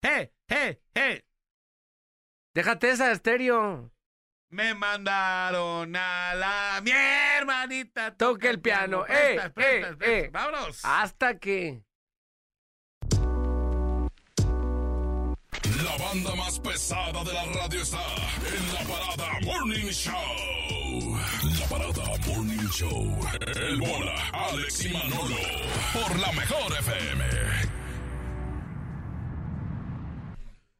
Speaker 5: ¡Eh, eh, eh!
Speaker 6: Déjate esa, estéreo.
Speaker 5: Me mandaron a la mi hermanita.
Speaker 6: Toque el piano.
Speaker 5: Prestas,
Speaker 6: eh,
Speaker 5: prestas,
Speaker 6: eh,
Speaker 5: prestas.
Speaker 6: eh.
Speaker 5: Vámonos.
Speaker 6: Hasta que.
Speaker 7: La banda más pesada de la radio está en la parada Morning Show. La parada Morning Show. El bola, Alex y Manolo. Por la mejor FM.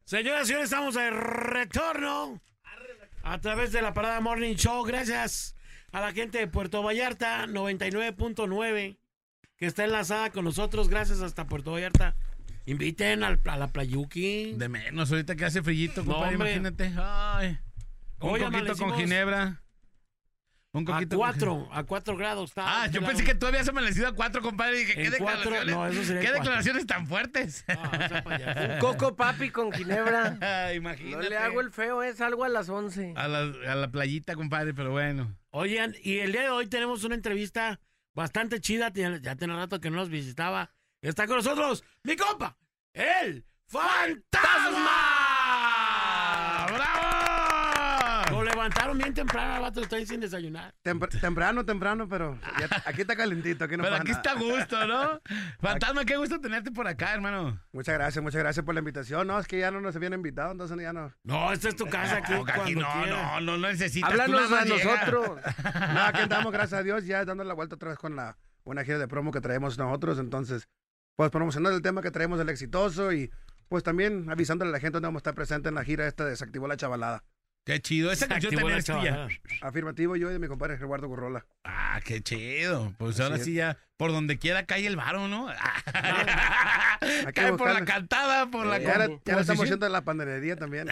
Speaker 4: Señoras y señores, estamos de retorno a través de la parada Morning Show. Gracias a la gente de Puerto Vallarta 99.9 que está enlazada con nosotros. Gracias hasta Puerto Vallarta. Inviten al- a la Playuki.
Speaker 5: De menos, ahorita que hace (laughs) frillito,
Speaker 4: No,
Speaker 5: compadre,
Speaker 4: hombre.
Speaker 5: imagínate. Ay. Un
Speaker 4: Hoy
Speaker 5: coquito con
Speaker 4: amanecimos
Speaker 5: ginebra. Un
Speaker 4: A
Speaker 5: coquito con (laughs)
Speaker 4: cuatro, a cuatro grados. está
Speaker 5: Ah, yo
Speaker 4: helado.
Speaker 5: pensé que tú habías amanecido a cuatro, compadre. y Dije,
Speaker 4: En
Speaker 5: ¿qué
Speaker 4: cuatro,
Speaker 5: declaraciones?
Speaker 4: no, eso sería
Speaker 5: ¿Qué
Speaker 4: cuatro.
Speaker 5: declaraciones tan
Speaker 4: (laughs)
Speaker 5: fuertes?
Speaker 6: Un coco papi con ginebra. No
Speaker 5: (laughs) Imagínate.
Speaker 6: le hago el feo, es algo a las 11.
Speaker 5: a, la, a la playita, Ah, compadre, pero bueno.
Speaker 4: Oigan, y el día de hoy tenemos una entrevista bastante chida. Tenía- Ya tiene rato que no nos visitaba. Está con nosotros mi compa, el Fantasma.
Speaker 5: ¡Ah! ¡Bravo!
Speaker 4: Lo levantaron bien temprano, al vato, estoy sin desayunar.
Speaker 15: Tempr- temprano, temprano, pero ya-
Speaker 4: (laughs)
Speaker 15: aquí está calentito. Aquí no
Speaker 5: Pero
Speaker 15: pasa
Speaker 5: aquí
Speaker 15: nada.
Speaker 5: está a
Speaker 15: (laughs)
Speaker 5: gusto, ¿no? Fantasma, qué gusto tenerte por acá, hermano.
Speaker 15: Muchas gracias, muchas gracias por la invitación. No, es que ya no nos habían invitado, entonces ya no.
Speaker 4: No, esta es tu casa aquí.
Speaker 5: No, (laughs) aquí
Speaker 4: cuando
Speaker 5: no,
Speaker 4: quieras.
Speaker 5: no, no, no necesitas.
Speaker 15: Háblanos
Speaker 5: tú nada
Speaker 15: a
Speaker 5: más llega. (laughs)
Speaker 15: nosotros. No, aquí andamos, gracias a Dios, ya dando la vuelta otra vez con la, una gira de promo que traemos nosotros. Entonces, pues promocionando el tema que traemos el exitoso y pues también avisándole a la gente dónde vamos a estar presente en la gira esta de Desactivó la Chavalada.
Speaker 5: Qué chido.
Speaker 4: (laughs)
Speaker 5: Esa canción
Speaker 4: Activó
Speaker 5: también
Speaker 4: la
Speaker 5: es tuya.
Speaker 4: chavalada.
Speaker 15: Afirmativo yo y de mi compadre Eduardo Gurrola.
Speaker 5: Ah, qué chido. Pues ahora
Speaker 15: es.
Speaker 5: sí ya, por donde quiera cae el varo, ¿no? Ah,
Speaker 15: Hay que
Speaker 5: cae por la
Speaker 15: buscarle.
Speaker 5: cantada, por la
Speaker 15: Eh, Ya la- ya la estamos
Speaker 5: composición.
Speaker 15: haciendo la panadería
Speaker 5: (laughs)
Speaker 15: también.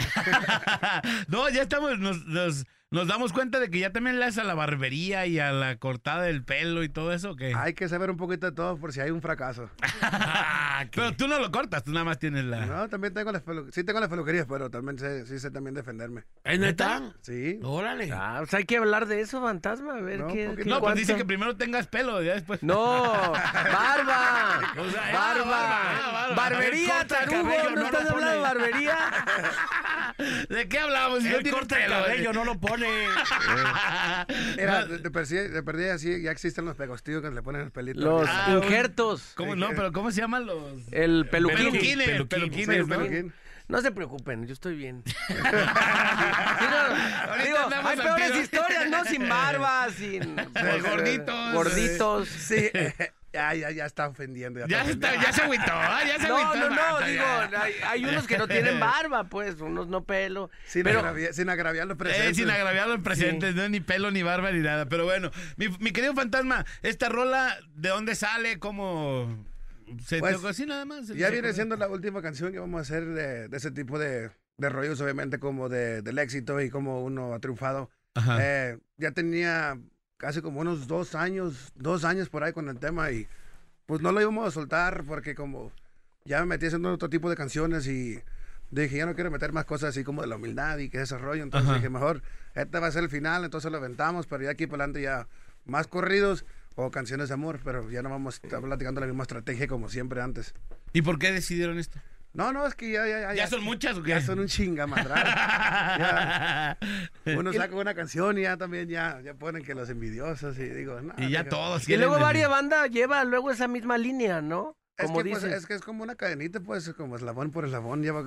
Speaker 5: No, ya estamos, nos, nos, nos damos cuenta de que ya también le haces a la barbería y a la cortada del pelo y todo eso, que
Speaker 15: Hay que saber un poquito de todo por si hay un
Speaker 5: (laughs)
Speaker 15: fracaso.
Speaker 4: Ah,
Speaker 5: Pero tú no lo cortas, tú nada más tienes la...
Speaker 15: No, también tengo las pelu- sí tengo las peluquerías, pero también sé, sí sé también defenderme.
Speaker 4: ¿Es neta?
Speaker 15: Sí.
Speaker 4: Órale.
Speaker 6: Ah, pues hay que hablar de eso, fantasma. A ver
Speaker 15: No,
Speaker 6: qué.
Speaker 15: poquito.
Speaker 6: qué
Speaker 5: No, pues
Speaker 6: cuánto.
Speaker 5: dice que primero tengas pelo, ya después...
Speaker 6: No, barba.
Speaker 5: (laughs) O sea, ah,
Speaker 6: barba.
Speaker 5: barba, ah, barba. A
Speaker 6: Barbería,
Speaker 5: ver, corta el
Speaker 6: tarugo.
Speaker 5: cabello,
Speaker 6: ¿No,
Speaker 5: no
Speaker 6: estás
Speaker 5: lo
Speaker 6: hablando de
Speaker 5: pone.
Speaker 6: barbería?
Speaker 5: (laughs) ¿De qué hablamos? Si no
Speaker 4: Él
Speaker 5: tiene
Speaker 4: corta el
Speaker 5: pelo,
Speaker 4: este cabello,
Speaker 5: eh.
Speaker 4: no lo pone.
Speaker 5: Ah,
Speaker 15: Era, de, de per sí- de perdida así, ya existen los pegostillos que le ponen el pelito.
Speaker 6: Los
Speaker 5: Ah, un-
Speaker 6: injertos.
Speaker 5: ¿Cómo no? ¿Pero cómo se llaman los...?
Speaker 6: El peluquín.
Speaker 5: Peluquines,
Speaker 6: Peluquín,
Speaker 5: peluquines,
Speaker 15: Sí,
Speaker 5: ¿no?
Speaker 15: peluquín.
Speaker 6: No se preocupen, yo estoy
Speaker 5: (laughs)
Speaker 6: bien. Digo,
Speaker 15: Ah,
Speaker 5: Ahorita
Speaker 6: digo,
Speaker 5: andamos
Speaker 6: hay
Speaker 5: al
Speaker 6: peores
Speaker 5: tiro.
Speaker 6: historias, ¿no? Sin barba, sin.
Speaker 5: gorditos.
Speaker 6: Gorditos.
Speaker 15: Sí, (laughs) eh, Ya, ya, ya está ofendiendo.
Speaker 5: Ya se está- ya se agüitó, ah, ya se
Speaker 6: No,
Speaker 5: agüitó
Speaker 6: no,
Speaker 5: el
Speaker 6: no,
Speaker 5: vato,
Speaker 6: digo,
Speaker 5: ya.
Speaker 6: hay, hay unos que no tienen barba, pues, unos no pelo.
Speaker 15: Sin,
Speaker 6: pero-
Speaker 15: agraviar, sin agraviar los
Speaker 5: Eh,
Speaker 15: presentes.
Speaker 5: sin agraviar a los presentes, no, ni pelo, ni barba, ni nada. Pero bueno, mi, mi querido fantasma, esta rola, ¿de dónde sale? ¿Cómo se
Speaker 15: Pues,
Speaker 5: tocó así nada más?
Speaker 15: Ya viene siendo la última canción que vamos a hacer de, de ese tipo de, de rollos, obviamente, como de, del éxito y cómo uno ha triunfado.
Speaker 5: Ajá.
Speaker 15: Eh, ya tenía casi como unos dos años, dos años por ahí con el tema y pues no lo íbamos a soltar porque como ya me metí haciendo otro tipo de canciones y dije, ya no quiero meter más cosas así como de la humildad y que ese rollo. Entonces
Speaker 5: Ajá.
Speaker 15: dije, mejor, este va a ser el final, entonces lo aventamos, pero ya aquí para adelante ya más corridos o canciones de amor, pero ya no vamos a estar platicando la misma estrategia como siempre antes.
Speaker 5: ¿Y por qué decidieron esto?
Speaker 15: No, no, es que ya, ya, ya.
Speaker 5: ¿Ya son muchas o qué?
Speaker 15: Ya son un
Speaker 5: (laughs)
Speaker 15: chingamadral. Uno saca una canción y ya también ya, ya ponen que los envidiosos y digo, no.
Speaker 5: Y ya
Speaker 15: digo,
Speaker 5: todos
Speaker 6: Y luego varias
Speaker 5: varios
Speaker 6: bandas lleva luego esa misma línea, ¿no?
Speaker 15: Es
Speaker 6: Como
Speaker 15: que, pues,
Speaker 6: dices.
Speaker 15: es que es como una cadenita, pues, como eslabón por eslabón. ya va-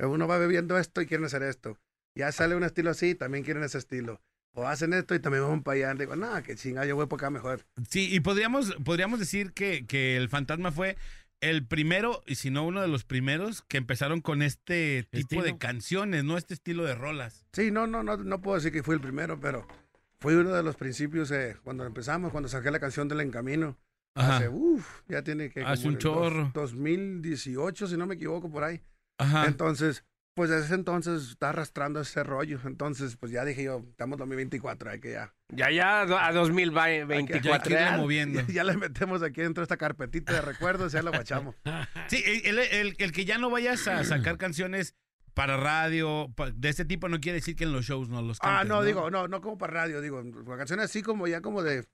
Speaker 15: uno va bebiendo esto y quieren hacer esto. Ya sale un estilo así, también quieren ese estilo. O hacen esto y también van para allá. Digo, no, que chinga, yo voy para acá mejor.
Speaker 5: Sí, y podríamos, podríamos decir que, que el fantasma fue el primero, y si no uno de los primeros, que empezaron con este tipo de canciones, no este estilo de rolas.
Speaker 15: Sí, no, no, no, no puedo decir que fui el primero, pero fui uno de los principios eh, cuando empezamos, cuando saqué la canción del Encamino.
Speaker 5: Ajá.
Speaker 15: Hace, uff, ya tiene que.
Speaker 5: Hace
Speaker 15: como
Speaker 5: un
Speaker 15: el
Speaker 5: chorro.
Speaker 15: dos- 2018, si no me equivoco, por ahí.
Speaker 5: Ajá.
Speaker 15: Entonces, pues desde ese entonces está arrastrando ese rollo. Entonces, pues ya dije yo, estamos 2024, hay que ya.
Speaker 6: Ya, ya a 2024.
Speaker 5: Pues Ya hay que irle moviendo.
Speaker 15: (laughs) Ya le metemos aquí dentro de esta carpetita de recuerdos, ya la
Speaker 5: (laughs)
Speaker 15: guachamos.
Speaker 5: Sí, el, el- el- el que ya no vayas a sacar canciones para radio, pa- de este tipo, no quiere decir que en los shows no los cantes.
Speaker 15: Ah, no, digo, no, no como para radio, digo, canciones así como ya como de,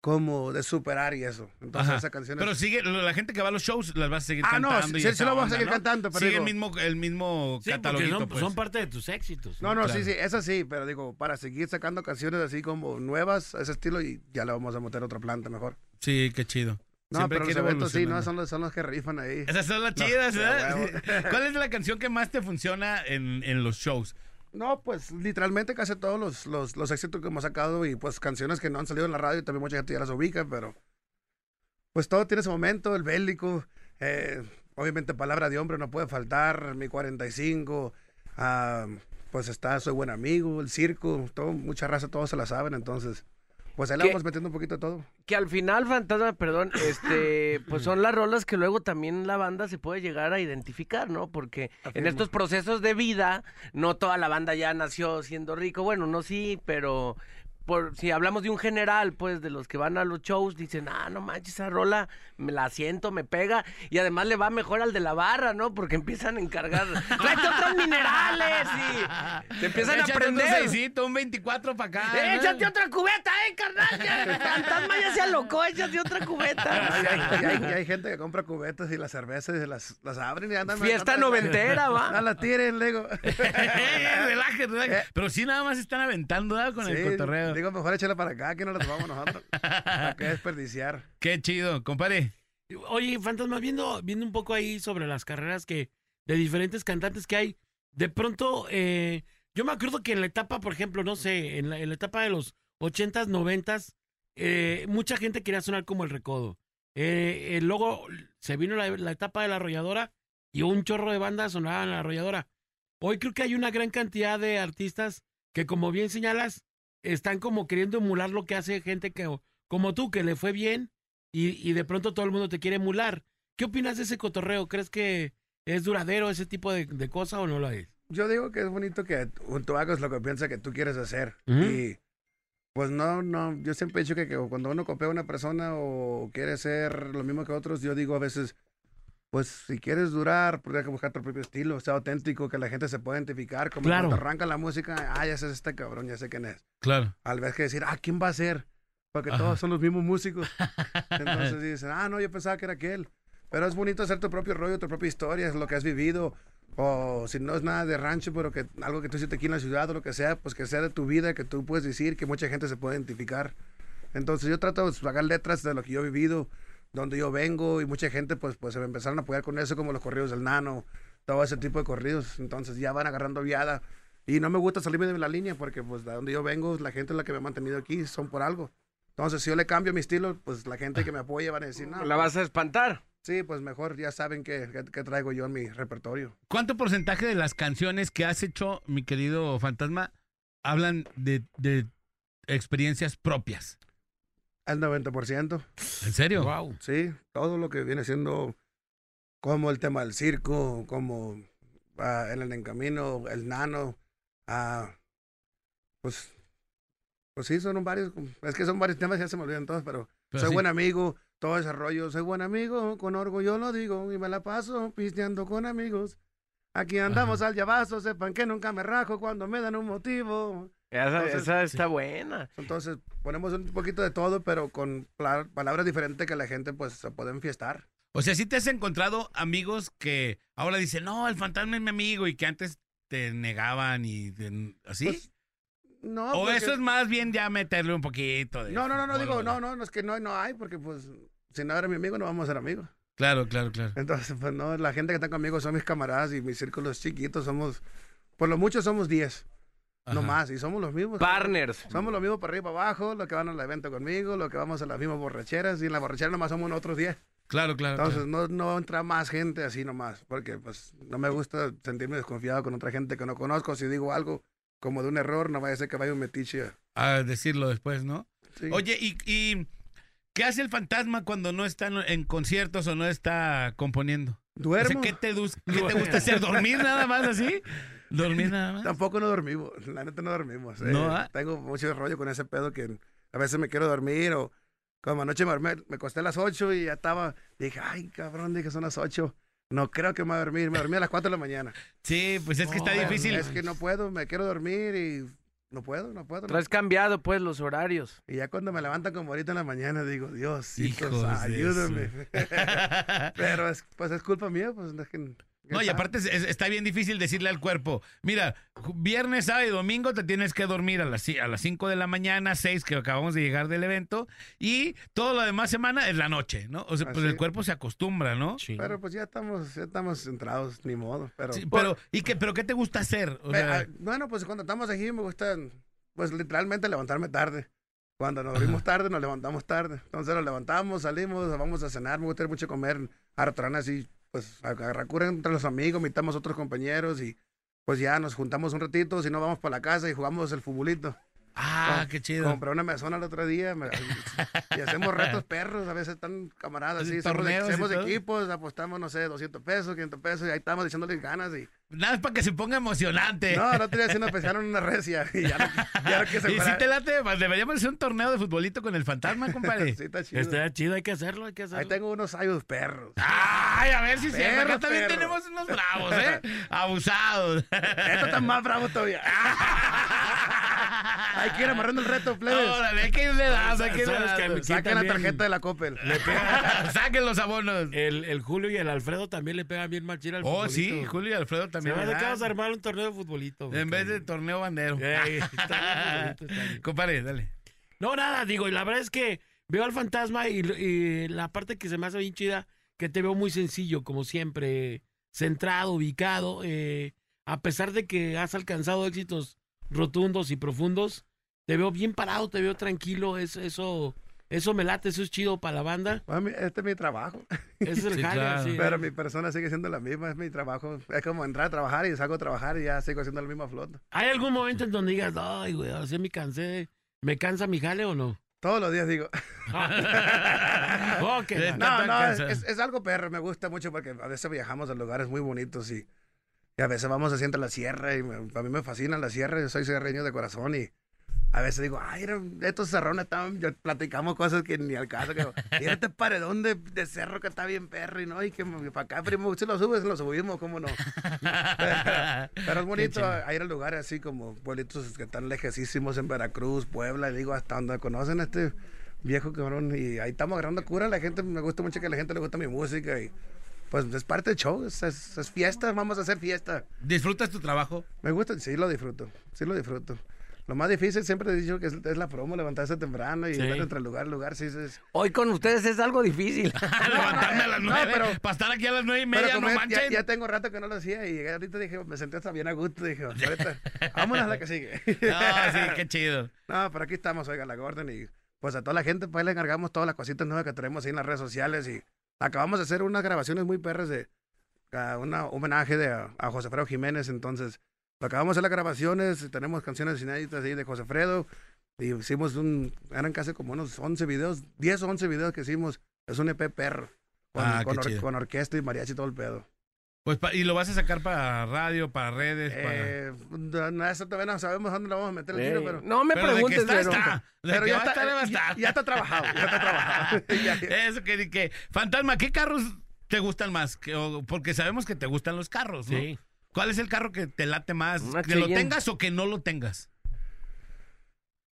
Speaker 15: como de superar y eso. Entonces,
Speaker 5: Ajá.
Speaker 15: esas canciones.
Speaker 5: Pero sigue, la gente que va a los shows las vas a seguir
Speaker 15: Ah, no,
Speaker 5: cantando.
Speaker 15: sí-
Speaker 5: y
Speaker 15: sí,
Speaker 5: esa
Speaker 15: sí lo voy a
Speaker 5: onda,
Speaker 15: seguir
Speaker 5: ¿no?
Speaker 15: cantando, pero
Speaker 5: Sigue
Speaker 15: digo-
Speaker 5: el mismo, el mismo
Speaker 4: Sí, porque
Speaker 5: cataloguito,
Speaker 4: son,
Speaker 5: pues.
Speaker 4: son parte de tus éxitos.
Speaker 15: No, no,
Speaker 5: Claro.
Speaker 15: sí, sí, es así, pero digo, para seguir sacando canciones así como nuevas, ese estilo, y ya le vamos a meter otra planta mejor.
Speaker 5: Sí, qué chido.
Speaker 15: No,
Speaker 5: Siempre
Speaker 15: pero los
Speaker 5: quiere
Speaker 15: eventos sí, ¿no?
Speaker 5: evolucionando.
Speaker 15: Son los, son los que rifan ahí.
Speaker 5: Esas son las
Speaker 15: No,
Speaker 5: chidas, ¿eh?
Speaker 15: sí,
Speaker 5: ¿verdad?
Speaker 15: a huevo.
Speaker 5: (laughs) ¿Cuál es la canción que más te funciona en, en los shows?
Speaker 15: No, pues literalmente casi todos los, los, los éxitos que hemos sacado y pues canciones que no han salido en la radio, también mucha gente ya las ubica, pero pues todo tiene su momento, el bélico, eh, obviamente palabra de hombre no puede faltar, mi 45, ah, pues está Soy Buen Amigo, el circo, todo, mucha raza, todos se la saben, entonces pues ahí le
Speaker 6: ¿Qué?
Speaker 15: vamos metiendo un poquito de todo.
Speaker 6: Que al final, Fantasma, perdón, este, pues son las rolas que luego también la banda se puede llegar a identificar, ¿no? Porque en
Speaker 15: Afirmo.
Speaker 6: estos procesos de vida, no toda la banda ya nació siendo rico. Bueno, no sí, pero por, si hablamos de un general, pues de los que van a los shows, dicen, ah, no manches, esa rola me la siento, me pega. Y además le va mejor al de la barra, ¿no? Porque empiezan a encargar, (laughs) tráete otros minerales
Speaker 5: (laughs)
Speaker 6: y se empiezan
Speaker 5: Échate
Speaker 6: a
Speaker 5: otro
Speaker 6: aprender.
Speaker 5: seisito, un 24 para acá.
Speaker 6: Eh,
Speaker 5: ¿no?
Speaker 6: Échate otra cubeta, eh, carnal. Ya, el fantasma ya se alocó, échate otra cubeta.
Speaker 15: Y hay, y hay- y
Speaker 5: (laughs)
Speaker 15: hay gente que compra cubetas y las cervezas y las, las abren y andan.
Speaker 6: Fiesta
Speaker 15: andan-
Speaker 6: noventera,
Speaker 15: (laughs)
Speaker 6: va.
Speaker 15: No la tiren,
Speaker 5: (laughs)
Speaker 15: luego.
Speaker 5: Eh, relaje, relaje. Pero sí nada más están aventando ¿verdad? con el
Speaker 15: Sí,
Speaker 5: cotorreo.
Speaker 15: Digo, mejor échala para acá, que no la tomamos nosotros. (laughs) ¿Para qué desperdiciar?
Speaker 5: (laughs) Qué chido, compadre.
Speaker 4: Oye, Fantasma, viendo, viendo un poco ahí sobre las carreras que de diferentes cantantes que hay, de pronto, eh, yo me acuerdo que en la etapa, por ejemplo, no sé, en la, en la etapa de los 80s, 90s, eh, mucha gente quería sonar como el recodo. Eh, eh, luego se vino la, la etapa de la arrolladora y un chorro de bandas sonaban la arrolladora. Hoy creo que hay una gran cantidad de artistas que, como bien señalas, están como queriendo emular lo que hace gente que, como tú, que le fue bien y, y de pronto todo el mundo te quiere emular. ¿Qué opinas de ese cotorreo? ¿Crees que es duradero ese tipo de, de cosa o no lo es?
Speaker 15: Yo digo que es bonito que tú- tú hagas lo que piensas que tú quieres hacer.
Speaker 4: Ujú.
Speaker 15: Y pues no, no, yo siempre he dicho que, que cuando uno copia a una persona o quiere ser lo mismo que otros, yo digo a veces, pues si quieres durar, pues hay que buscar tu propio estilo, sea auténtico, que la gente se pueda identificar. Como
Speaker 5: Claro.
Speaker 15: cuando arranca la música, ah, ya sé este cabrón, ya sé quién es.
Speaker 5: Claro.
Speaker 15: Al vez que decir, ah, ¿quién va a ser? Porque
Speaker 5: Ajá.
Speaker 15: todos son los mismos músicos. Entonces dicen, ah, no, yo pensaba que era aquel. Pero es bonito hacer tu propio rollo, tu propia historia, es lo que has vivido. O si no es nada de rancho, pero que algo que tú hiciste aquí en la ciudad o lo que sea, pues que sea de tu vida, que tú puedes decir, que mucha gente se puede identificar. Entonces yo trato de sacar letras de lo que yo he vivido, donde yo vengo, y mucha gente pues, pues se me empezaron a apoyar con eso, como los corridos del nano, todo ese tipo de corridos. Entonces ya van agarrando viada. Y no me gusta salirme de la línea porque pues de donde yo vengo, la gente la que me ha mantenido aquí son por algo. Entonces, si yo le cambio mi estilo, pues la gente que me apoya van a decir, no.
Speaker 6: ¿La vas a espantar?
Speaker 15: Sí, pues mejor ya saben qué, qué- qué traigo yo en mi repertorio.
Speaker 5: ¿Cuánto porcentaje de las canciones que has hecho, mi querido fantasma, hablan de, de experiencias propias?
Speaker 15: Al 90%.
Speaker 5: ¿En serio?
Speaker 15: Wow. Sí, todo lo que viene siendo como el tema del circo, como ah, en el encamino, el nano, ah, pues, pues sí, son varios, es que son varios temas, ya se me olvidan todos, pero,
Speaker 5: Pero
Speaker 15: soy
Speaker 5: sí.
Speaker 15: buen amigo, todo ese rollo, soy buen amigo, con orgullo lo digo y me la paso pisteando con amigos. Aquí andamos al llavazo, sepan que nunca me rajo cuando me dan un motivo.
Speaker 6: Esa,
Speaker 15: Entonces-
Speaker 6: esa está buena.
Speaker 15: Entonces ponemos un poquito de todo, pero con pla- palabras diferentes que la gente pues se puede enfiestar.
Speaker 5: O sea, si te has encontrado amigos que ahora dicen, no, el fantasma es mi amigo y que antes te negaban y te- así.
Speaker 15: Pues, No,
Speaker 5: o
Speaker 15: porque-
Speaker 5: eso es más bien ya meterle un poquito de...
Speaker 15: No, no, no, no
Speaker 5: Bueno,
Speaker 15: digo, no, no, no, es que no, no hay, porque pues si no era mi amigo no vamos a ser amigos.
Speaker 5: Claro, claro, claro.
Speaker 15: Entonces, pues no, la gente que está conmigo son mis camaradas y mis círculos chiquitos, somos, por lo mucho somos 10, no más, y somos los mismos.
Speaker 6: Partners.
Speaker 15: Somos los mismos para arriba y para abajo, los que van al evento conmigo, los que vamos a las mismas borracheras, y en la borrachera nomás somos otros 10.
Speaker 5: Claro, claro.
Speaker 15: Entonces no,
Speaker 5: claro.
Speaker 15: no entra más gente así nomás, porque pues no me gusta sentirme desconfiado con otra gente que no conozco. Si digo algo como de un error, no vaya a ser que vaya un metiche.
Speaker 5: A decirlo después, ¿no? Oye, ¿y, y qué hace el fantasma cuando no está en- en conciertos o no está componiendo?
Speaker 15: Duermo.
Speaker 5: O sea, ¿qué, te, dus- qué te gusta hacer? ¿Dormir nada más
Speaker 15: (laughs)
Speaker 5: así? ¿Dormir nada más?
Speaker 15: Tampoco no dormimos, la neta no dormimos. eh.
Speaker 5: No, ¿ah?
Speaker 15: Tengo mucho rollo con ese pedo que a veces me quiero dormir o como anoche me, dormí- me acosté a las 8 y ya estaba, dije, ay cabrón, dije son las 8. No creo que me voy a dormir, me dormí a las 4 de la mañana.
Speaker 5: Sí, pues es que está
Speaker 15: No,
Speaker 5: difícil.
Speaker 15: Es que no puedo, me quiero dormir y no puedo, no puedo. no
Speaker 6: Traes cambiado, pues, los horarios.
Speaker 15: Y ya cuando me levantan como ahorita en la mañana, digo, Dios,
Speaker 5: Hijos de
Speaker 15: ayúdame.
Speaker 5: (laughs)
Speaker 15: Pero es- pues es culpa mía, pues es que-
Speaker 5: No, y aparte es- es- está bien difícil decirle al cuerpo, mira, ju- viernes, sábado y domingo te tienes que dormir a las, ci- a las 5 de la mañana, 6 que acabamos de llegar del evento, y toda la demás semana es la noche, ¿no? O sea, pues
Speaker 15: Así
Speaker 5: el
Speaker 15: es.
Speaker 5: cuerpo se acostumbra, ¿no?
Speaker 15: Pero pues ya estamos, ya estamos centrados, ni modo. Pero,
Speaker 5: Sí, pero, ¿y qué, pero qué te gusta hacer? O
Speaker 15: Pe-
Speaker 5: sea,
Speaker 15: ah, bueno, pues cuando estamos aquí me gusta, pues literalmente levantarme tarde. Cuando nos dormimos tarde, nos levantamos tarde. Entonces nos levantamos, salimos, vamos a cenar, me gusta ir mucho a comer a restaurantes y pues agarrar cura entre los amigos, invitamos a otros compañeros y pues ya nos juntamos un ratito, si no vamos para la casa y jugamos el futbolito.
Speaker 5: Ah, qué chido.
Speaker 15: Compré una mesona el otro día
Speaker 5: (laughs)
Speaker 15: me- y hacemos retos perros, a veces están camaradas, sí, hacemos,
Speaker 5: Torneos y
Speaker 15: hacemos
Speaker 5: todo.
Speaker 15: equipos, apostamos, no sé, 200 pesos, 500 pesos y ahí estamos echándole ganas y...
Speaker 5: nada es para que se ponga emocionante.
Speaker 15: No, no tenía sino pescaron una recia. (laughs) Y ya no, ya no que se
Speaker 5: (laughs) y
Speaker 15: fuera.
Speaker 5: si te late, pues, deberíamos hacer un torneo de futbolito con el fantasma,
Speaker 15: (laughs)
Speaker 5: compadre.
Speaker 15: Sí, está chido.
Speaker 4: Está chido, hay que hacerlo, hay que hacerlo.
Speaker 15: Ahí tengo unos ayos perros.
Speaker 5: Ay, a ver si se
Speaker 15: Perro,
Speaker 5: Acá también
Speaker 15: perro.
Speaker 5: tenemos unos
Speaker 15: (laughs)
Speaker 5: bravos, ¿eh? Abusados.
Speaker 15: Estos están más bravos todavía. Ah, Hay que ir amarrando el reto, plebes.
Speaker 5: Órale, hay que irle dando,
Speaker 15: (laughs)
Speaker 5: hay que irle
Speaker 4: Sabes que
Speaker 5: dando.
Speaker 4: aquí
Speaker 15: Saquen la
Speaker 4: también-
Speaker 15: tarjeta de la Coppel.
Speaker 5: (laughs) Saquen los abonos.
Speaker 4: El, el Julio y el Alfredo también le pegan bien machina al
Speaker 5: Oh,
Speaker 4: futbolito.
Speaker 5: sí, Julio y Alfredo también.
Speaker 4: Se me hace
Speaker 5: ¿verdad?
Speaker 4: que vamos a armar un torneo de futbolito. güey.
Speaker 5: En vez de torneo bandero. (laughs)
Speaker 4: Ey, está bien bonito, está bien.
Speaker 5: Compadre,
Speaker 15: (laughs)
Speaker 5: dale.
Speaker 4: No, nada, digo, y la verdad es que veo al fantasma y, y la parte que se me hace bien chida, que te veo muy sencillo, como siempre, centrado, ubicado, eh, a pesar de que has alcanzado éxitos rotundos y profundos, te veo bien parado, te veo tranquilo, es- eso, eso me late, eso es chido para la banda.
Speaker 15: Mami, Este es mi trabajo.
Speaker 4: Ese es el jale, sí.
Speaker 15: Pero mi persona sigue siendo la misma, es mi trabajo. Es como entrar a trabajar y salgo a trabajar y ya sigo haciendo la misma flota.
Speaker 4: ¿Hay algún momento en donde digas, ay, güey, ahora sí me cansé, me cansa mi jale o no?
Speaker 15: Todos los días digo.
Speaker 4: Ok, va.
Speaker 15: No, no, es, es- es algo perro, me gusta mucho porque a veces viajamos a lugares muy bonitos y, y a veces vamos así entre la sierra y me- a mí me fascina la sierra, yo soy sierreño de corazón y a veces digo, ay, era- estos cerrones están, yo- platicamos cosas que ni al caso, que digo, mira este paredón de, de cerro que está bien perro y no, y que para acá, primo, si lo subes, lo subimos, cómo no. (laughs) Pero es bonito a- a ir a lugares así como pueblitos que están lejísimos en Veracruz, Puebla, y digo, hasta donde conocen a este viejo cabrón. Y ahí estamos agarrando cura. La gente, me gusta mucho que a la gente le gusta mi música. Y pues es parte del show, es, es- es fiesta, vamos a hacer fiesta.
Speaker 5: ¿Disfrutas tu trabajo?
Speaker 15: Me gusta, sí lo disfruto, sí lo disfruto. Lo más difícil siempre he dicho que es, es la promo, levantarse temprano y
Speaker 6: Sí.
Speaker 15: estar entre lugar y lugar. Sí, sí, sí.
Speaker 6: Hoy con ustedes es algo difícil.
Speaker 5: (laughs) Levantarme a las
Speaker 15: no,
Speaker 5: nueve.
Speaker 15: pero-
Speaker 5: para estar aquí a las nueve y
Speaker 15: Pero
Speaker 5: media,
Speaker 15: como
Speaker 5: no
Speaker 15: ya-
Speaker 5: manchen.
Speaker 15: ya, tengo rato que no lo hacía y ahorita dije, me senté hasta bien a gusto. Dije, ahorita, vámonos a la que sigue. (laughs)
Speaker 5: No, sí, qué chido.
Speaker 15: No, pero aquí estamos, oiga, la Gordon y pues a toda la gente, pues ahí le encargamos todas las cositas nuevas que traemos ahí en las redes sociales y acabamos de hacer unas grabaciones muy perras de a una un homenaje de, a, a José Fredo Jiménez, entonces acabamos de hacer las grabaciones, tenemos canciones inéditas ahí de José Fredo y hicimos un, eran casi como unos 11 videos, 10 o 11 videos que hicimos, es un EP perro, con,
Speaker 5: Ah, qué
Speaker 15: con or-
Speaker 5: chido.
Speaker 15: con orquesta y mariachi y todo el pedo.
Speaker 5: Pues, pa- y lo vas a sacar para radio, para redes, para...
Speaker 15: Eh, no, no, eso todavía no sabemos dónde lo vamos a meter el
Speaker 5: Eh,
Speaker 15: tiro, pero.
Speaker 5: no me Pero de que preguntes, está, Vero. está. De
Speaker 15: Pero
Speaker 5: que
Speaker 15: ya,
Speaker 5: va a
Speaker 15: está,
Speaker 5: estar, va a
Speaker 15: ya, ya está trabajado. (laughs) Ya está (laughs) trabajado.
Speaker 5: Eso que, que... Fantasma, ¿qué carros te gustan más? Que- o- Porque sabemos que te gustan los carros, ¿no?
Speaker 4: Sí.
Speaker 5: ¿Cuál es el carro que te late más?
Speaker 15: Una
Speaker 5: ¿Que lo
Speaker 15: Cheyenne.
Speaker 5: tengas o que no lo tengas?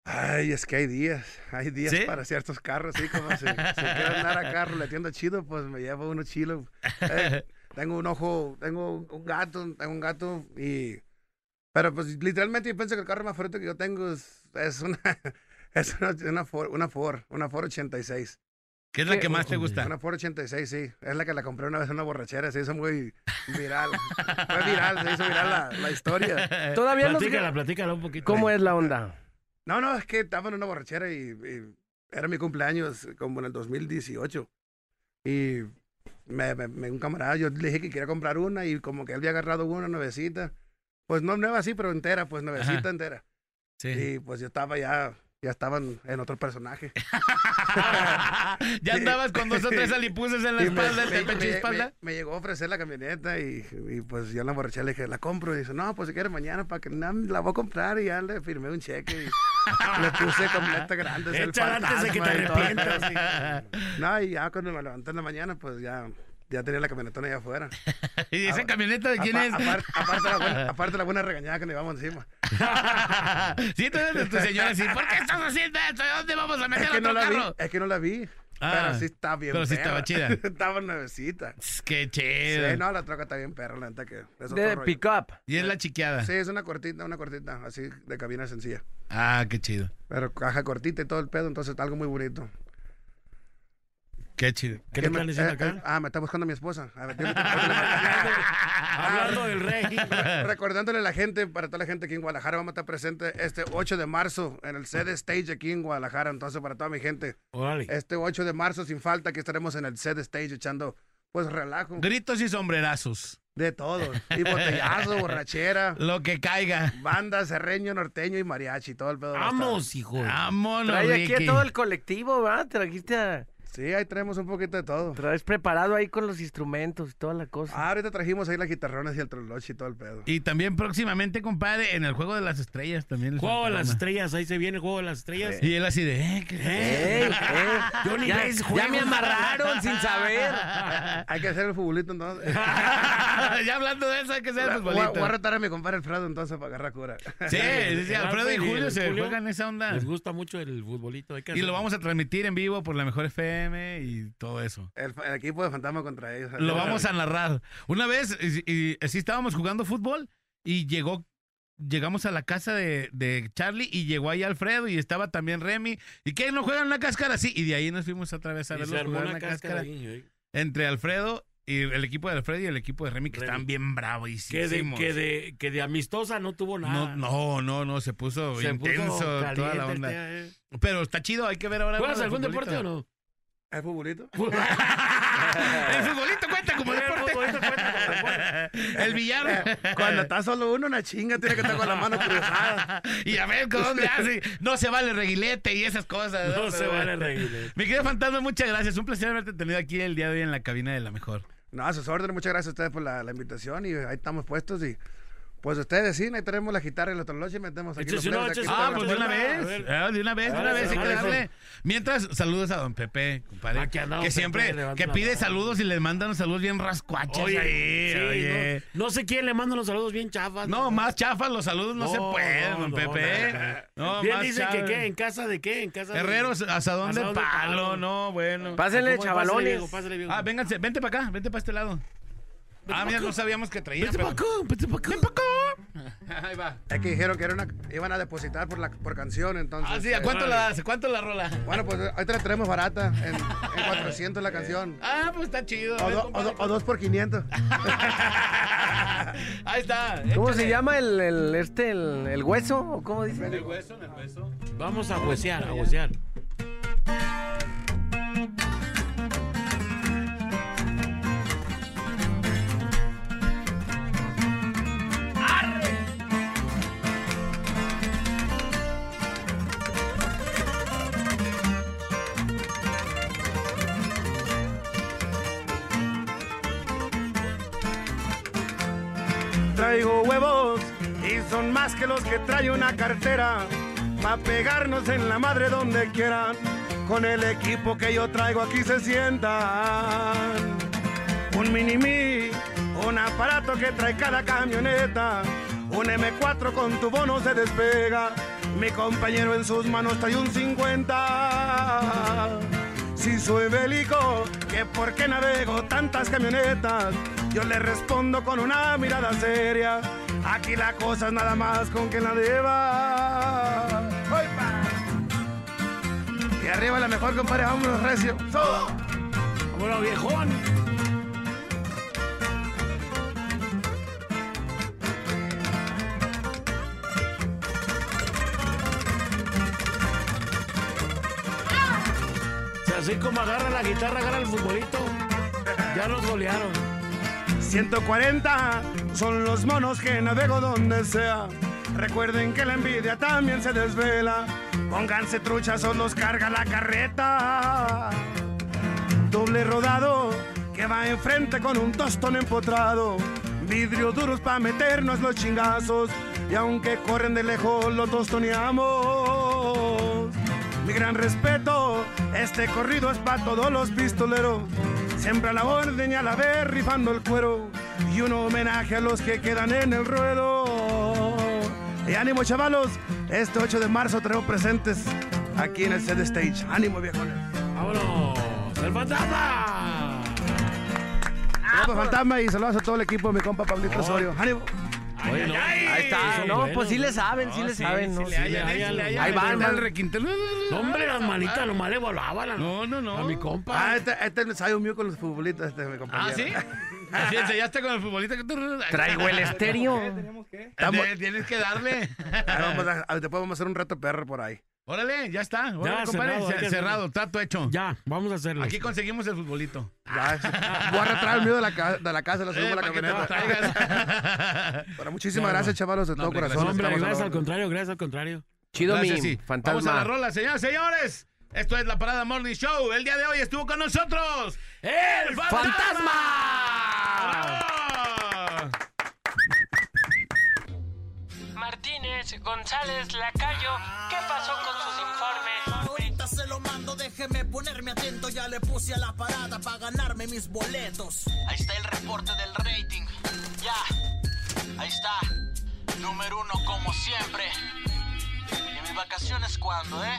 Speaker 15: Ay, es que hay días. Hay días
Speaker 5: ¿Sí?
Speaker 15: para ciertos carros, sí, como
Speaker 5: (laughs)
Speaker 15: se, se quiere andar a carro latiendo chido, pues me llevo uno chilo.
Speaker 5: (laughs)
Speaker 15: Eh, tengo un ojo, tengo un- un gato, tengo un gato y. Pero pues literalmente yo pienso que el carro más fuerte que yo tengo es, es una. (laughs) Es una, una Ford, una Ford, una Ford 86.
Speaker 5: ¿Qué es la que más te gusta?
Speaker 15: Una Ford 86, sí. Es la que la compré una vez en una borrachera. Se hizo
Speaker 5: (laughs)
Speaker 15: muy viral. Fue viral, se hizo viral la, la
Speaker 4: (laughs)
Speaker 5: (laughs)
Speaker 15: historia.
Speaker 6: Todavía no sé-
Speaker 4: platícala, platícala un poquito.
Speaker 6: ¿Cómo es la onda?
Speaker 15: No, no, es que estaba en una borrachera y, y era mi cumpleaños eh, como en el 2018. Y me, me- me- un camarada, yo le dije que quería comprar una y como que él había agarrado una nuevecita. Pues no nueva así, pero entera, pues nuevecita
Speaker 5: Ajá.
Speaker 15: entera.
Speaker 5: Sí.
Speaker 15: Y pues yo estaba ya, ya estaban en otro personaje.
Speaker 5: (laughs)
Speaker 15: (laughs)
Speaker 5: Ya andabas con dos o tres alipuses en la
Speaker 15: Y me-
Speaker 5: espalda,
Speaker 15: me-
Speaker 5: en el pecho y
Speaker 15: me-
Speaker 5: espalda.
Speaker 15: Me, me llegó a ofrecer la camioneta y, y, pues yo en la borrachera le dije, la compro. Y dice, no, pues si quieres mañana para que no, la voy a comprar y ya le firmé un cheque y le puse con letras grandes el
Speaker 4: Échala antes de que te
Speaker 15: fantasma y todo el
Speaker 4: arrepientas.
Speaker 15: pedo, sí. No, y ya cuando me levanté en la mañana, pues ya, ya tenía la camionetona allá afuera.
Speaker 5: (laughs) ¿Y esa
Speaker 15: Ah,
Speaker 5: camioneta de quién
Speaker 15: apa-
Speaker 5: es?
Speaker 15: apar- aparte, la
Speaker 5: (laughs)
Speaker 15: buena, aparte la buena regañada que nos llevamos encima.
Speaker 5: Sí, tú eres de tu señora así.
Speaker 15: (laughs)
Speaker 5: ¿Por qué estás haciendo esto? ¿Dónde vamos a meter
Speaker 15: Es que
Speaker 5: otro
Speaker 15: no la vi,
Speaker 5: carro?
Speaker 15: es que no la vi.
Speaker 5: Ah,
Speaker 15: pero sí está bien
Speaker 5: pero sí
Speaker 15: perra.
Speaker 5: estaba chida.
Speaker 15: (laughs) estaba nuevecita.
Speaker 5: Qué chido.
Speaker 15: Sí, no, la troca está bien perra, la neta que... es
Speaker 5: De
Speaker 15: otro rollo.
Speaker 5: pick-up. Y es la chiqueada.
Speaker 15: Sí, es una cortita, una cortita, así de cabina sencilla.
Speaker 5: Ah, qué chido.
Speaker 15: Pero caja cortita y todo el pedo, entonces está algo muy bonito.
Speaker 5: Qué chido.
Speaker 15: ¿Qué me- eh, eh, ah, me está buscando mi esposa. A ver, dile que-
Speaker 4: Hablando del
Speaker 15: (laughs)
Speaker 4: rey.
Speaker 15: Re- Recordándole a la gente, para toda la gente aquí en Guadalajara, vamos a estar presente este 8 de marzo en el CD Stage aquí en Guadalajara. Entonces, para toda mi gente,
Speaker 4: Órale.
Speaker 15: este 8 de marzo, sin falta, aquí estaremos en el CD Stage echando, pues, relajo.
Speaker 5: Gritos y sombrerazos.
Speaker 15: De todo. Y botellazo, borrachera.
Speaker 5: Lo que caiga.
Speaker 15: Banda, serreño, norteño y mariachi, todo el pedo. va a estar.
Speaker 5: hijo. Vámonos,
Speaker 6: Trae aquí a
Speaker 5: Ricky.
Speaker 6: todo el colectivo, ¿verdad? Trajiste a...
Speaker 15: Sí, ahí traemos un poquito de todo.
Speaker 6: Traes preparado ahí con los instrumentos y toda la cosa.
Speaker 15: Ah, ahorita trajimos ahí las guitarronas y el troloche y todo el pedo.
Speaker 5: Y también próximamente, compadre, en el Juego de las Estrellas también. el
Speaker 4: Juego de las
Speaker 5: fantasma.
Speaker 4: estrellas, ahí se viene el juego de las estrellas.
Speaker 5: Y él así de... eh, ¿qué- (laughs)
Speaker 4: Eh, eh, Yo ni
Speaker 6: ya-
Speaker 4: ves
Speaker 6: ya
Speaker 4: juego.
Speaker 6: me amarraron sin saber.
Speaker 15: (laughs) Hay que hacer el futbolito
Speaker 6: (laughs)
Speaker 15: entonces.
Speaker 5: ya hablando de eso, hay que ser
Speaker 15: Voy a-
Speaker 5: futbolito.
Speaker 15: Voy a retar a mi compadre Alfredo entonces para agarrar cura.
Speaker 5: Sí, sí, sí,
Speaker 4: El
Speaker 5: Alfredo y
Speaker 4: Alfred
Speaker 5: Julio
Speaker 4: el
Speaker 5: se juegan esa onda.
Speaker 4: Les gusta mucho el futbolito. hay que
Speaker 5: Y
Speaker 4: hacer-
Speaker 5: lo vamos a transmitir en vivo por la mejor FM y todo eso.
Speaker 15: El, el equipo de Fantasma contra ellos.
Speaker 5: Lo vamos a narrar. Una vez, y, y- sí estábamos jugando fútbol y llegó, llegamos a la casa de, de Charlie y llegó ahí Alfredo y estaba también Remy. ¿Y qué? ¿No juegan una cáscara? Sí, y de ahí nos fuimos otra vez a
Speaker 4: Y
Speaker 5: verlos
Speaker 4: se armó
Speaker 5: jugar
Speaker 4: una
Speaker 5: una
Speaker 4: cáscara ¿eh?
Speaker 5: cáscara.
Speaker 4: ahí, ahí.
Speaker 5: Entre Alfredo y el equipo de Alfredo y el equipo de Remy, que estaban bien bravos.
Speaker 4: Que de, que, de, que de amistosa no tuvo
Speaker 5: No,
Speaker 4: nada.
Speaker 5: no, no, no, se puso
Speaker 4: Se puso
Speaker 5: intenso toda
Speaker 4: caliente
Speaker 5: la
Speaker 4: el
Speaker 5: onda.
Speaker 4: tema, eh.
Speaker 5: Pero está chido, hay que ver ahora.
Speaker 4: ¿Juegas
Speaker 5: uno de
Speaker 4: algún
Speaker 5: futbolito.
Speaker 4: deporte o no?
Speaker 15: ¿Es
Speaker 4: (laughs)
Speaker 15: futbolito?
Speaker 5: El futbolito
Speaker 15: (laughs)
Speaker 5: cuenta como deporte. (laughs) El billar.
Speaker 15: Eh, Cuando está solo uno, una chinga tiene que estar con la
Speaker 5: (laughs)
Speaker 15: mano cruzada.
Speaker 5: Y a ver con dónde hace. No se vale reguilete y esas cosas.
Speaker 4: No se
Speaker 5: Pero
Speaker 4: vale eh.
Speaker 5: bueno.
Speaker 4: reguilete.
Speaker 5: Mi querido fantasma, muchas gracias. Un placer haberte tenido aquí el día de hoy en la cabina de la mejor.
Speaker 15: No, a sus órdenes, muchas gracias a ustedes por la, la invitación y ahí estamos puestos y pues ustedes deciden, ahí tenemos la guitarra y la troloche y metemos aquí los plebes aquí.
Speaker 5: Ah, pues de una vez. Ah, De una vez, de una
Speaker 15: Ah,
Speaker 5: vez. Hay que
Speaker 15: vale,
Speaker 5: darle.
Speaker 15: vale.
Speaker 5: Mientras, saludos a don Pepe, compadre.
Speaker 4: Aquí andamos,
Speaker 5: Que
Speaker 4: Pepe,
Speaker 5: siempre
Speaker 4: levanta
Speaker 5: que
Speaker 4: la
Speaker 5: pide
Speaker 4: mano.
Speaker 5: saludos y le mandan saludos bien rascuaches.
Speaker 4: Oye,
Speaker 5: ahí,
Speaker 4: sí,
Speaker 5: oye.
Speaker 4: No, no sé quién le manda los saludos bien chafas.
Speaker 5: No, más chafas, los saludos no, se pueden, don
Speaker 4: no,
Speaker 5: Pepe. ¿eh?
Speaker 4: no,
Speaker 5: No,
Speaker 4: no. Bien
Speaker 5: más
Speaker 4: dicen que
Speaker 5: chafas.
Speaker 4: qué, en casa de qué, en casa de...
Speaker 5: Herreros, asadón de
Speaker 4: asadón de
Speaker 5: palo,
Speaker 4: palo.
Speaker 5: no, bueno.
Speaker 4: Pásenle, ¿Cómo? Pásale, chavalones. viejo, pásale, viejo.
Speaker 5: Ah, vénganse, vente para acá, vente para este lado. ah,
Speaker 4: pa'
Speaker 5: mira,
Speaker 4: acá.
Speaker 5: no sabíamos que traía.
Speaker 4: Vente
Speaker 5: pero-
Speaker 4: pa' acá, vente pa' acá.
Speaker 5: (laughs) Ahí va.
Speaker 15: Es que dijeron que era una, iban a depositar por, la, por canción, entonces. eh,
Speaker 5: Ah, sí, ¿a cuánto la das? ¿Cuánto la rola?
Speaker 15: Bueno, pues ahorita la traemos barata, en, en 400 la canción.
Speaker 5: Ah, pues está chido. a
Speaker 15: O,
Speaker 5: ver,
Speaker 15: do- o
Speaker 5: compadre.
Speaker 15: do- o dos por
Speaker 4: (laughs)
Speaker 15: 500.
Speaker 5: Ahí está.
Speaker 6: ¿Cómo
Speaker 5: échale.
Speaker 6: se llama el, el- este, el, el hueso? ¿O cómo dice?
Speaker 5: En el hueso, en el hueso.
Speaker 4: Vamos a huesear, a huesear.
Speaker 17: traigo huevos y son más que los que trae una cartera. Pa' pegarnos en la madre donde quieran. Con el equipo que yo traigo aquí se sientan. Un mini mí, un aparato que trae cada camioneta. Un M4 con tu bono se despega. Mi compañero en sus manos trae un 50. Si soy bélico, que por qué navego tantas camionetas. Yo le respondo con una mirada seria. Aquí la cosa es nada más con que la deba. ¡Oipa! Y arriba la mejor, compadre. Vámonos, recio. ¡Todo! ¡Vámonos, viejón!
Speaker 4: Si así como agarra la guitarra, agarra el futbolito.
Speaker 17: Ya los golearon. 140 son los monos que navego donde sea. Recuerden que la envidia también se desvela. Pónganse truchas o los carga la carreta. Doble rodado que va enfrente con un tostón empotrado. Vidrios duros para meternos los chingazos. Y aunque corren de lejos, los tostoneamos. Mi gran respeto, este corrido es para todos los pistoleros. Siempre a la orden y a la vez rifando el cuero. Y un homenaje a los que quedan en el ruedo. Y ánimo, chavalos. Este 8 de marzo tenemos presentes aquí en el set stage. Ánimo, viejones.
Speaker 4: ¡Vámonos! ¡El fantasma!
Speaker 17: Saludos, fantasma, y saludos a todo el equipo de mi compa Pablito Osorio. ¡Ánimo!
Speaker 6: Oye, no, ahí
Speaker 15: Ah,
Speaker 6: está.
Speaker 17: son
Speaker 6: No,
Speaker 17: buenos.
Speaker 6: pues sí le saben, sí le saben. ¿no? Sí, Ahí van.
Speaker 15: el
Speaker 6: van.
Speaker 15: requintel.
Speaker 4: No, hombre, las manitas nomás le volaban a-
Speaker 15: No, no, no.
Speaker 4: a mi compa.
Speaker 15: Ah, este, este es el ensayo mío con los futbolistas, este es mi compañero.
Speaker 5: ¿Ah,
Speaker 15: (laughs)
Speaker 5: sí? (laughs) Así ensayaste con el futbolista que tú...
Speaker 15: Estamos-
Speaker 5: (laughs) Te- Tienes que darle.
Speaker 15: (laughs) Ah, vamos a- a- después vamos a hacer un reto perro por ahí.
Speaker 5: Órale, ya está. Órale,
Speaker 15: Ya,
Speaker 5: compadre,
Speaker 15: cerrado,
Speaker 5: ce-
Speaker 15: hay que-
Speaker 5: cerrado, trato hecho.
Speaker 4: Ya, vamos a hacerlo.
Speaker 5: Aquí conseguimos el futbolito.
Speaker 15: (laughs) Ya, voy a retraer el mío de la, ca- de la casa, la subimos a la camioneta. Pero muchísimas
Speaker 4: Claro.
Speaker 15: gracias, chavalos, de
Speaker 4: No,
Speaker 15: todo
Speaker 4: hombre,
Speaker 15: corazón.
Speaker 4: Hombre,
Speaker 15: Estamos a la
Speaker 4: gracias al
Speaker 15: orden.
Speaker 4: contrario, gracias al contrario.
Speaker 5: Gracias, sí. Vamos a la rola, señores, señores. Esto es la Parada Morning Show. El día de hoy estuvo con nosotros el fantasma.
Speaker 18: Martínez, González, Lacayo, ¿qué pasó con sus informes?
Speaker 3: Ahorita se lo mando, déjeme ponerme atento. Ya le puse a la parada para ganarme mis boletos. Ahí está el reporte del rating. Ya, ahí está. Número uno, como siempre. ¿Y mis vacaciones cuándo, eh?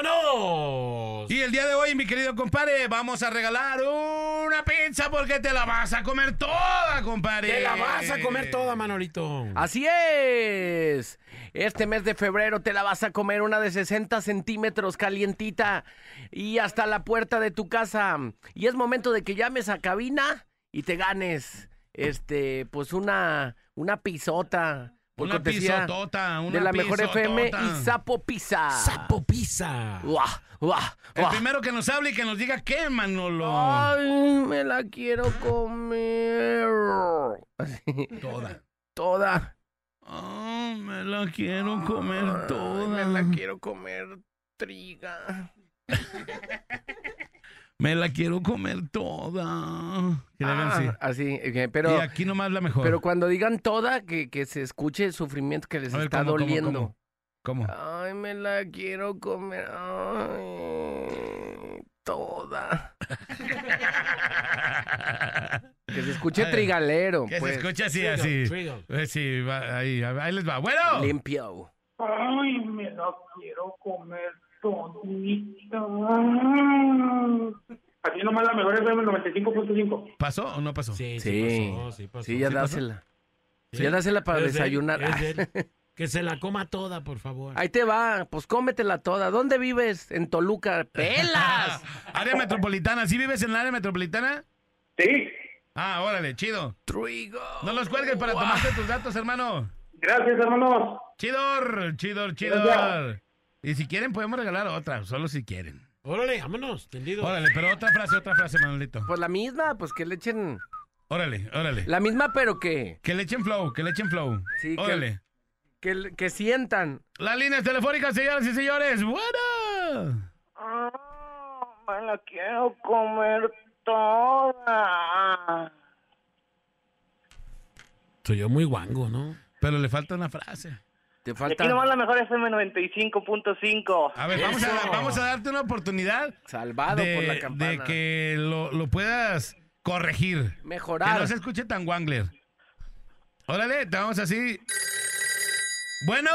Speaker 5: ¡Vámonos! Y el día de hoy, mi querido compadre, vamos a regalar una pizza porque te la vas a comer toda, compadre.
Speaker 4: Te la vas a comer toda, Manolito.
Speaker 6: Así es. Este mes de febrero te la vas a comer una de 60 centímetros calientita y hasta la puerta de tu casa. Y es momento de que llames a cabina y te ganes, este, pues una, una pisota. Por
Speaker 5: Una
Speaker 6: cortesía
Speaker 5: pisotota, una
Speaker 6: de la mejor
Speaker 5: pisotota.
Speaker 6: FM y Sapo Pizza. Sapo
Speaker 4: Pizza.
Speaker 6: Uah, uah,
Speaker 5: El
Speaker 6: uah.
Speaker 5: primero que nos hable y que nos diga qué, Manolo.
Speaker 6: Ay, me la quiero comer.
Speaker 5: Toda. Ah,
Speaker 6: Toda.
Speaker 5: me la quiero comer toda.
Speaker 6: Me la quiero comer triga.
Speaker 5: Me la quiero comer toda. Que le hagan así.
Speaker 6: Ah, así, eh, pero.
Speaker 5: Y aquí nomás la mejor.
Speaker 6: Pero cuando digan toda, que, que se escuche el sufrimiento que les
Speaker 5: A ver,
Speaker 6: está
Speaker 5: ¿cómo, cómo,
Speaker 6: doliendo.
Speaker 5: ¿Cómo?
Speaker 6: Ay, me la quiero comer. Ay, toda. que se escuche
Speaker 5: Ay,
Speaker 6: trigalero.
Speaker 5: Que
Speaker 6: pues.
Speaker 5: se escuche así, así. Eh, sí, va, ahí, ahí les va. Bueno.
Speaker 6: Limpio.
Speaker 18: Ay, me la quiero comer todita. Así nomás la mejor FM 95.5.
Speaker 5: ¿Pasó o no pasó?
Speaker 4: Sí,
Speaker 6: Sí.
Speaker 4: pasó, sí pasó.
Speaker 6: Sí, ya
Speaker 4: ¿Sí pasó?
Speaker 6: dásela.
Speaker 4: Sí.
Speaker 6: Ya dásela para
Speaker 4: Es de él,
Speaker 6: desayunar.
Speaker 4: es de él. que se la coma toda, pues. por favor.
Speaker 6: Ahí te va, pues cómetela toda. ¿Dónde vives? En Toluca. ¡Pelas!
Speaker 5: (laughs) área metropolitana. ¿Sí vives en el área metropolitana?
Speaker 18: Sí.
Speaker 5: Ah, órale, chido.
Speaker 6: Truigo.
Speaker 5: No los cuelgues para tomarte tus datos, hermano.
Speaker 18: Gracias, hermano.
Speaker 5: Chidor, chidor, chidor.
Speaker 4: Gracias.
Speaker 5: Y si quieren, podemos regalar otra, solo si quieren.
Speaker 4: Órale, vámonos, tendido.
Speaker 5: Órale, pero otra frase, otra frase, Manolito.
Speaker 6: Pues la misma, pues que le echen.
Speaker 5: Órale, órale.
Speaker 6: La misma, pero que.
Speaker 5: Que le echen flow, que le echen flow.
Speaker 6: Sí, que-
Speaker 5: Órale.
Speaker 6: Que, le- que sientan.
Speaker 5: Las líneas telefónicas, señoras y señores. ¡Bueno!
Speaker 10: Ah,
Speaker 18: Me la quiero comer
Speaker 10: toda.
Speaker 4: Soy yo muy guango, ¿no?
Speaker 5: Pero le falta una frase.
Speaker 6: Te
Speaker 10: Aquí nomás la mejor FM 95.5.
Speaker 5: A ver, vamos a, vamos a darte una oportunidad.
Speaker 6: Salvado
Speaker 5: de,
Speaker 6: por la campana.
Speaker 5: De que lo, lo puedas corregir.
Speaker 6: Mejorar.
Speaker 5: Que no se escuche tan Wangler. Órale, te vamos así. Bueno.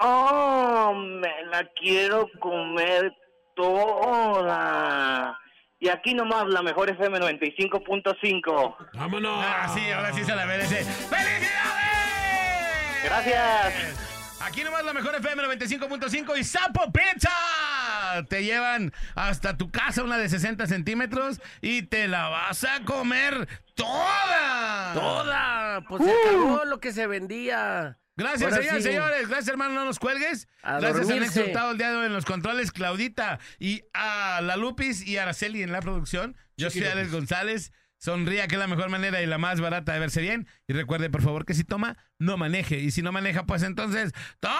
Speaker 10: Oh, me la quiero comer toda. Y aquí nomás la mejor FM 95.5.
Speaker 4: ¡Vámonos!
Speaker 5: Ah, sí, ahora sí se la merece.
Speaker 10: Gracias.
Speaker 5: Aquí nomás la mejor FM 95.5 y Sapo Pizza. Te llevan hasta tu casa una de 60 centímetros y te la vas a comer toda.
Speaker 6: Toda. Pues se acabó lo que se vendía.
Speaker 5: ¡Uh! Gracias,
Speaker 6: Ahora
Speaker 5: señoras
Speaker 6: sí.
Speaker 5: señores. Gracias, hermano. No nos cuelgues. Gracias a
Speaker 6: dormirse.
Speaker 5: Nexo Hurtado el día de hoy en los controles, Claudita y a la Lupis y Araceli en la producción. Yo soy
Speaker 6: Chiquilupis.
Speaker 5: Alex González. Sonría que es la mejor manera y la más barata de verse bien. Y recuerde, por favor, que si toma, no maneje. Y si no maneja, pues entonces, ¡tome!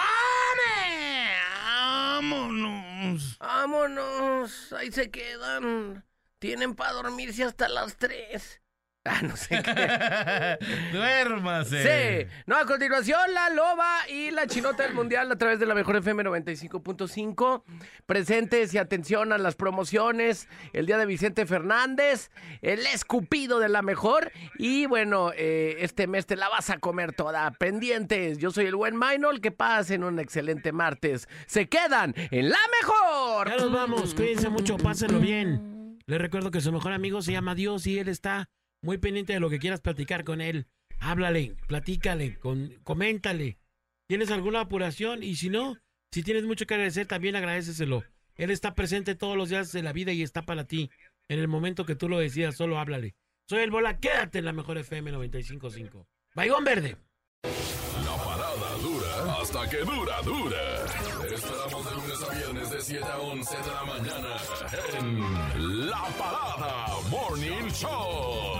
Speaker 5: ¡Vámonos!
Speaker 6: Vámonos. Ahí se quedan. Tienen para dormirse hasta las 3. Ah, no sé
Speaker 4: (laughs)
Speaker 6: qué.
Speaker 5: Duérmase.
Speaker 6: Sí. No, a continuación, la loba y la chinota del mundial a través de la mejor FM 95.5. Presentes y atención a las promociones. El día de Vicente Fernández, el escupido de la mejor. Y bueno, eh, este mes te la vas a comer toda. Pendientes. Yo soy el buen Minol. Que pasen un excelente martes. Se quedan en la mejor.
Speaker 4: Ya nos vamos, cuídense mucho, pásenlo bien. Les recuerdo que su mejor amigo se llama Dios y él está muy pendiente de lo que quieras platicar con él. Háblale, platícale, con- coméntale. ¿Tienes alguna apuración? Y si no, si tienes mucho que agradecer, también agradeceselo. Él está presente todos los días de la vida y está para ti. En el momento que tú lo decidas, solo háblale. Soy el Bola, quédate en la mejor FM 95.5. Baigón Verde.
Speaker 7: La parada dura hasta que dura, dura. Te Esperamos de lunes a viernes de 7 a 11 de la mañana en La Parada Morning Show.